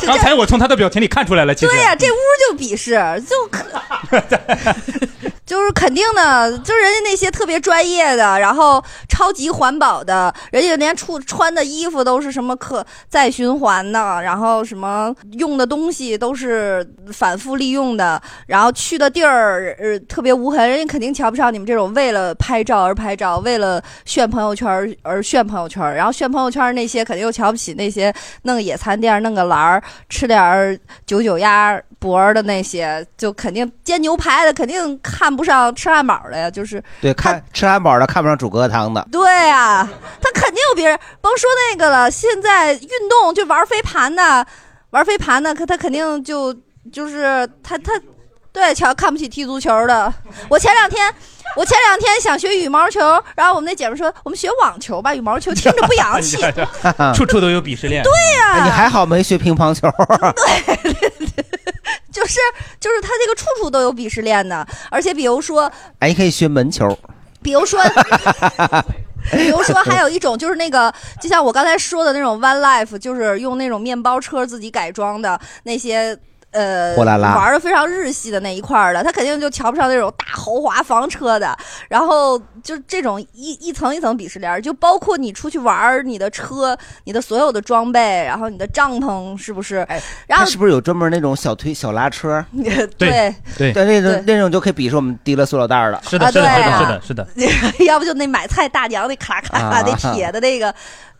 刚才我从他的表情里看出来了，其实
对呀、这屋就鄙视，就可， 就是肯定的，就是人家那些特别专业的，然后超级环保的，人家连出穿的衣服都是什么可再循环的，然后什么用的东西都是反复利用的，然后去的地儿呃特别无痕，人家肯定瞧不上你们这种为了拍照而拍照，为了炫朋友圈而而炫朋友圈，然后炫朋友圈那些肯定又瞧不起那些弄个野餐垫儿、弄个篮儿、吃点儿九九鸭脖儿的那些，就肯定煎牛排的肯定看不上吃汉堡的呀，就是
对，看吃汉堡的看不上煮疙瘩汤的。
对啊，他肯定有别人。甭说那个了，现在运动就玩飞盘的，玩飞盘的，可他肯定就就是他他，对，瞧看不起踢足球的。我前两天。我前两天想学羽毛球，然后我们那姐们说我们学网球吧，羽毛球听着不洋 气。
处处都有鄙
哎
视链。
对
哎
呀、
你还好没学乒乓球。
就是就是他这个处处都有鄙视链的，而且比如说
哎，你可以学门球。
比如 说，比如说，还有一种就是那个，就像我刚才说的那种 One Life，就是用那种面包车自己改装的那些。呃，
货拉拉
玩的非常日系的那一块儿的，他肯定就瞧不上那种大豪华房车的。然后就这种一一层一层鄙视链儿，就包括你出去玩儿，你的车、你的所有的装备，然后你的帐篷是不是？然
他
后？
哎是不是有专门那种小推小拉车
对对
但那种
对
那种就可以鄙视我们提了塑料袋儿了。
是的啊是的对啊是的
是 的。
要不就那买菜大娘那咔咔咔
啊
那铁的那个，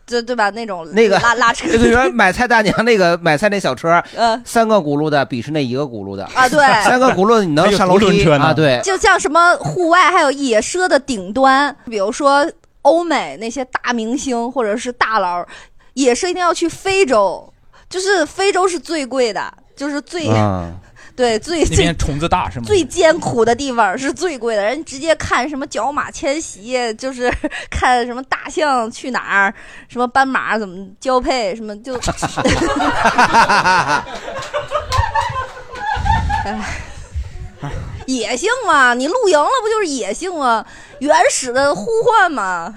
就对吧？那种
那个
拉拉车
就比 如说买菜大娘那个买菜那小车，
嗯，
三个轱辘的鄙视那一个轱辘的
啊对
三个轱辘你能上
还
楼
有独轮
梯
车呢
啊？对，
就 像什么户外还有野奢的顶端，比如说欧美那些大明星或者是大佬，野奢一定要去非洲，就是非洲是最贵的，就是
嗯
最、
啊，
对最
那
最
边虫子大是吗？
最艰苦的地方是最贵的，人直接看什么角马迁徙，就是 看什么大象去哪儿，什么斑马怎么交配，什么就，哎 野性嘛，你露营了不就是野性吗？原始的呼唤嘛，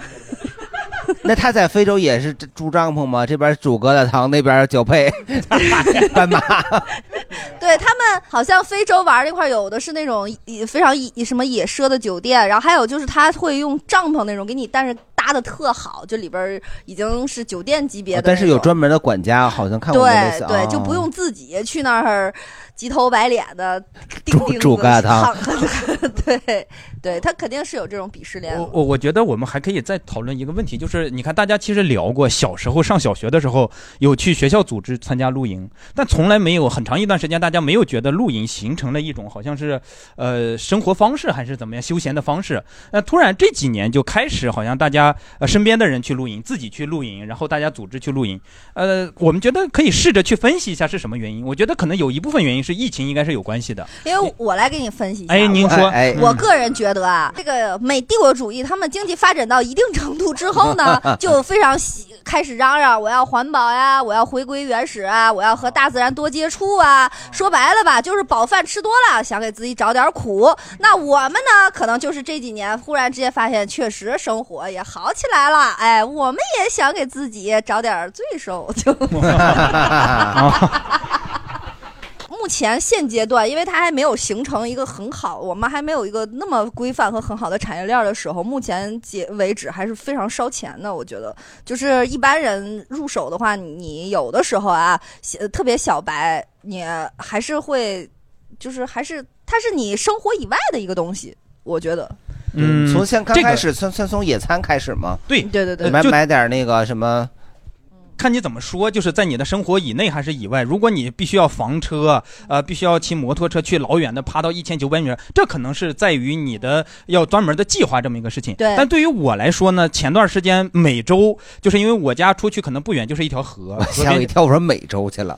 那他在非洲也是住帐篷吗？这边煮疙瘩汤，那边脚配斑马。
对他们好像非洲玩那块儿有的是那种野非常野什么野奢的酒店，然后还有就是他会用帐篷那种给你，但是搭的特好，就里边儿已经是酒店级别的那种、
啊但是有专门的管家，好像看过类
对
似啊
对，就不用自己去那儿急头白脸的钉钉
煮疙瘩汤
子，对对，他肯定是有这种鄙视链。
我我觉得我们还可以再讨论一个问题，就是你看大家其实聊过，小时候上小学的时候有去学校组织参加露营，但从来没有很长一段时间大家没有觉得露营形成了一种好像是呃生活方式还是怎么样休闲的方式。那、突然这几年就开始好像大家呃身边的人去露营，自己去露营，然后大家组织去露营。呃，我们觉得可以试着去分析一下是什么原因。我觉得可能有一部分原因是疫情应该是有关系的。
因为我来给你分析一下，
哎您说
我
哎哎
我个人觉得啊，这个美帝国主义他们经济发展到一定程度之后 呢，就非常喜开始嚷嚷我要环保呀，我要回归原始啊，我要和大自然多接触啊。说白了吧，就是饱饭吃多了，想给自己找点苦。那我们呢，可能就是这几年忽然之间发现，确实生活也好起来了，哎，我们也想给自
啊
己找点罪受，就。
啊
目前现阶段，因为它还没有形成一个很好，我们还没有一个那么规范和很好的产业链儿的时候，目前结为止还是非常烧钱的。我觉得，就是一般人入手的话，你你有的时候啊，小特别小白，你啊还是会，就是还是它是你生活以外的一个东西，我觉得。
嗯，从现刚
这个
开始，先先从野餐开始嘛。
对
对对对
买
就
买点那个什么。
看你怎么说，就是在你的生活以内还是以外。如果你必须要房车，呃，必须要骑摩托车去老远的爬到一千九百米，这可能是在于你的要专门的计划这么一个事情。
对
但对于我来说呢，前段时间每周，就是因为我家出去可能不远就是一 条河，河
吓我
边
一跳，我说美洲去了。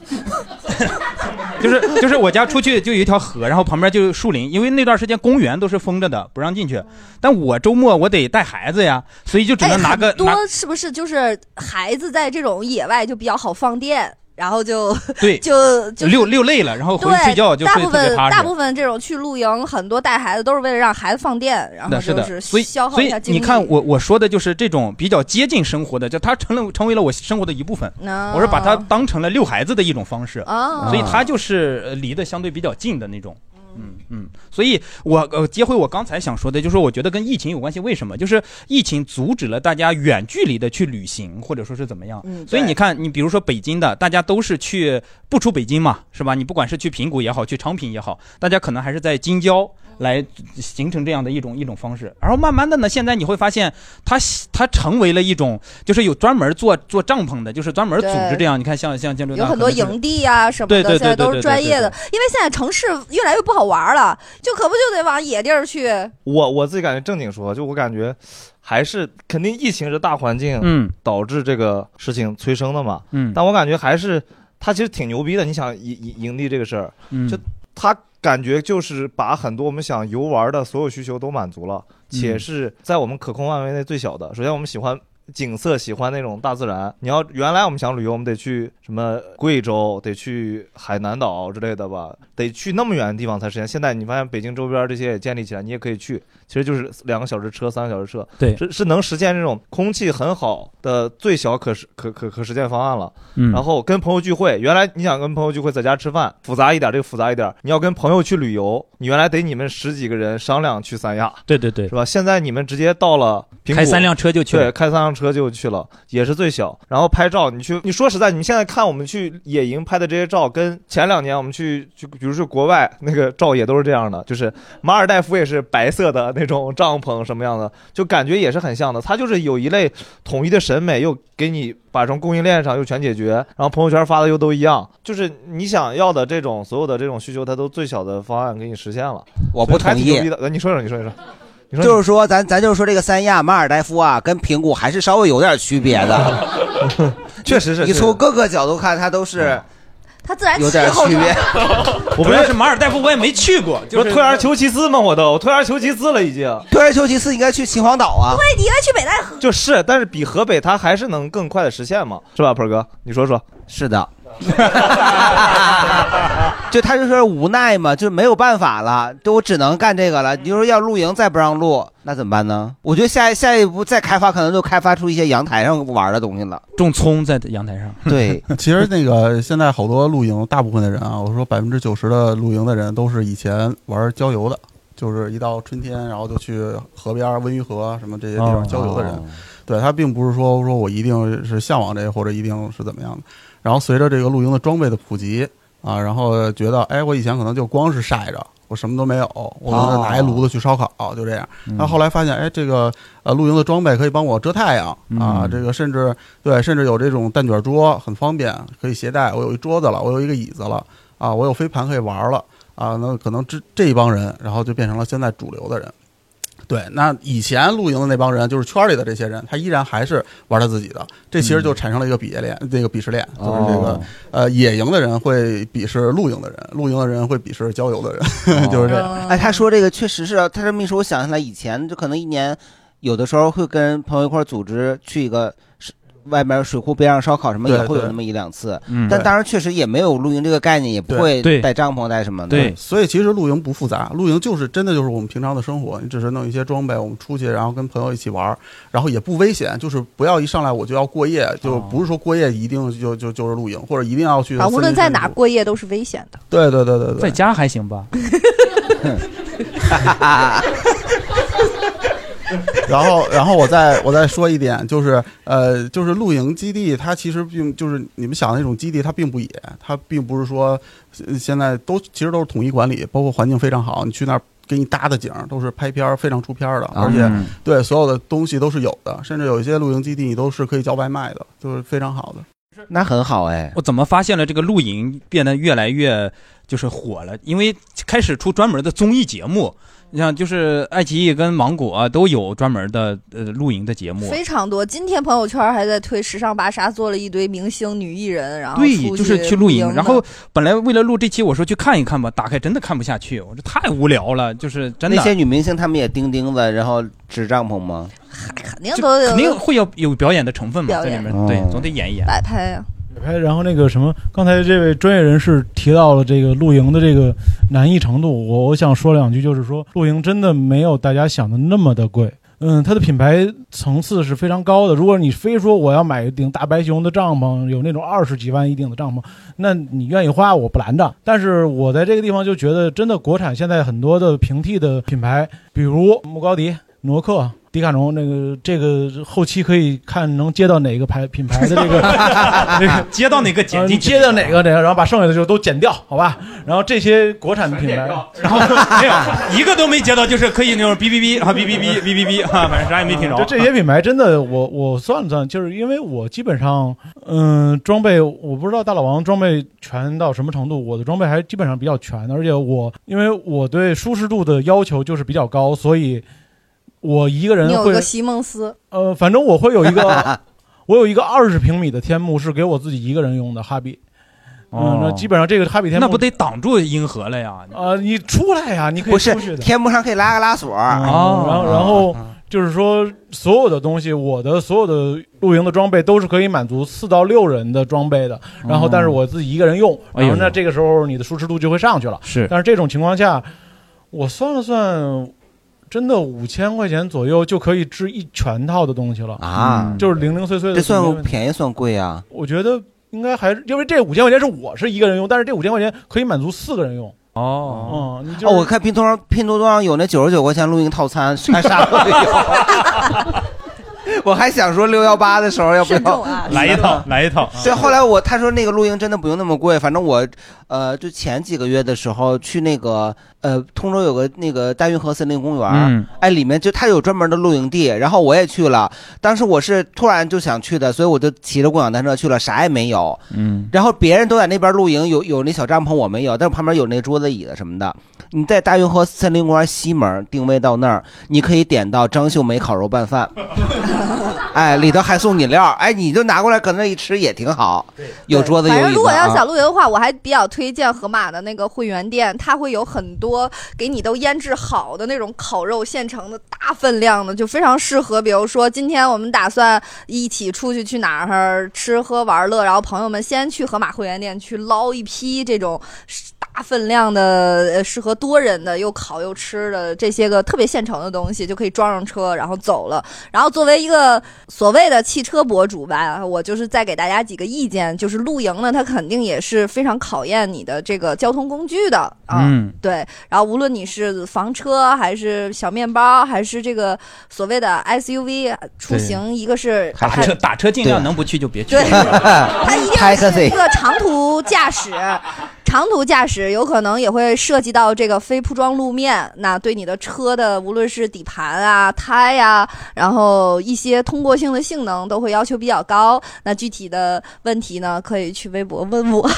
就是就是我家出去就有一条河，然后旁边就是树林，因为那段时间公园都是封着的，不让进
嗯
去。但我周末我得带孩子呀，所以就只能拿个、拿
多是不是就是孩子在这种野外就比较好放电，然后就
对
就就
溜溜累了，然后回去
对
睡觉就
大
睡
部
得特别
分
踏实。
大部分这种去露营，很多带孩子都是为了让孩子放电，然后
那是
就
的，所以
消耗
所
一
以
下精力。
你看我我说的就是这种比较接近生活的，就它成了成为了我生活的一部分。
哦
我是把它当成了遛孩子的一种方式，
哦
所以它就是呃离得相对比较近的那种。嗯嗯，所以我呃接回我刚才想说的，就是说我觉得跟疫情有关系。为什么？就是疫情阻止了大家远距离的去旅行，或者说是怎么样。
嗯
所以
对
你看，你比如说北京的，大家都是去不出北京嘛，是吧？你不管是去平谷也好，去昌平也好，大家可能还是在京郊来形成这样的一种一种方式。然后慢慢的呢，现在你会发现它，它成为了一种，就是有专门做做帐篷的，就是专门组织
对
这样。你看像，像建筑
有很多营地呀、什么
对
的，
对
现
对
在都
对对
是
对
专
对
业的
对，
因为现在城市越来越不好玩了，就可不就得往野地儿去。
我我自己感觉正经说，就我感觉还是肯定疫情是大环境，
嗯，
导致这个事情催生的嘛，
嗯
但我感觉还是他其实挺牛逼的。你想营营营地这个事儿，
嗯
就他感觉就是把很多我们想游玩的所有需求都满足
嗯
了，且是在我们可控范围内最小的。首先，我们喜欢。景色喜欢那种大自然，你要原来我们想旅游，我们得去什么贵州，得去海南岛之类的吧，得去那么远的地方才实现。现在你发现北京周边这些也建立起来，你也可以去，其实就是两个小时车，三个小时车，
对
是是能实现这种空气很好的最小可实可可可实现方案了。
嗯
然后跟朋友聚会，原来你想跟朋友聚会，在家吃饭复杂一点，这个复杂一点。你要跟朋友去旅游，你原来得你们十几个人商量去三亚，
对对对，
是吧？现在你们直接到了苹果，
开三辆车就去了
对，开三辆车就去了，也是最小。然后拍照，你去，你说实在，你们现在看我们去野营拍的这些照，跟前两年我们去去，比如说国外那个照也都是这样的，就是马尔代夫也是白色的那种帐篷什么样的，就感觉也是很像的。它就是有一类统一的审美，又给你把从供应链上又全解决，然后朋友圈发的又都一样，就是你想要的这种所有的这种需求，它都最小的方案给你实现了。
我不
所以还
同
挺牛
意
逼的呃你说说，你说你说。你说
就是说，咱咱就是说，这个三亚、马尔代夫啊，跟平谷还是稍微有点区别的。
确实是嗯
你从各个角度看，它都是
它自然
有点
气候
区别。
我不认识马尔代夫，我也没去过，
就是退而求其次嘛，我都我退而求其次了，已经。
退而求其次，应该去秦皇岛啊。
对，你应该去北戴河。
就是，但是比河北它还是能更快的实现嘛，是吧，鹏哥？你说说。
是的。就他就是无奈嘛，就没有办法了，就我只能干这个了。你说要露营再不让露，那怎么办呢？我觉得下下一步再开发，可能就开发出一些阳台上玩的东西了。
种葱在阳台上，
对，
其实那个现在好多露营，大部分的人啊，我说百分之九十的露营的人都是以前玩郊游的，就是一到春天，然后就去河边儿、温榆河什么这些地
哦
方郊游的人。对他并不是说说我一定是向往这个或者一定是怎么样的。然后随着这个露营的装备的普及啊，然后觉得哎，我以前可能就光是晒着，我什么都没有，我
哦
拿一炉子去烧烤，就这样。
嗯
然后后来发现，哎，这个呃露营的装备可以帮我遮太阳啊，
嗯
这个甚至对，甚至有这种蛋卷桌，很方便，可以携带。我有一桌子了，我有一个椅子了啊，我有飞盘可以玩了啊，那可能这这一帮人，然后就变成了现在主流的人。对，那以前露营的那帮人，就是圈里的这些人，他依然还是玩他自己的，这其实就产生了一个鄙视链，这个鄙视链就是这个、
哦
呃，野营的人会鄙视露营的人，露营的人会鄙视郊游的人， 就是这
哦
样。
哎，他说这个确实是，他这么一说，我想起来以前就可能一年有的时候会跟朋友一块儿组织去一个是外面水库边上烧烤什么
对
也会有
对
那么一两次
嗯，
但
对
当然确实也没有露营这个概念，也不
对
会
对
带帐篷带什么的。
所以其实露营不复杂，露营就是真的就是我们平常的生活，你只是弄一些装备，我们出去，然后跟朋友一起玩儿，然后也不危险，就是不要一上来我就要过夜，就不是说过夜一定就就就是露营，或者一定要去。
啊，无论在哪儿，过夜都是危险的。
对对对对对，在
家还行吧。
然后，然后我再我再说一点，就是呃，就是露营基地，它其实并就是你们想的那种基地，它并不野，它并不是说呃现在都其实都是统一管理，包括环境非常好，你去那儿。给你搭的景儿都是拍片儿非常出片儿的，而且
嗯
对所有的东西都是有的，甚至有一些露营基地你都是可以叫外卖的，就是非常好的。
那很好哎。
我怎么发现了这个露营变得越来越就是火了？因为开始出专门的综艺节目，你像就是爱奇艺跟芒果、啊、都有专门的呃露营的节目。
非常多。今天朋友圈还在推时尚芭莎做了一堆明星女艺人，然后
对，
出
就是去
去
露
营
营。
的。
然后本来为了录这期，我说去看一看吧，打开真的看不下去，我这太无聊了，就是真的。
那些女明星她们也钉钉子，然后支帐篷吗？
肯定都有
肯定会要有表演的成分嘛，
表
在
演
里面，对，
哦
总得演一演。
摆拍啊呀、
哎，然后那个什么，刚才这位专业人士提到了这个露营的这个难易程度，我我想说两句，就是说露营真的没有大家想的那么的贵。嗯，它的品牌层次是非常高的。如果你非说我要买一顶大白熊的帐篷，有那种二十几万一顶的帐篷，那你愿意花我不拦着。但是我在这个地方就觉得，真的国产现在很多的平替的品牌，比如穆高迪、挪克、迪卡侬，那个这个后期可以看能接到哪个牌品牌的这个
啊
那个
接到哪个
剪辑，呃接到啊哪个哪个，然后把剩下的就都剪掉，好吧？然后这些国产品牌，然后
没 有一个都没接到，就是可以那种哔哔哔啊，哔哔哔哔哔哔啊，反正啥也没听着。
就这些品牌真的，我我算了算，就是因为我基本上，嗯，装备我不知道大老王装备全到什么程度，我的装备还基本上比较全，而且我因为我对舒适度的要求就是比较高，所以我一个人
你有
会
个席梦思，
呃，反正我会有一个， 我有一个二十平米的天幕是给我自己一个人用的哈比。
哦
嗯，那基本上这个哈比天幕
那不得挡住银河了呀？
啊，你出来呀，你可以
不是
出去的。
天幕上可以拉个拉锁啊
哦
嗯然后然后就是说，所有的东西，我的所有的露营的装备都是可以满足四到六人的装备的。然后，但是我自己一个人用，
哦哎呦
然后那这个时候你的舒适度就会上去了。
是
但是这种情况下，我算了算。真的五千块钱左右就可以支一全套的东西了
啊
就是零零碎碎的，
这算便宜算贵啊？
我觉得应该还是因为这五千块钱是我是一个人用，但是这五千块钱可以满足四个人用。
哦，
嗯，你就
哦，我看拼多多上拼多多上有那九十九块钱露营 套餐，啥啥都有。我还想说六幺八的时候要不要、
来一套，来一套。
对，后来我他说那个露营真的不用那么贵，反正我，呃，就前几个月的时候去那个呃通州有个那个大运河森林公园，
嗯
哎，里面就它有专门的露营地，然后我也去了，当时我是突然就想去的，所以我就骑着共享单车去了，啥也没有，
嗯，
然后别人都在那边露营，有有那小帐篷，我没有，但是旁边有那桌子椅子什么的。你在大运河森林公园西门定位到那儿，你可以点到张秀梅烤肉 拌饭，哎，里头还送饮料，哎，你就拿过来搁那一吃也挺好。有桌子有
反正
椅
如
子
果要
啊
想。露营的话，我还比较推荐盒马的那个汇源店，它会有很多给你都腌制好的那种烤肉，现成的大分量的，就非常适合。比如说今天我们打算一起出去去哪儿吃喝玩乐，然后朋友们先去盒马汇源店去捞一批这种大分量的、呃适合多人的又烤又吃的这些个特别现成的东西，就可以装上车然后走了。然后作为一个所谓的汽车博主吧，我就是再给大家几个意见，就是露营呢，它肯定也是非常考验你的这个交通工具的啊。
嗯
对，然后无论你是房车还是小面包，还是这个所谓的 SUV 出行，一个是
打车打车尽量能不去就别去。
对 它 一
哎
定是一
Taxi
个长途驾驶，长途驾驶有可能也会涉及到这个非铺装路面，那对你的车的无论是底盘啊、胎呀、然后一些通过性的性能都会要求比较高。那具体的问题呢，可以去微博问我。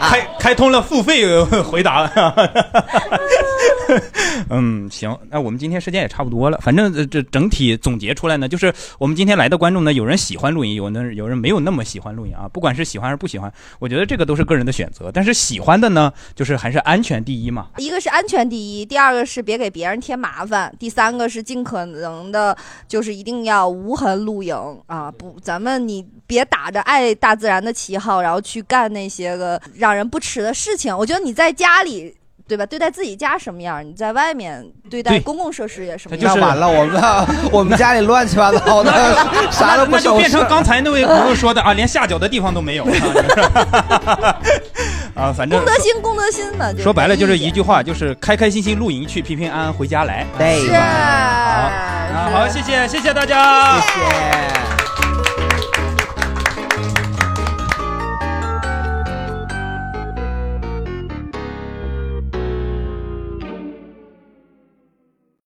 开开通了付费呃回答。 嗯，行，那我们今天时间也差不多了，反正呃这整体总结出来呢，就是我们今天来的观众呢，有人喜欢露营，有的有人没有那么喜欢露营啊。不管是喜欢还是不喜欢，我觉得这个都是个人的选择。但是喜欢的呢，就是还是安全第一嘛。
一个是安全第一，第二个是别给别人添麻烦，第三个是尽可能的，就是一定要无痕露营啊！不，咱们你别打着爱大自然的旗号，然后去干那些个让人不齿的事情。我觉得你在家里。对吧？对待自己家什么样，你在外面对待
对
公共设施也什么
那
样。
完了，我们 我们家里乱七八糟的，啥都不
那就
收拾
变成刚才那位朋友说的啊，连下脚的地方都没有啊。 啊，反正
公德心，公德心嘛。就
说白了就是
一
一句话，就是开开心心露营去，平平安安回家来。
对
是啊
好，好，谢谢，谢谢大家，谢谢。